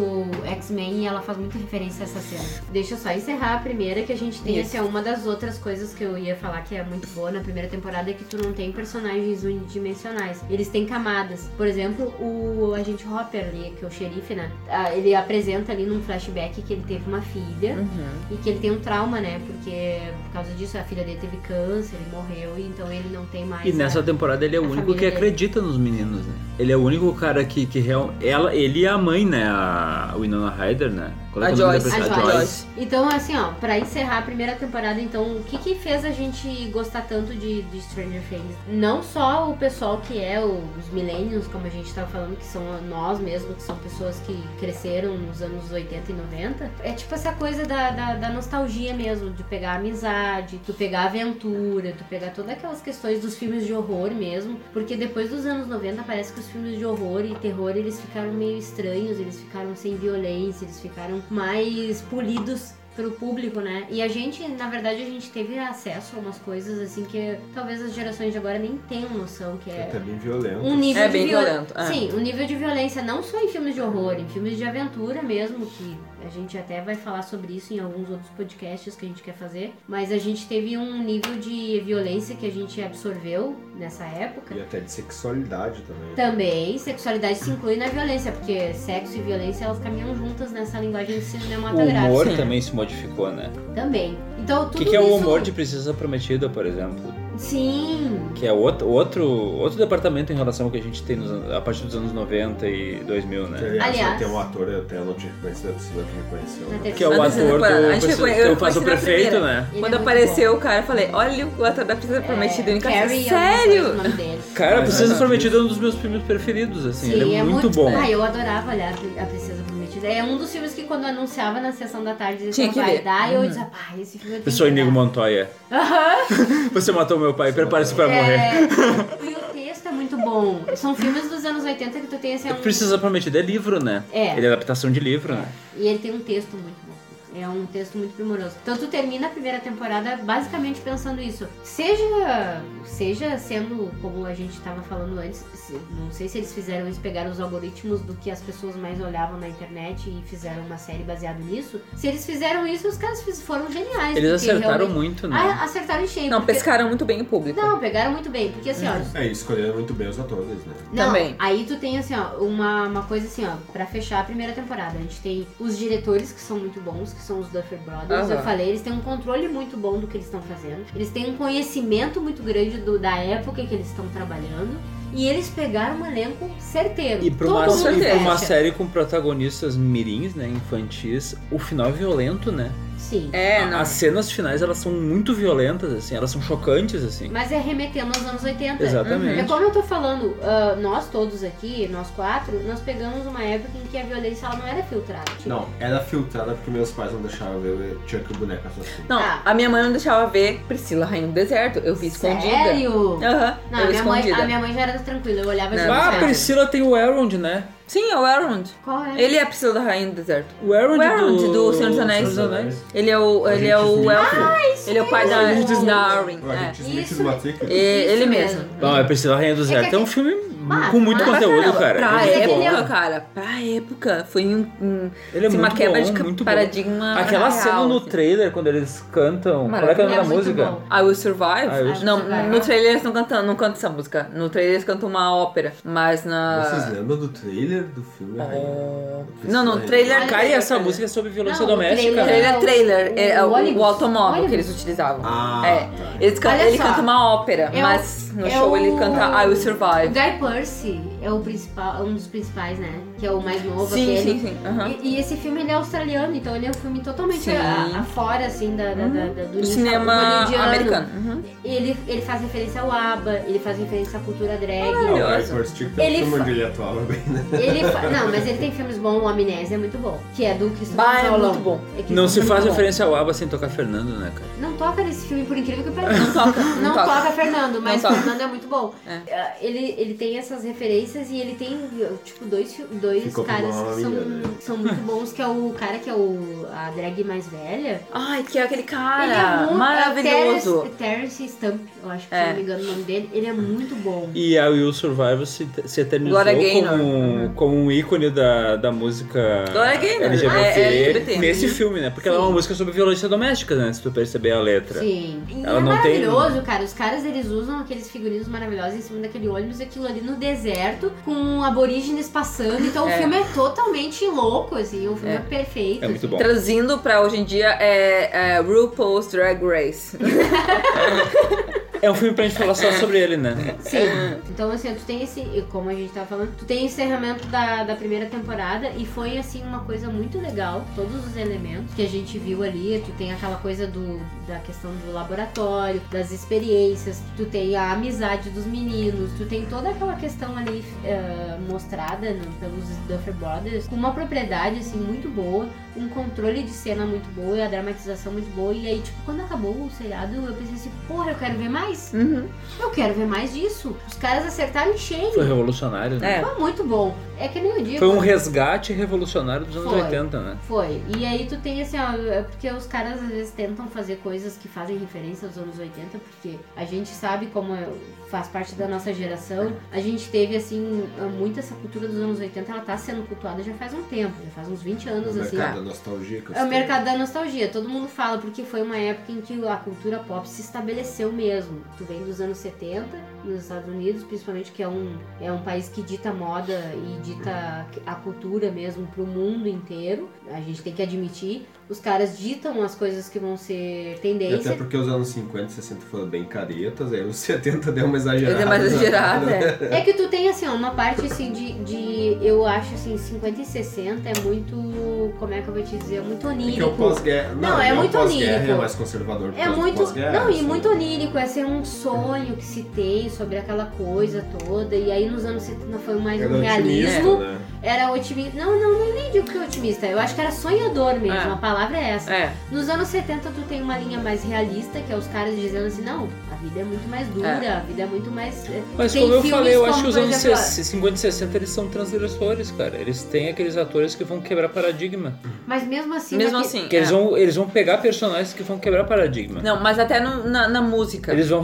Speaker 10: X-Men e ela faz muita referência a essa cena. Deixa eu só encerrar a primeira que a gente tem.
Speaker 9: Isso.
Speaker 10: Essa é uma das outras coisas que eu ia falar que é muito boa na primeira temporada é que tu não tem personagens unidimensionais. Eles têm camadas. Por exemplo, o agente Hopper ali, que é o xerife, né? Ah, Ele apresenta ali num flashback que ele teve uma filha
Speaker 9: Uhum.
Speaker 10: e que ele tem um trauma, né? Porque por causa disso a filha dele teve câncer, ele morreu, e então ele não tem mais.
Speaker 12: E nessa
Speaker 10: a-
Speaker 12: temporada ele é o
Speaker 10: a
Speaker 12: único que
Speaker 10: família dele.
Speaker 12: acredita nos meninos, né? Ele é o único cara que, que real... Ela, ele e a mãe, né? A Winona Ryder, né? Qual é
Speaker 9: A
Speaker 12: que é o nome da
Speaker 9: Joyce.
Speaker 10: A
Speaker 12: pessoa?
Speaker 10: Joyce. Então, assim, ó, pra encerrar a primeira temporada, então, o que que fez a gente gostar tanto de, de Stranger Things? Não só o pessoal que é o- os millennials, como a gente tava falando, que são nós mesmo, que são pessoas que cresceram nos anos 80 e 90. É tipo essa coisa da, da, da nostalgia mesmo, de pegar a amizade, tu pegar a aventura, tu pegar todas aquelas questões dos filmes de horror mesmo, porque depois dos anos 90 parece que os filmes de horror e terror, eles ficaram meio estranhos, eles ficaram sem violência, eles ficaram mais polidos pro público, né? E a gente, na verdade, a gente teve acesso a umas coisas assim que talvez as gerações de agora nem tenham noção que
Speaker 8: É.
Speaker 10: é
Speaker 8: Tá bem violento.
Speaker 10: um nível
Speaker 9: É
Speaker 10: de
Speaker 9: bem
Speaker 10: viol-
Speaker 9: violento, é.
Speaker 10: Sim, um nível de violência não só em filmes de horror, em filmes de aventura mesmo, que a gente até vai falar sobre isso em alguns outros podcasts que a gente quer fazer, mas a gente teve um nível de violência que a gente absorveu nessa época.
Speaker 8: E até de sexualidade também.
Speaker 10: Tá. Também sexualidade se inclui na violência, porque sexo e violência elas caminham juntas nessa linguagem
Speaker 12: O
Speaker 10: cinematográfica.
Speaker 12: humor
Speaker 10: Sim.
Speaker 12: também se modificou, né?
Speaker 10: Também. Então
Speaker 12: O
Speaker 10: tudo
Speaker 12: que, que é o
Speaker 10: isso-
Speaker 12: humor de Princesa Prometida, por exemplo?
Speaker 10: Sim.
Speaker 12: Que é outro, outro, outro departamento em relação ao que a gente tem nos an- a partir dos anos 90 e 2000, né?
Speaker 10: Aliás-
Speaker 8: tem um ator, eu até não tinha reconhecido, é possível que reconheceu. né?
Speaker 10: Na terceira
Speaker 12: Que é o
Speaker 9: Mas essa
Speaker 12: ator do.
Speaker 9: temporada, a gente
Speaker 12: Perse-
Speaker 9: reconhe- eu
Speaker 12: que faz o
Speaker 9: reconheci na
Speaker 12: prefeito,
Speaker 9: primeira.
Speaker 12: né?
Speaker 10: Ele
Speaker 9: Quando
Speaker 10: é muito
Speaker 9: apareceu
Speaker 10: bom.
Speaker 9: o cara, eu falei, olha o ator da Princesa Prometida. eu encarei,
Speaker 10: É, Carrie,
Speaker 9: Sério?
Speaker 10: alguma coisa, o nome dele.
Speaker 12: Cara, Princesa
Speaker 9: Mas-
Speaker 12: Prometida é um dos meus filmes preferidos, assim.
Speaker 10: Sim,
Speaker 12: ele é, muito, bom.
Speaker 10: Ah, eu adorava olhar A Princesa Prometida. É um dos filmes que quando eu anunciava na sessão da tarde,
Speaker 9: Tinha
Speaker 10: Tinha
Speaker 9: que
Speaker 10: que vai
Speaker 9: ver.
Speaker 10: dar,
Speaker 12: Uhum.
Speaker 10: eu dizia, pá, esse filme eu tenho
Speaker 12: Eu sou
Speaker 10: que
Speaker 12: é Inigo
Speaker 10: olhar."
Speaker 12: Montoya.
Speaker 10: Aham.
Speaker 12: Você matou meu pai, prepare-se pra morrer.
Speaker 10: É, e o texto é muito bom. São filmes dos anos 80 que tu tem assim, um...
Speaker 12: Princesa Prometida é livro, né?
Speaker 10: É.
Speaker 12: Ele é adaptação de livro, né?
Speaker 10: E ele tem um texto muito bom. É um texto muito primoroso. Então tu termina a primeira temporada basicamente pensando isso. Seja, seja sendo como a gente tava falando antes, se- não sei se eles fizeram isso, pegaram os algoritmos do que as pessoas mais olhavam na internet e fizeram uma série baseada nisso. Se eles fizeram isso, os caras fiz- foram geniais.
Speaker 12: Eles
Speaker 10: porque
Speaker 12: acertaram
Speaker 10: realmente-
Speaker 12: muito, né?
Speaker 10: Ah, acertaram em cheio.
Speaker 9: Não,
Speaker 10: porque-
Speaker 9: pescaram muito bem o público.
Speaker 10: Não, pegaram muito bem, porque assim,
Speaker 12: Uhum.
Speaker 10: ó,
Speaker 8: É, e escolheram muito bem os atores, né?
Speaker 10: não,
Speaker 9: Também.
Speaker 10: Aí tu tem assim, ó, uma, uma coisa assim, ó, pra fechar a primeira temporada. A gente tem os diretores que são muito bons, que são os Duffer Brothers.
Speaker 9: Aham.
Speaker 10: Eu falei, eles têm um controle muito bom do que eles estão fazendo. Eles têm um conhecimento muito grande do, da época que eles estão trabalhando. E eles pegaram um elenco certeiro.
Speaker 12: E pra
Speaker 10: Todo
Speaker 12: uma,
Speaker 10: mundo
Speaker 12: e pra uma
Speaker 10: fecha.
Speaker 12: série com protagonistas mirins, né? Infantis, o final é violento, né?
Speaker 10: Sim.
Speaker 9: É,
Speaker 12: As cenas finais, elas são muito violentas, assim, elas são chocantes, assim.
Speaker 10: Mas é remetendo aos anos 80.
Speaker 12: Exatamente.
Speaker 10: É como eu tô falando, ah, nós todos aqui, nós quatro, nós pegamos uma época em que a violência ela não era filtrada. Tipo,
Speaker 8: Não, era filtrada porque meus pais não deixavam ver o Chuck e o boneco assassino.
Speaker 9: Não,
Speaker 10: Tá.
Speaker 9: a minha mãe não deixava ver Priscila Rainha do Deserto. Eu vi escondida.
Speaker 10: Sério?
Speaker 9: Aham,
Speaker 10: Não,
Speaker 9: eu
Speaker 10: a minha, mãe,
Speaker 9: escondida.
Speaker 10: a minha mãe já era tranquila, eu olhava
Speaker 9: Não.
Speaker 12: Ah,
Speaker 10: assim.
Speaker 12: a Priscila tem o Elrond, né?
Speaker 9: Sim, é o Elrond.
Speaker 10: Qual é?
Speaker 9: Ele é a Priscila da Rainha do Deserto.
Speaker 12: O Elrond,
Speaker 9: O Elrond
Speaker 12: do...
Speaker 9: do Senhor dos Anéis.
Speaker 12: Senhor dos Anéis.
Speaker 9: Ele é o, ele é o
Speaker 12: Agente
Speaker 9: elfo.
Speaker 12: Smith.
Speaker 10: Ah,
Speaker 9: ele é o pai da,
Speaker 12: O agente Smith.
Speaker 9: da Arryn.
Speaker 8: O agente
Speaker 9: é.
Speaker 8: Smith do Matrix.
Speaker 9: É, ele mesmo.
Speaker 12: Não, é Priscila Rainha do Deserto. É um filme
Speaker 9: Mas-
Speaker 12: com muito
Speaker 9: mas
Speaker 12: conteúdo,
Speaker 9: caramba,
Speaker 12: cara.
Speaker 9: Pra
Speaker 12: É muito bom.
Speaker 9: época, cara. Pra época. Foi um, um-
Speaker 12: Ele é
Speaker 9: assim, uma
Speaker 12: muito
Speaker 9: quebra
Speaker 12: bom,
Speaker 9: de ca-
Speaker 12: muito bom.
Speaker 9: paradigma.
Speaker 12: Aquela
Speaker 9: real. assim.
Speaker 12: cena no trailer, quando eles cantam. Qual é que é o nome da música?
Speaker 9: I Will Survive?
Speaker 12: I Will
Speaker 9: não,
Speaker 12: Survive.
Speaker 9: no trailer eles não cantam, não cantam essa música. No trailer eles cantam uma ópera, mas na...
Speaker 8: Vocês lembram do trailer do filme? Rainha?
Speaker 9: Ah. Não, não,
Speaker 10: Ah,
Speaker 9: trailer...
Speaker 12: Cara, e essa música é sobre violência
Speaker 9: Não, o
Speaker 12: doméstica. né?
Speaker 9: Trailer, trailer, é, é,
Speaker 10: O
Speaker 9: o,
Speaker 10: ônibus.
Speaker 9: o automóvel
Speaker 10: Ônibus.
Speaker 9: que eles utilizavam.
Speaker 8: Ah,
Speaker 9: é. Eles can-
Speaker 10: Olha
Speaker 9: ele
Speaker 10: só.
Speaker 9: canta uma ópera,
Speaker 10: É o-
Speaker 9: mas no
Speaker 10: é
Speaker 9: show ele
Speaker 10: o-
Speaker 9: canta I Will
Speaker 10: O
Speaker 9: Survive.
Speaker 10: Guy Percy é o principal, um dos principais, né? Que é o mais novo.
Speaker 9: Sim,
Speaker 10: aquele.
Speaker 9: sim, sim, aham.
Speaker 10: E, e esse filme ele é australiano, então ele é um filme totalmente
Speaker 9: Sim. Uhum.
Speaker 10: a- afora, assim, da, da- da- da- do
Speaker 9: Do
Speaker 10: nicho
Speaker 9: cinema
Speaker 10: hollywoodiano.
Speaker 9: americano. Uhum.
Speaker 10: Ele, ele faz referência ao ABBA, ele faz referência à cultura drag.
Speaker 9: é
Speaker 8: Ah, o Guy First
Speaker 10: Ele
Speaker 8: filme
Speaker 10: fa-
Speaker 8: onde ele atuava bem, né?
Speaker 10: Ele fa- Não, mas ele tem filmes bons, o Amnésia é muito bom. Que é do Christopher
Speaker 9: Bah, é
Speaker 10: Nolan.
Speaker 9: muito bom.
Speaker 10: É que
Speaker 12: Não se
Speaker 10: é
Speaker 12: faz
Speaker 10: muito bom.
Speaker 12: referência ao ABBA sem tocar Fernando, né, cara?
Speaker 10: Não toca nesse filme, por incrível que pareça.
Speaker 9: Não toca,
Speaker 10: Não,
Speaker 9: não
Speaker 10: toca.
Speaker 9: toca.
Speaker 10: Fernando, mas
Speaker 9: Não toca.
Speaker 10: Fernando é muito bom. Ah, Ele, ele tem essas referências e ele tem, tipo, dois, fi- dois
Speaker 8: Ficou com
Speaker 10: caras
Speaker 8: uma
Speaker 10: que são,
Speaker 8: amiga, né?
Speaker 10: são muito bons, que é o cara que é o, a drag mais velha.
Speaker 9: Ai, que é aquele
Speaker 10: Ele é
Speaker 9: cara
Speaker 10: muito-
Speaker 9: maravilhoso.
Speaker 10: Terence, Terence Stamp, eu acho que se
Speaker 9: É.
Speaker 10: não me engano o nome dele. Ele é muito bom.
Speaker 12: E a Will Survival se, se eternizou
Speaker 9: Gloria Gaynor. Uhum.
Speaker 12: como, um- como um ícone da, da música
Speaker 9: Gloria Gaynor.
Speaker 12: LGBT,
Speaker 9: Ah, é, LGBT.
Speaker 12: nesse filme, né? Porque ela é uma música sobre violência doméstica, né? Se tu perceber a letra.
Speaker 10: Sim. E
Speaker 12: Ela
Speaker 10: é
Speaker 12: não tem-
Speaker 10: maravilhoso, cara. Os caras, eles usam aqueles figurinos maravilhosos em cima daquele ônibus, aquilo ali no deserto, com aborígenes passando. Então o
Speaker 9: É.
Speaker 10: filme é totalmente louco, assim. O filme é, perfeito.
Speaker 12: É muito
Speaker 10: assim.
Speaker 12: bom.
Speaker 9: Traduzindo pra hoje em dia é, é RuPaul's Drag Race.
Speaker 12: É um filme pra gente falar só sobre ele, né?
Speaker 10: Sim. Então, assim, tu tem esse. Como a gente tava falando, tu tem o encerramento da, da primeira temporada e foi, assim, uma coisa muito legal. Todos os elementos que a gente viu ali. Tu tem aquela coisa do, da questão do laboratório, das experiências, tu tem a amizade dos meninos, tu tem toda aquela questão ali eh, mostrada no- pelos Duffer Brothers com uma propriedade, assim, muito boa, um controle de cena muito boa, e a dramatização muito boa. E aí, tipo, quando acabou o seriado, eu pensei assim, porra, eu quero ver mais. Eu quero ver mais disso. Os caras acertaram em cheio.
Speaker 12: Foi revolucionário, né?
Speaker 10: Foi muito bom. É que nem eu digo.
Speaker 12: Foi um resgate revolucionário dos anos
Speaker 10: Foi.
Speaker 12: 80, né?
Speaker 10: Foi. E aí tu tem assim, ó, é porque os caras às vezes tentam fazer coisas que fazem referência aos anos 80, porque a gente sabe como é- faz parte da nossa geração. A gente teve assim, muito essa cultura dos anos 80, ela tá sendo cultuada já faz um tempo, já faz uns 20
Speaker 8: O
Speaker 10: anos assim.
Speaker 8: mercado da nostalgia que eu
Speaker 10: É o
Speaker 8: citei.
Speaker 10: mercado da nostalgia, todo mundo fala, porque foi uma época em que a cultura pop se estabeleceu mesmo. Tu vem dos anos 70, nos Estados Unidos, principalmente que é um, é um país que dita moda e dita a cultura mesmo pro mundo inteiro. A gente tem que admitir. Os caras ditam as coisas que vão ser
Speaker 8: E até
Speaker 10: tendência.
Speaker 8: porque os anos 50 e 60 foram bem caretas, aí os 70 deu uma exagerada. né?
Speaker 9: Deu uma exagerada, é.
Speaker 10: É que tu tem assim, ó, uma parte assim de, de. Eu acho assim, 50 e 60 é muito. Como é que eu vou te dizer? É muito
Speaker 8: É
Speaker 10: onírico.
Speaker 8: que o pós-guerra.
Speaker 10: Não, é
Speaker 8: o
Speaker 10: muito
Speaker 8: pós-guerra
Speaker 10: onírico.
Speaker 8: É mais conservador. por
Speaker 10: É
Speaker 8: causa do
Speaker 10: muito.
Speaker 8: pós-guerra,
Speaker 10: Não, e
Speaker 8: assim.
Speaker 10: muito onírico. Esse é um sonho que se tem sobre aquela coisa toda. E aí nos anos 70 foi
Speaker 12: É
Speaker 10: mais
Speaker 8: Era
Speaker 10: um realismo.
Speaker 8: otimista, né?
Speaker 10: Era otimista. Não, não, não nem digo que é otimista. Eu acho que era sonhador mesmo.
Speaker 9: É.
Speaker 10: A palavra é essa.
Speaker 9: É.
Speaker 10: Nos anos 70 tu tem uma linha mais realista, que é os caras dizendo assim, não, a vida é muito mais dura,
Speaker 9: É.
Speaker 10: a vida é muito mais. é,
Speaker 12: Mas
Speaker 10: tem
Speaker 12: como eu
Speaker 10: filmes
Speaker 12: falei, eu
Speaker 10: como,
Speaker 12: acho que os
Speaker 10: por
Speaker 12: anos
Speaker 10: exemplo,
Speaker 12: 60, 50 e 60 eles são transgressores, cara. Eles têm aqueles atores que vão quebrar paradigma.
Speaker 10: Mas mesmo assim.
Speaker 9: Mesmo
Speaker 10: daqui-
Speaker 9: assim.
Speaker 12: Que eles,
Speaker 9: é.
Speaker 12: vão, eles vão pegar personagens que vão quebrar paradigma.
Speaker 9: Não, mas até no- na, na música.
Speaker 12: Eles vão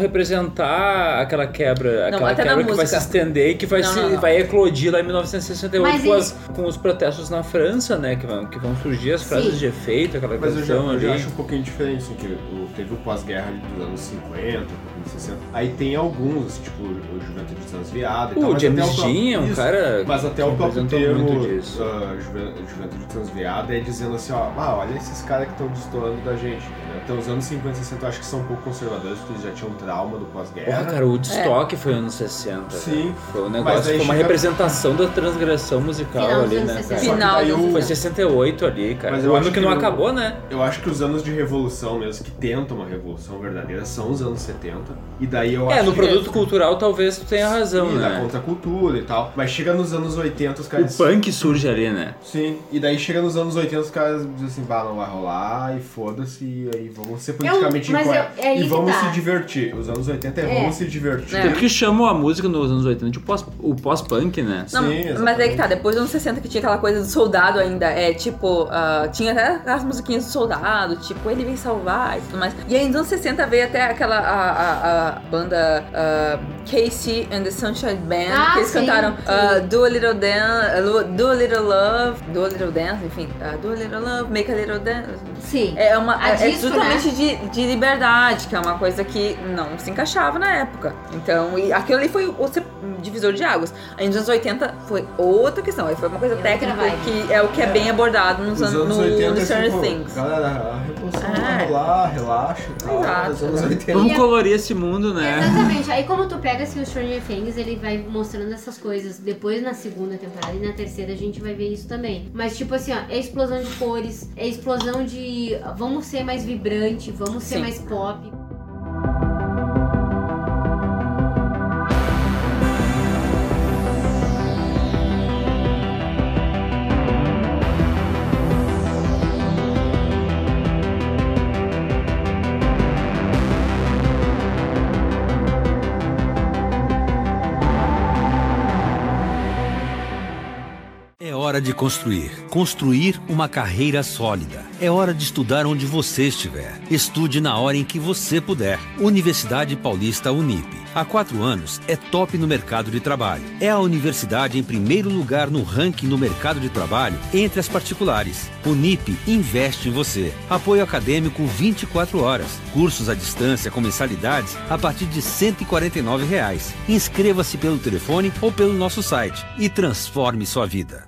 Speaker 12: representar aquela quebra,
Speaker 9: Não,
Speaker 12: aquela
Speaker 9: até na
Speaker 12: quebra que vai se
Speaker 9: música.
Speaker 12: estender e que vai,
Speaker 9: Não,
Speaker 12: se,
Speaker 9: não, não.
Speaker 12: vai eclodir lá em 1968
Speaker 10: Mas
Speaker 12: com,
Speaker 10: e-
Speaker 12: as- com os protestos na França, né? Que vão, que vão surgir as frases
Speaker 10: Sim.
Speaker 12: de efeito, aquela
Speaker 8: Mas eu já,
Speaker 12: canção
Speaker 8: eu já
Speaker 12: ali.
Speaker 8: acho um pouquinho diferente, assim, que o- teve o pós-guerra ali dos anos 50, um pouquinho anos 60. Aí tem alguns, tipo, o Juventude Transviada e
Speaker 12: O
Speaker 8: tal. mas
Speaker 12: James
Speaker 8: até próprio-
Speaker 12: Dean é um
Speaker 8: Isso,
Speaker 12: cara
Speaker 8: Mas até
Speaker 12: que
Speaker 8: o próprio
Speaker 12: representou
Speaker 8: termo
Speaker 12: muito
Speaker 8: ah, Juven- Juventude Transviada é dizendo assim, ó, ah, olha esses caras que estão destoando da gente. entendeu? Então os anos 50 e 60 eu acho que são um pouco conservadores, porque eles já tinham um trauma do pós-guerra.
Speaker 12: Porra, cara, o Woodstock foi anos 60.
Speaker 8: É. Sim.
Speaker 12: velho. Foi um
Speaker 8: Mas
Speaker 12: negócio,
Speaker 8: daí
Speaker 12: foi uma
Speaker 8: chega-
Speaker 12: representação da transgressão musical
Speaker 8: Final dos
Speaker 12: ali,
Speaker 8: anos
Speaker 12: né?
Speaker 8: 60.
Speaker 12: cara?
Speaker 8: Final dos anos
Speaker 12: Foi 68 ali, cara. o ano que, não acabou, né?
Speaker 8: Eu acho que os anos de revolução mesmo, que tentam uma revolução verdadeira, são os anos 70. E daí eu
Speaker 12: É,
Speaker 8: acho
Speaker 12: no
Speaker 8: que-
Speaker 12: produto cultural talvez tu tenha razão,
Speaker 8: Sim, da
Speaker 12: né?
Speaker 8: contracultura e tal. Mas chega nos anos 80, os caras.
Speaker 12: O punk surge ali, né?
Speaker 8: Sim, e daí chega nos anos 80, os caras dizem assim, bah, não vai rolar, e foda-se, e aí vamos ser politicamente
Speaker 10: Eu- mas
Speaker 8: incorretos.
Speaker 10: eu- é aí
Speaker 8: e
Speaker 10: que
Speaker 8: vamos
Speaker 10: tá.
Speaker 8: se divertir. Os anos 80 é,
Speaker 9: É.
Speaker 8: vamos se divertir.
Speaker 12: Tanto que chamam a música nos anos 80 de pós- o pós-punk, né?
Speaker 9: Não, mas aí que tá, depois dos anos 60 que tinha aquela coisa do soldado ainda, é tipo, ah, tinha até as musiquinhas do soldado, tipo, ele vem salvar e tudo mais. E aí nos anos 60 veio até aquela a, a- a banda ah, Casey and the Sunshine Band,
Speaker 10: Ah,
Speaker 9: que eles
Speaker 10: sim,
Speaker 9: cantaram
Speaker 10: sim.
Speaker 9: ah, Do a Little Dance, Do a Little Love, Do a Little Dance, enfim, ah, Do a Little Love, Make a Little Dance.
Speaker 10: Sim.
Speaker 9: É uma
Speaker 10: A
Speaker 9: é, é
Speaker 10: disco,
Speaker 9: totalmente
Speaker 10: né?
Speaker 9: de, de liberdade, que é uma coisa que não se encaixava na época. Então, e aquilo ali foi o se- divisor de águas. Aí nos anos 80 foi outra questão, aí foi uma coisa técnica
Speaker 10: É vibe.
Speaker 9: que é o que é, bem abordado nos
Speaker 8: Os
Speaker 9: anos,
Speaker 8: anos
Speaker 9: no,
Speaker 8: 80
Speaker 9: no
Speaker 8: é
Speaker 9: Stranger
Speaker 8: tipo,
Speaker 9: Things.
Speaker 8: Galera, a revolução
Speaker 9: É.
Speaker 10: Ah,
Speaker 8: vai rolar, relaxa e tal.
Speaker 9: Exato.
Speaker 8: Os anos 80.
Speaker 12: Vamos colorir esse mundo, né?
Speaker 10: Exatamente. Aí como tu pega assim, o Stranger Things, ele vai mostrando essas coisas. Depois na segunda temporada e na terceira a gente vai ver isso também. Mas tipo assim, ó, é explosão de cores, é explosão de ah, vamos ser mais vibrante, vamos ser
Speaker 9: Sim.
Speaker 10: mais pop.
Speaker 14: É hora de construir. Construir uma carreira sólida. É hora de estudar onde você estiver. Estude na hora em que você puder. Universidade Paulista Unip. Há quatro anos é top no mercado de trabalho. É a universidade em primeiro lugar no ranking no mercado de trabalho entre as particulares. Unip investe em você. Apoio acadêmico 24 horas. Cursos à distância com mensalidades a partir de R$ 149 reais. Inscreva-se pelo telefone ou pelo nosso site e transforme sua vida.